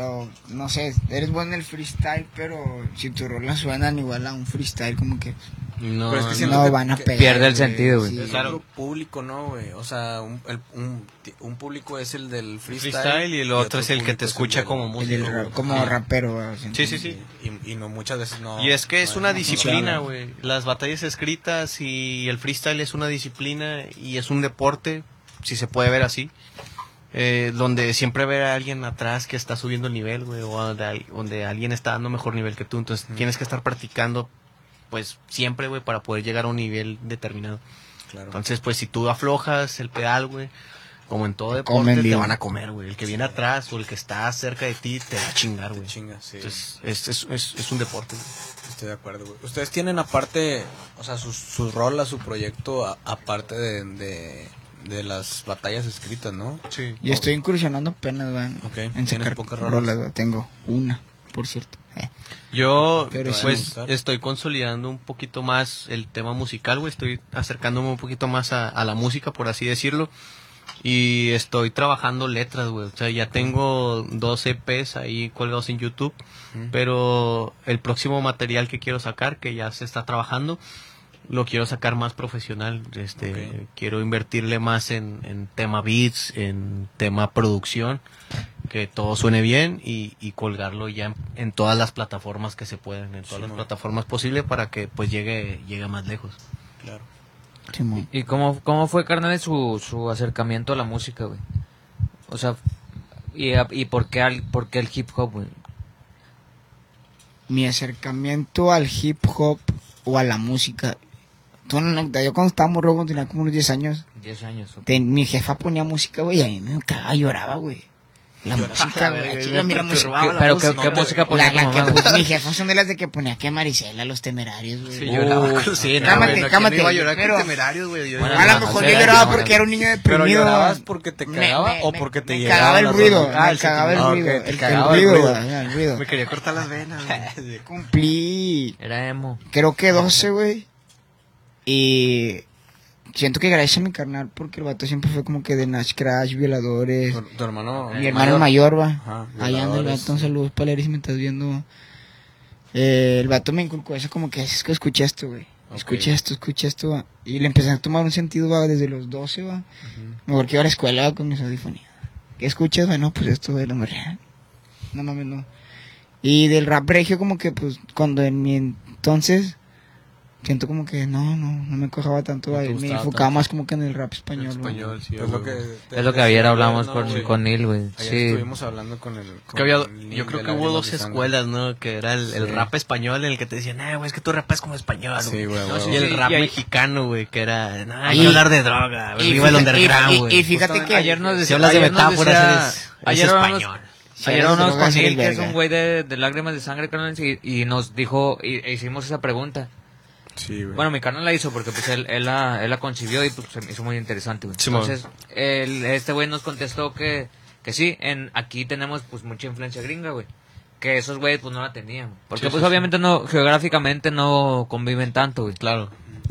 [SPEAKER 5] o, no sé, eres bueno en el freestyle, pero si tu rola suenan igual a un freestyle, como que
[SPEAKER 6] No,
[SPEAKER 1] Pero es que
[SPEAKER 6] no.
[SPEAKER 1] siento
[SPEAKER 5] no
[SPEAKER 1] que-
[SPEAKER 5] van a
[SPEAKER 1] que
[SPEAKER 5] pegar.
[SPEAKER 2] pierde el sentido, güey.
[SPEAKER 5] sí.
[SPEAKER 1] Es
[SPEAKER 6] Claro.
[SPEAKER 1] otro público, ¿no, güey? O sea, un, el- un, un público es el del freestyle.
[SPEAKER 6] freestyle y el otro es el que
[SPEAKER 1] público
[SPEAKER 6] te
[SPEAKER 1] el
[SPEAKER 6] escucha
[SPEAKER 1] del-
[SPEAKER 6] como
[SPEAKER 5] El del
[SPEAKER 6] músico.
[SPEAKER 5] ra-
[SPEAKER 6] güey.
[SPEAKER 5] como rapero. o sea,
[SPEAKER 6] Sí, sí, sí.
[SPEAKER 1] Y, y no, muchas veces no.
[SPEAKER 6] Y es que es
[SPEAKER 1] no
[SPEAKER 6] una
[SPEAKER 1] no funciona.
[SPEAKER 6] disciplina, güey. Las batallas escritas y el freestyle es una disciplina y es un deporte, si se puede ver así. eh, donde siempre ver a alguien atrás que está subiendo el nivel, güey, o donde, al- donde alguien está dando mejor nivel que tú. Entonces tienes que estar practicando, pues siempre, güey, para poder llegar a un nivel determinado.
[SPEAKER 1] Claro.
[SPEAKER 6] Entonces, pues si tú aflojas el pedal, güey, como en todo deporte,
[SPEAKER 5] comen
[SPEAKER 6] te
[SPEAKER 5] vivo.
[SPEAKER 6] van a comer, güey. El que viene atrás o el que está cerca de ti te va a chingar, güey.
[SPEAKER 1] Chinga, sí.
[SPEAKER 6] Entonces, es, es, es- es un deporte. güey.
[SPEAKER 1] Estoy de acuerdo, güey. Ustedes tienen aparte, o sea, sus, sus rolas, su proyecto, a- aparte de, de, de las batallas escritas, ¿no?
[SPEAKER 6] Sí.
[SPEAKER 5] Y estoy incursionando apenas, güey.
[SPEAKER 1] Ok,
[SPEAKER 5] En
[SPEAKER 1] tienes
[SPEAKER 5] sacar
[SPEAKER 1] pocas rolas.
[SPEAKER 5] rolas, güey. Tengo una, por cierto. Eh.
[SPEAKER 6] Yo,
[SPEAKER 5] Pero sí.
[SPEAKER 6] pues, estoy consolidando un poquito más el tema musical, güey. Estoy acercándome un poquito más a, a la música, por así decirlo. Y estoy trabajando letras, güey. O sea, ya tengo dos EPs ahí colgados en YouTube. Pero el próximo material que quiero sacar, que ya se está trabajando, lo quiero sacar más profesional. Este,
[SPEAKER 1] Ok.
[SPEAKER 6] Quiero invertirle más en, en tema beats, en tema producción, que todo suene bien y, y colgarlo ya en, en todas las plataformas que se pueden, en todas las
[SPEAKER 1] Simón.
[SPEAKER 6] plataformas posibles para que pues llegue, llegue más lejos.
[SPEAKER 1] Claro.
[SPEAKER 5] Simón.
[SPEAKER 2] ¿Y cómo, cómo fue, carnal, su, su acercamiento a la música, güey? O sea, ¿y, a- y por, qué al, por qué el hip hop, güey?
[SPEAKER 5] mi acercamiento al hip hop o a la música. Tú, una anécdota, yo cuando estaba morro, tenía como unos 10 años,
[SPEAKER 2] Diez años. ok.
[SPEAKER 5] te- mi jefa ponía música, güey, y a mí me cagaba, lloraba, güey. La música, güey, al chile, a mí la música-
[SPEAKER 1] Ah,
[SPEAKER 2] ¿Qué- ¿Pero qué, qué música
[SPEAKER 5] la-
[SPEAKER 2] ponía tu
[SPEAKER 5] la que
[SPEAKER 2] mamá, güey?
[SPEAKER 5] puso mi jefa son de las de que ponía que Maricela, los temerarios, güey.
[SPEAKER 6] yo lloraba con- Uh, sí, no,
[SPEAKER 5] cámate,
[SPEAKER 6] güey, no, ¿quién
[SPEAKER 5] cámate,
[SPEAKER 6] iba a llorar con
[SPEAKER 5] pero-
[SPEAKER 6] temerarios, güey? Yo-
[SPEAKER 2] Bueno,
[SPEAKER 5] a lo
[SPEAKER 2] no,
[SPEAKER 5] mejor
[SPEAKER 2] no,
[SPEAKER 5] yo
[SPEAKER 2] no,
[SPEAKER 5] lloraba
[SPEAKER 2] no, no,
[SPEAKER 5] porque
[SPEAKER 2] no.
[SPEAKER 5] era un niño
[SPEAKER 1] ¿Pero
[SPEAKER 5] deprimido.
[SPEAKER 1] llorabas
[SPEAKER 5] güey.
[SPEAKER 1] porque te
[SPEAKER 5] Me-
[SPEAKER 1] cagaba
[SPEAKER 5] me-
[SPEAKER 1] o
[SPEAKER 5] me-
[SPEAKER 1] porque te
[SPEAKER 5] me
[SPEAKER 1] llegaba
[SPEAKER 5] cagaba el
[SPEAKER 1] la
[SPEAKER 5] ruido,
[SPEAKER 1] rola? Ah,
[SPEAKER 5] me
[SPEAKER 1] sí,
[SPEAKER 5] cagaba el
[SPEAKER 1] ah, ok,
[SPEAKER 5] ruido,
[SPEAKER 1] te
[SPEAKER 5] el- el
[SPEAKER 1] cagaba
[SPEAKER 5] ruido, güey, el ruido.
[SPEAKER 6] Me quería cortar las venas, güey.
[SPEAKER 5] Cumplí
[SPEAKER 2] Era emo.
[SPEAKER 5] creo que 12, güey. Y siento que gracias a mi carnal, porque el vato siempre fue como que de Nash Crash, violadores.
[SPEAKER 1] Tu, tu hermano.
[SPEAKER 5] mi hermano mayor, va.
[SPEAKER 1] Ajá,
[SPEAKER 5] Ahí anda el
[SPEAKER 1] violadores.
[SPEAKER 5] vato, un saludo para Larry si me estás viendo. Eh, el vato me inculcó eso, como que es que escucha esto, güey. Escucha esto, escucha esto, va. Y le empecé a tomar un sentido, va, desde los 12, va. Mejor que iba a la escuela va, con mis audífonos. ¿Qué escuchas? Bueno, pues esto de la morrea. No mames, no. Y del rap regio, como que, pues, cuando en mi entonces, siento como que no, no, no me cojaba tanto.
[SPEAKER 1] No
[SPEAKER 5] va,
[SPEAKER 1] te
[SPEAKER 5] me
[SPEAKER 1] gustaba
[SPEAKER 5] enfocaba más como que en el rap español. va.
[SPEAKER 6] Español, sí,
[SPEAKER 1] Es lo
[SPEAKER 6] güey.
[SPEAKER 1] que,
[SPEAKER 2] Es lo que ayer hablamos
[SPEAKER 1] No,
[SPEAKER 2] con,
[SPEAKER 1] güey.
[SPEAKER 2] con Neil, güey.
[SPEAKER 1] Ayer
[SPEAKER 2] Sí.
[SPEAKER 1] estuvimos hablando con el.
[SPEAKER 6] Que había- yo creo que hubo dos escuelas, ¿no? Que era el, el
[SPEAKER 1] Sí.
[SPEAKER 6] rap español en el que te decían, eh, güey, es que tú rapas como español.
[SPEAKER 1] Sí, güey,
[SPEAKER 6] No,
[SPEAKER 1] güey,
[SPEAKER 6] sí, y
[SPEAKER 1] güey.
[SPEAKER 6] el
[SPEAKER 2] sí,
[SPEAKER 6] rap
[SPEAKER 2] y ahí-
[SPEAKER 6] mexicano, güey, que era, no, hay
[SPEAKER 5] Y-
[SPEAKER 6] que hablar de droga,
[SPEAKER 5] y
[SPEAKER 6] viva el
[SPEAKER 5] fíjate-
[SPEAKER 6] underground,
[SPEAKER 5] y- y- y
[SPEAKER 6] güey.
[SPEAKER 5] fíjate
[SPEAKER 2] Justamente
[SPEAKER 5] que-
[SPEAKER 2] ayer nos
[SPEAKER 6] Si
[SPEAKER 2] decía,
[SPEAKER 6] hablas de
[SPEAKER 2] ayer nos
[SPEAKER 6] metáforas,
[SPEAKER 2] decía-
[SPEAKER 6] eres, eres
[SPEAKER 2] ayer hablamos-
[SPEAKER 6] español.
[SPEAKER 5] Si
[SPEAKER 2] Ayer
[SPEAKER 5] eres
[SPEAKER 2] hablamos
[SPEAKER 5] droga,
[SPEAKER 2] con
[SPEAKER 5] eres
[SPEAKER 2] él, que es
[SPEAKER 5] verga.
[SPEAKER 2] un güey de, de lágrimas de sangre, carnal, y, y nos dijo, y, e hicimos esa pregunta.
[SPEAKER 1] Sí, güey.
[SPEAKER 2] Bueno, mi carnal la hizo porque pues él, él, la, él la concibió y pues se me hizo muy interesante, güey.
[SPEAKER 6] Simón.
[SPEAKER 2] Entonces, él- este güey nos contestó que, que sí, en, aquí tenemos pues mucha influencia gringa, güey. Que esos güeyes pues no la tenían. güey. Porque
[SPEAKER 6] Sí,
[SPEAKER 2] pues
[SPEAKER 6] sí,
[SPEAKER 2] obviamente no, geográficamente no conviven tanto, güey.
[SPEAKER 6] Claro.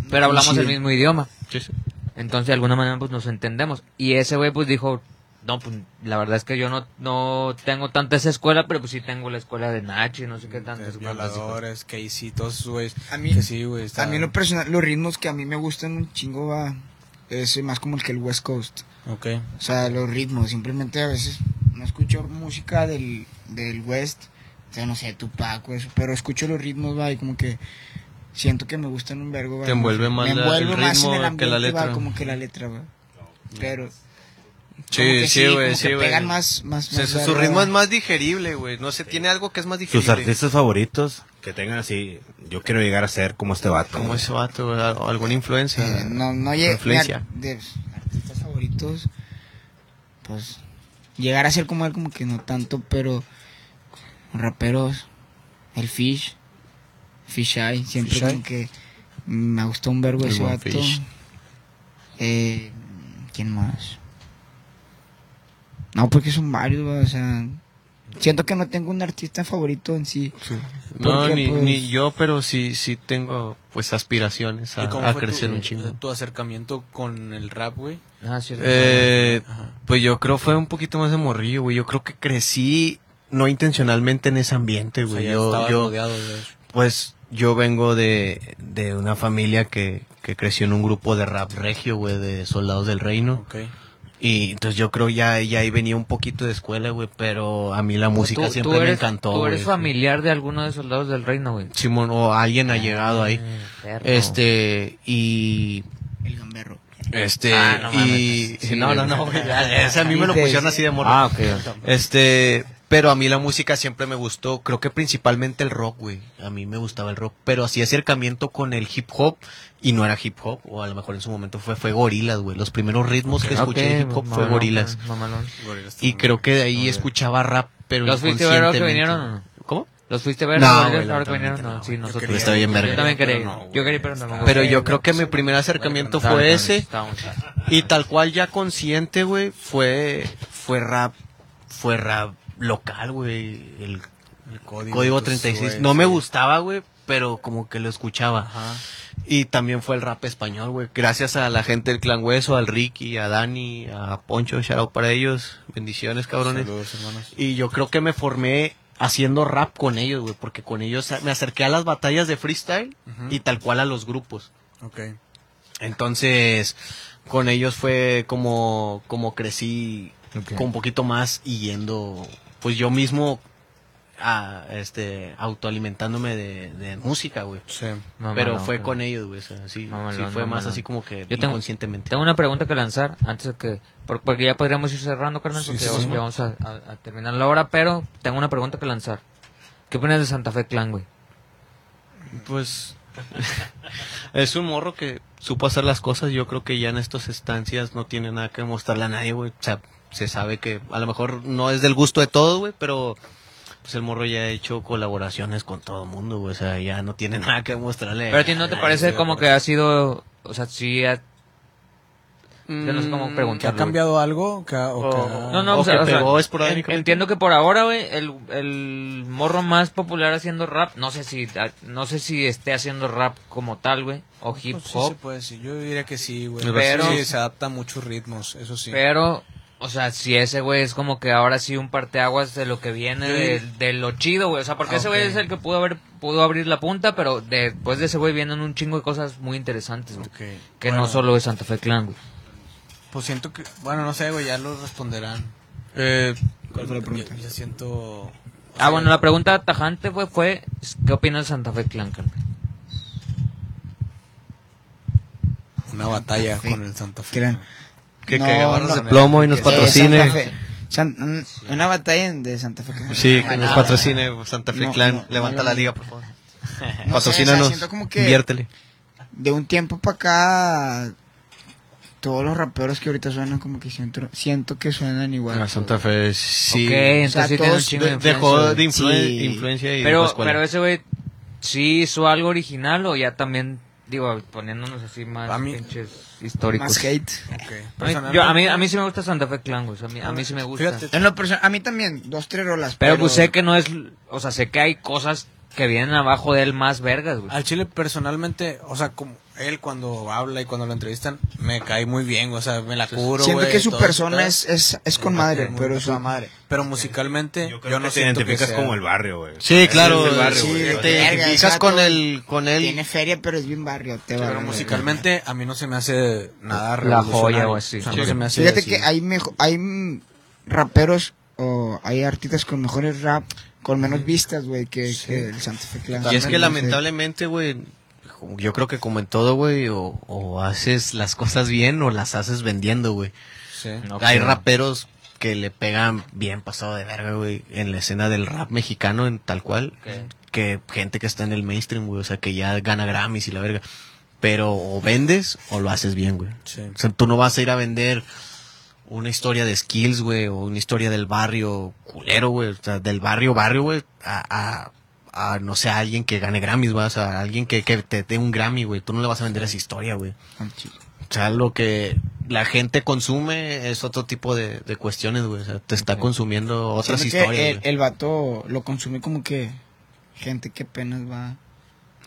[SPEAKER 2] Pero hablamos
[SPEAKER 5] Sí.
[SPEAKER 2] el mismo idioma.
[SPEAKER 6] Sí, sí.
[SPEAKER 2] Entonces, de alguna manera, pues nos entendemos. Y ese güey, pues dijo: No, pues la verdad es que yo no, no tengo tanta esa escuela, pero pues sí tengo la escuela de Nachi, no sé qué tantas
[SPEAKER 1] Los
[SPEAKER 2] escuelas.
[SPEAKER 1] violadores, Casey, todos esos güeyes.
[SPEAKER 5] A mí-
[SPEAKER 1] que sí, güey. está-
[SPEAKER 5] A mí en lo personal, los ritmos que a mí me gustan un chingo va, es más como el que el West Coast.
[SPEAKER 1] Ok.
[SPEAKER 5] O sea, los ritmos, simplemente a veces no escucho música del, del West, o sea, no sé, Tupac o eso, pero escucho los ritmos, va, y como que siento que me gustan un vergo, va.
[SPEAKER 6] Te envuelve más
[SPEAKER 5] me
[SPEAKER 6] la-
[SPEAKER 5] envuelvo
[SPEAKER 6] el
[SPEAKER 5] más en
[SPEAKER 6] ritmo
[SPEAKER 5] el
[SPEAKER 6] que la
[SPEAKER 5] ambiente, va,
[SPEAKER 6] letra.
[SPEAKER 5] como que la letra, va. Pero...
[SPEAKER 6] Sí,
[SPEAKER 5] como que
[SPEAKER 6] sí, güey,
[SPEAKER 5] como
[SPEAKER 6] sí,
[SPEAKER 5] que
[SPEAKER 6] güey.
[SPEAKER 5] pegan más, más,
[SPEAKER 6] O sea,
[SPEAKER 5] más
[SPEAKER 6] su, su
[SPEAKER 5] verga,
[SPEAKER 6] ritmo
[SPEAKER 5] va.
[SPEAKER 6] es más digerible, güey. No sé, tiene algo que es más digerible.
[SPEAKER 3] Sus artistas favoritos que tengan así, yo quiero llegar a ser como este vato.
[SPEAKER 6] Como ese vato, güey, al- alguna influencia.
[SPEAKER 5] Eh, no, no llega.
[SPEAKER 6] Ah, influencia.
[SPEAKER 5] De artistas favoritos, pues llegar a ser como él, como que no tanto, pero raperos, el Fish, Fish Eye, siempre
[SPEAKER 1] Fish Eye.
[SPEAKER 5] como que me gustó un vergo
[SPEAKER 6] El
[SPEAKER 5] ese
[SPEAKER 6] buen
[SPEAKER 5] vato.
[SPEAKER 6] Fish.
[SPEAKER 5] Eh, ¿Quién más? No, porque son varios, va, o sea. Siento que no tengo un artista favorito en sí.
[SPEAKER 6] No,
[SPEAKER 5] Porque,
[SPEAKER 6] ni,
[SPEAKER 5] pues,
[SPEAKER 6] ni yo, pero sí, sí tengo, pues, aspiraciones a,
[SPEAKER 1] ¿Y cómo
[SPEAKER 6] a
[SPEAKER 1] fue
[SPEAKER 6] crecer
[SPEAKER 1] tu, eh,
[SPEAKER 6] un chingo.
[SPEAKER 1] tu acercamiento con el rap, güey?
[SPEAKER 2] Ah, cierto.
[SPEAKER 6] Eh,
[SPEAKER 1] Ajá.
[SPEAKER 6] pues yo creo fue un poquito más de morrillo, güey. Yo creo que crecí no intencionalmente en ese ambiente, güey.
[SPEAKER 4] ya
[SPEAKER 6] yo,
[SPEAKER 4] estaba
[SPEAKER 6] yo-
[SPEAKER 4] rodeado de-
[SPEAKER 6] pues yo vengo de, de una familia que, que creció en un grupo de rap regio, güey, de soldados del reino.
[SPEAKER 4] Ok.
[SPEAKER 6] Y entonces yo creo ya, ya ahí venía un poquito de escuela, güey, pero a mí la música
[SPEAKER 2] Pues Tú-
[SPEAKER 6] siempre
[SPEAKER 2] tú
[SPEAKER 6] me
[SPEAKER 2] eres-
[SPEAKER 6] encantó.
[SPEAKER 2] Tú eres
[SPEAKER 6] güey.
[SPEAKER 2] familiar de alguno de soldados del reino, güey. Eh,
[SPEAKER 6] Simón, o alguien ha llegado ahí.
[SPEAKER 2] Ah, Perro.
[SPEAKER 6] Este, y
[SPEAKER 5] El gamberro.
[SPEAKER 6] Este,
[SPEAKER 2] Ah, no mames,
[SPEAKER 6] y.
[SPEAKER 2] sí,
[SPEAKER 6] no, no,
[SPEAKER 2] güey.
[SPEAKER 6] no, güey, ya, ese a mí me lo pusieron así de morro.
[SPEAKER 2] Ah, ok.
[SPEAKER 6] Este, pero a mí la música siempre me gustó. Creo que principalmente el rock, güey. A mí me gustaba el rock, pero hacía acercamiento con el hip hop y no era hip hop. O a lo mejor en su momento fue, fue gorilas, güey. Los primeros ritmos que escuché de hip hop fue
[SPEAKER 2] pues, mamalón,
[SPEAKER 6] gorilas.
[SPEAKER 2] güey, mamalón.
[SPEAKER 6] Y creo que de ahí escuchaba rap, pero
[SPEAKER 2] ¿Los fuiste a ver ahora que
[SPEAKER 6] inconscientemente.
[SPEAKER 2] vinieron?
[SPEAKER 6] ¿Cómo?
[SPEAKER 2] ¿Los fuiste a ver?
[SPEAKER 6] No,
[SPEAKER 2] ahora
[SPEAKER 6] güey,
[SPEAKER 2] que vinieron?
[SPEAKER 6] lamentablemente
[SPEAKER 2] No,
[SPEAKER 6] no.
[SPEAKER 2] sí, nosotros.
[SPEAKER 6] quería Está bien ir, verga.
[SPEAKER 2] Yo también quería. ir.
[SPEAKER 4] pero no, güey.
[SPEAKER 2] yo quería, ir, pero no. Ah, no,
[SPEAKER 6] Pero
[SPEAKER 2] güey.
[SPEAKER 6] yo creo que mi primer acercamiento fue ese.
[SPEAKER 2] Estábamos- estábamos-
[SPEAKER 6] Y tal cual ya consciente, güey, fue, fue rap, fue rap local, güey, el código,
[SPEAKER 1] pues,
[SPEAKER 6] 36. No me gustaba, güey, pero como que lo escuchaba.
[SPEAKER 2] Ajá.
[SPEAKER 6] Y también fue el rap español, güey. Gracias a la gente del Clan Hueso, al Ricky, a Dani, a Poncho, shout out para ellos. Bendiciones, cabrones.
[SPEAKER 4] Saludos, hermanos.
[SPEAKER 6] Y yo creo que me formé haciendo rap con ellos, güey, porque con ellos me acerqué a las batallas de freestyle y tal cual a los grupos.
[SPEAKER 4] Ok.
[SPEAKER 6] Entonces, con ellos fue como, como crecí
[SPEAKER 2] Ok.
[SPEAKER 6] con un poquito más y yendo, pues yo mismo a, este, autoalimentándome de, de música, güey.
[SPEAKER 4] Sí.
[SPEAKER 2] Mamalón,
[SPEAKER 6] Pero fue
[SPEAKER 2] güey.
[SPEAKER 6] con ellos, güey. o sea, sí,
[SPEAKER 2] Mamalón,
[SPEAKER 6] sí fue más
[SPEAKER 2] mamalón.
[SPEAKER 6] así como que
[SPEAKER 2] Yo tengo-
[SPEAKER 6] inconscientemente.
[SPEAKER 2] Tengo una pregunta que lanzar antes de que. por- Porque ya podríamos ir cerrando, carnal.
[SPEAKER 4] Sí,
[SPEAKER 2] porque
[SPEAKER 4] sí,
[SPEAKER 2] ya vamos-
[SPEAKER 4] sí.
[SPEAKER 2] ya vamos a, a- a terminar la hora. Pero tengo una pregunta que lanzar. ¿Qué opinas de Santa Fe Clan, güey?
[SPEAKER 6] Pues es un morro que supo hacer las cosas. Yo creo que ya en estas estancias no tiene nada que mostrarle a nadie, güey. O sea, se sabe que a lo mejor no es del gusto de todos, güey, pero pues el morro ya ha hecho colaboraciones con todo el mundo, güey. O sea, ya no tiene nada que mostrarle.
[SPEAKER 2] Pero a ti no te
[SPEAKER 6] nadie,
[SPEAKER 2] parece
[SPEAKER 6] güey.
[SPEAKER 2] como que ha sido. O sea, sí. ha- yo no sé cómo
[SPEAKER 6] Mm,
[SPEAKER 2] preguntar.
[SPEAKER 4] ¿Que ha cambiado algo? ¿Que ha- o que ha-
[SPEAKER 6] O-
[SPEAKER 2] Oh, No, no,
[SPEAKER 6] o
[SPEAKER 2] o sea,
[SPEAKER 6] que
[SPEAKER 2] o sea,
[SPEAKER 6] pegó
[SPEAKER 2] en-
[SPEAKER 6] esporádicamente.
[SPEAKER 2] entiendo que por ahora, güey, el, el morro más popular haciendo rap, no sé si no sé si esté haciendo rap como tal, güey, o hip
[SPEAKER 4] Pues sí
[SPEAKER 2] hop,
[SPEAKER 4] se puede decir. Yo diría que sí, güey.
[SPEAKER 2] Pero-
[SPEAKER 4] Sí, se adapta a muchos ritmos, eso sí.
[SPEAKER 2] pero o sea, si ese güey es como que ahora sí un parteaguas de lo que viene de, de lo chido, güey, o sea, porque
[SPEAKER 4] Ah,
[SPEAKER 2] ese güey
[SPEAKER 4] ok.
[SPEAKER 2] es el que pudo haber pudo abrir la punta, pero después de ese güey vienen un chingo de cosas muy interesantes, güey,
[SPEAKER 4] Ok.
[SPEAKER 2] que no
[SPEAKER 4] Bueno,
[SPEAKER 2] solo es Santa Fe Clan, güey.
[SPEAKER 4] Pues siento que. Bueno, no sé, güey, ya lo responderán. Eh,
[SPEAKER 5] ¿Cuál fue la pregunta?
[SPEAKER 4] Yo, yo siento.
[SPEAKER 2] Ah, bueno, la pregunta tajante güey, fue ¿qué opinas de Santa Fe Clan? carnal?
[SPEAKER 4] Una batalla
[SPEAKER 5] Fe.
[SPEAKER 4] con el Santa Fe.
[SPEAKER 5] Crean.
[SPEAKER 6] Que
[SPEAKER 5] No,
[SPEAKER 6] que barras de
[SPEAKER 5] no.
[SPEAKER 6] plomo y nos
[SPEAKER 5] Eh,
[SPEAKER 6] patrocine.
[SPEAKER 5] Santa Fe. San- un- una batalla de Santa Fe. Clan.
[SPEAKER 6] Sí, que nos patrocine Santa Fe
[SPEAKER 5] No,
[SPEAKER 6] Clan.
[SPEAKER 5] no,
[SPEAKER 6] Levanta
[SPEAKER 5] no,
[SPEAKER 6] la
[SPEAKER 5] no.
[SPEAKER 6] liga, por favor.
[SPEAKER 5] No sé, o sea,
[SPEAKER 6] Patrocínanos.
[SPEAKER 5] siento como que
[SPEAKER 6] Inviértele.
[SPEAKER 5] de un tiempo para acá todos los raperos que ahorita suenan como que siento, siento que suenan igual.
[SPEAKER 6] Ah, Santa Fe, sí.
[SPEAKER 2] Ok, entonces sí tiene un
[SPEAKER 5] todos
[SPEAKER 2] chingo de
[SPEAKER 6] De-
[SPEAKER 2] influencia,
[SPEAKER 6] dejó
[SPEAKER 2] güey.
[SPEAKER 6] de influen-
[SPEAKER 5] Sí.
[SPEAKER 6] influencia y pues dejó
[SPEAKER 2] Pero,
[SPEAKER 6] escuela.
[SPEAKER 2] pero ese güey sí hizo algo original o ya también, digo, poniéndonos así más
[SPEAKER 4] A mí-
[SPEAKER 2] pinches históricos.
[SPEAKER 5] Más hate.
[SPEAKER 4] Ok.
[SPEAKER 2] A mí, yo- a, mí, a mí sí me gusta Santa Fe Clan, güey. o sea, A mí, a mí sí me gusta.
[SPEAKER 4] Fíjate,
[SPEAKER 5] En lo perso- a mí también, dos, tres rolas.
[SPEAKER 2] pero, pues sé que no es, o sea, sé que hay cosas que vienen abajo de él más vergas, güey.
[SPEAKER 4] Al Chile personalmente, o sea, como él cuando habla y cuando lo entrevistan, me cae muy bien, güey, o sea, me la curo.
[SPEAKER 5] Siento
[SPEAKER 4] güey,
[SPEAKER 5] que su
[SPEAKER 4] todo,
[SPEAKER 5] persona
[SPEAKER 4] todo.
[SPEAKER 5] es, es, es con madre,
[SPEAKER 4] Muy
[SPEAKER 5] pero
[SPEAKER 4] con
[SPEAKER 5] su...
[SPEAKER 4] toda madre. Pero musicalmente, yo,
[SPEAKER 3] Yo creo
[SPEAKER 4] no
[SPEAKER 3] que te
[SPEAKER 4] siento
[SPEAKER 3] identificas
[SPEAKER 4] que sea-
[SPEAKER 3] como el barrio, güey.
[SPEAKER 6] Sí, claro.
[SPEAKER 3] Es del barrio,
[SPEAKER 6] sí, este-
[SPEAKER 3] güey.
[SPEAKER 6] te
[SPEAKER 5] Verga,
[SPEAKER 6] identificas
[SPEAKER 5] exacto.
[SPEAKER 6] con el con
[SPEAKER 5] Tiene
[SPEAKER 6] él.
[SPEAKER 5] feria, pero es bien barrio. Te va
[SPEAKER 4] Pero
[SPEAKER 5] a-
[SPEAKER 4] musicalmente a mí no se me hace nada
[SPEAKER 2] La joya
[SPEAKER 4] revolucionario.
[SPEAKER 2] o así.
[SPEAKER 4] O sea, no se me hace
[SPEAKER 5] Fíjate
[SPEAKER 4] así.
[SPEAKER 5] que hay, mejo- hay mm, raperos o hay artistas con mejores rap, con menos vistas, güey, que, que el Santa Fe Clan.
[SPEAKER 6] Y es que
[SPEAKER 5] Entonces,
[SPEAKER 6] lamentablemente, güey, como- yo creo que como en todo, güey, o, o haces las cosas bien o las haces vendiendo, güey.
[SPEAKER 4] Sí.
[SPEAKER 6] Hay
[SPEAKER 2] creo.
[SPEAKER 6] raperos que le pegan bien pasado de verga, güey, en la escena del rap mexicano, en tal cual, que gente que está en el mainstream, güey, o sea, que ya gana Grammys y la verga. Pero o vendes o lo haces bien, güey.
[SPEAKER 4] Sí.
[SPEAKER 6] O sea, tú no vas a ir a vender una historia de skills, güey, o una historia del barrio culero, güey, o sea, del barrio, barrio, güey, a, a, a, no sé, a alguien que gane Grammys, güey, o sea, a alguien que, que te dé un Grammy, güey, tú no le vas a vender esa historia, güey. O sea, lo que la gente consume es otro tipo de, de cuestiones, güey, o sea, te está consumiendo otras
[SPEAKER 5] siento que eh,
[SPEAKER 6] historias,
[SPEAKER 5] el,
[SPEAKER 6] güey.
[SPEAKER 5] el vato lo consume como que gente que apenas va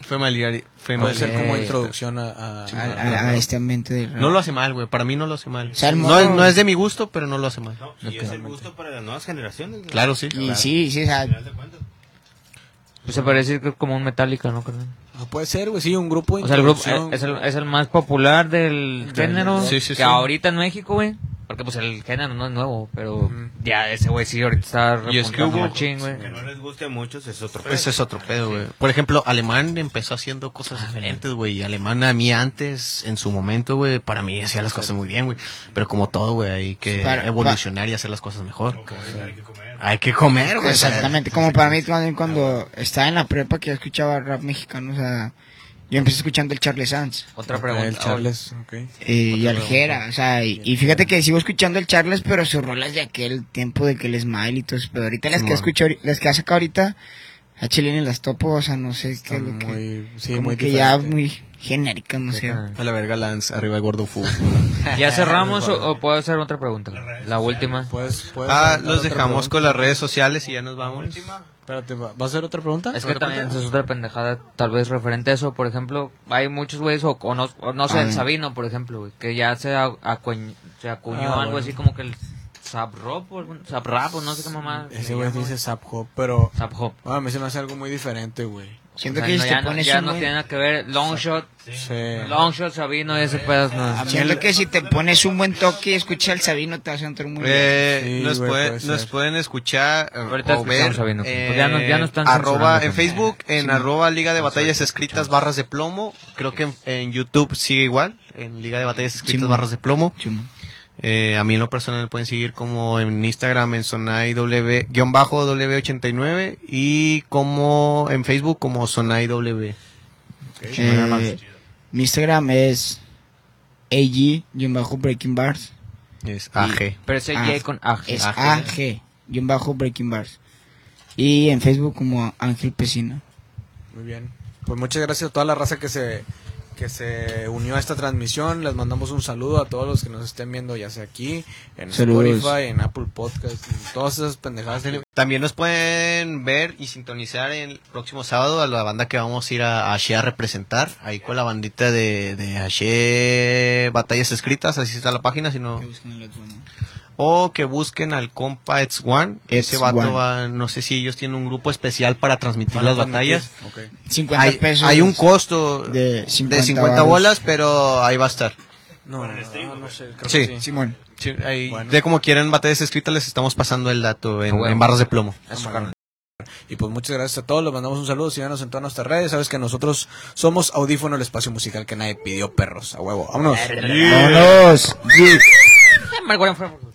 [SPEAKER 6] Familiar,
[SPEAKER 1] Puede ser como
[SPEAKER 6] familiar.
[SPEAKER 1] introducción a, a-
[SPEAKER 5] a, a- a este ambiente del rap.
[SPEAKER 6] No lo hace mal, güey. Para mí no lo hace mal.
[SPEAKER 5] O sea, el
[SPEAKER 6] no,
[SPEAKER 5] morro-
[SPEAKER 6] es, no es de mi gusto, pero no lo hace mal.
[SPEAKER 3] No, y es el gusto para las nuevas generaciones. güey.
[SPEAKER 6] Claro, sí.
[SPEAKER 5] y sí, sí, o sea,
[SPEAKER 3] Al final de cuentas.
[SPEAKER 2] Pues se parece que es como un Metallica, ¿no? carnal?
[SPEAKER 1] Ah, Puede ser, güey, sí, un grupo de
[SPEAKER 2] O sea, el grupo eh,
[SPEAKER 1] introducción.
[SPEAKER 2] es el, es el más popular del género.
[SPEAKER 6] Sí, sí,
[SPEAKER 2] que
[SPEAKER 6] sí.
[SPEAKER 2] ahorita en México, güey. Porque pues el género no es nuevo, pero ya ese güey sí ahorita está
[SPEAKER 6] Y es que
[SPEAKER 2] repuntando
[SPEAKER 6] hubo-
[SPEAKER 2] machín, güey.
[SPEAKER 3] Que no les guste a muchos es otro
[SPEAKER 6] Ese Pues es otro pedo, güey. Por ejemplo, Alemán empezó haciendo cosas diferentes, güey. Y Alemán a mí antes, en su momento, güey, para mí hacía las cosas muy bien, güey. Pero como todo, güey, hay que
[SPEAKER 5] Para-
[SPEAKER 6] evolucionar y hacer las cosas mejor.
[SPEAKER 3] Hay que comer.
[SPEAKER 6] Hay que comer, güey.
[SPEAKER 5] Exactamente, como para mí también cuando estaba en la prepa que yo escuchaba rap mexicano, o sea, yo empecé escuchando el Charles Sanz
[SPEAKER 2] Otra
[SPEAKER 1] el
[SPEAKER 2] pregunta.
[SPEAKER 1] Charles, ok.
[SPEAKER 5] eh, y Aljera, o sea, y, y fíjate que sigo escuchando el Charles, pero sus rolas de aquel tiempo de que el Smile y todo eso, pero ahorita las que
[SPEAKER 6] Simón.
[SPEAKER 5] escucho, ahori- las que saca ahorita, a Chile ni las topo, o sea, no sé qué es
[SPEAKER 1] Están
[SPEAKER 5] lo que...
[SPEAKER 1] muy, sí,
[SPEAKER 5] como
[SPEAKER 1] muy
[SPEAKER 5] que ya
[SPEAKER 1] diferente.
[SPEAKER 5] muy genérica, no sé.
[SPEAKER 2] Oye,
[SPEAKER 6] A la verga, Lance, arriba el gordo fútbol.
[SPEAKER 2] ¿Ya cerramos o, o puedo hacer otra pregunta? La última.
[SPEAKER 1] Puedes- puedes
[SPEAKER 6] Ah,
[SPEAKER 1] aventar
[SPEAKER 6] los
[SPEAKER 1] otra
[SPEAKER 6] dejamos
[SPEAKER 1] pregunta.
[SPEAKER 6] con las redes sociales y ya nos vamos.
[SPEAKER 1] Espérate, ¿va va a ser otra pregunta?
[SPEAKER 2] Es que también es otra pendejada, tal vez referente a eso. Por ejemplo, hay muchos güeyes, o, o no, o no sé, el Sabino, por ejemplo, güey, que ya se, a- acuñ- se acuñó
[SPEAKER 1] Ah,
[SPEAKER 2] algo
[SPEAKER 1] bueno.
[SPEAKER 2] así como que el Zap Rap, o algún- Zap Rap, o no sé qué mamá.
[SPEAKER 1] Ese güey dice Zap Hop, pero
[SPEAKER 2] Zap Hop.
[SPEAKER 1] ah, a mí se me hace algo muy diferente, güey.
[SPEAKER 5] Siento
[SPEAKER 2] O sea,
[SPEAKER 5] que
[SPEAKER 2] no,
[SPEAKER 5] si
[SPEAKER 2] ya,
[SPEAKER 5] te
[SPEAKER 2] no,
[SPEAKER 5] pones
[SPEAKER 2] ya
[SPEAKER 5] uno-
[SPEAKER 2] no tiene nada que ver. Long shot,
[SPEAKER 1] Sí.
[SPEAKER 5] Eh.
[SPEAKER 2] long shot, Sabino, ese pedazo. No.
[SPEAKER 5] Siento que si te pones un buen toque y escuchas al Sabino te vas a entrar muy bien.
[SPEAKER 6] Eh,
[SPEAKER 1] Sí,
[SPEAKER 6] nos,
[SPEAKER 1] güey,
[SPEAKER 6] puede-
[SPEAKER 1] puede
[SPEAKER 6] nos
[SPEAKER 1] ser.
[SPEAKER 6] pueden escuchar eh,
[SPEAKER 2] Ahorita
[SPEAKER 6] o
[SPEAKER 2] escuchamos
[SPEAKER 6] ver
[SPEAKER 2] a Vino,
[SPEAKER 6] eh,
[SPEAKER 2] pues ya no- ya no están
[SPEAKER 6] arroba
[SPEAKER 2] censurando,
[SPEAKER 6] en
[SPEAKER 2] pues.
[SPEAKER 6] Facebook en arroba Liga de Batallas Escritas Barras de Plomo creo que en, en YouTube sigue igual en Liga de Batallas Escritas
[SPEAKER 5] Sí.
[SPEAKER 6] Barras de Plomo
[SPEAKER 5] Simón.
[SPEAKER 6] Eh, a mí en lo personal me pueden seguir como en Instagram en Sonai W guión bajo W89 y como en Facebook como Sonai W
[SPEAKER 5] Eh, mi Instagram es AG y un bajo Breaking Bars.
[SPEAKER 6] es AG
[SPEAKER 2] Pero ese
[SPEAKER 5] Ah,
[SPEAKER 2] J con A.
[SPEAKER 5] Es
[SPEAKER 6] AG.
[SPEAKER 5] AG y un bajo Breaking Bars. Y en Facebook como Ángel Pesina.
[SPEAKER 1] Muy bien. Pues muchas gracias a toda la raza que se que se unió a esta transmisión. Les mandamos un saludo a todos los que nos estén viendo, ya sea aquí, en
[SPEAKER 5] Saludos.
[SPEAKER 1] Spotify, en Apple Podcast, en todas esas pendejadas. que-
[SPEAKER 6] También nos pueden ver y sintonizar el próximo sábado a la banda que vamos a ir a Ashe a representar. Ahí con la bandita de, de Ashe Batallas Escritas, así está la página, sino O que busquen al compa It's One. Ese
[SPEAKER 5] It's
[SPEAKER 6] vato
[SPEAKER 5] One.
[SPEAKER 6] va, no sé si ellos tienen un grupo especial para transmitir las batallas.
[SPEAKER 1] Ok.
[SPEAKER 5] 50
[SPEAKER 6] Hay,
[SPEAKER 5] pesos.
[SPEAKER 6] hay un costo
[SPEAKER 5] de
[SPEAKER 6] de 50,
[SPEAKER 5] 50 varos.
[SPEAKER 6] bolas, pero ahí va a estar.
[SPEAKER 1] No, no, no sé, creo
[SPEAKER 6] Sí.
[SPEAKER 1] que sí.
[SPEAKER 5] Simón.
[SPEAKER 6] Sí, ahí-
[SPEAKER 1] Bueno.
[SPEAKER 6] De como quieran batallas escritas, les estamos pasando el dato en,
[SPEAKER 2] Ah, bueno.
[SPEAKER 6] en barras de plomo.
[SPEAKER 1] Y pues muchas gracias a todos, les mandamos un saludo, síganos en todas nuestras redes, sabes que nosotros somos Audífono, el espacio musical que nadie pidió perros, a huevo, vámonos.
[SPEAKER 5] Vámonos.
[SPEAKER 2] Margot Enfermo.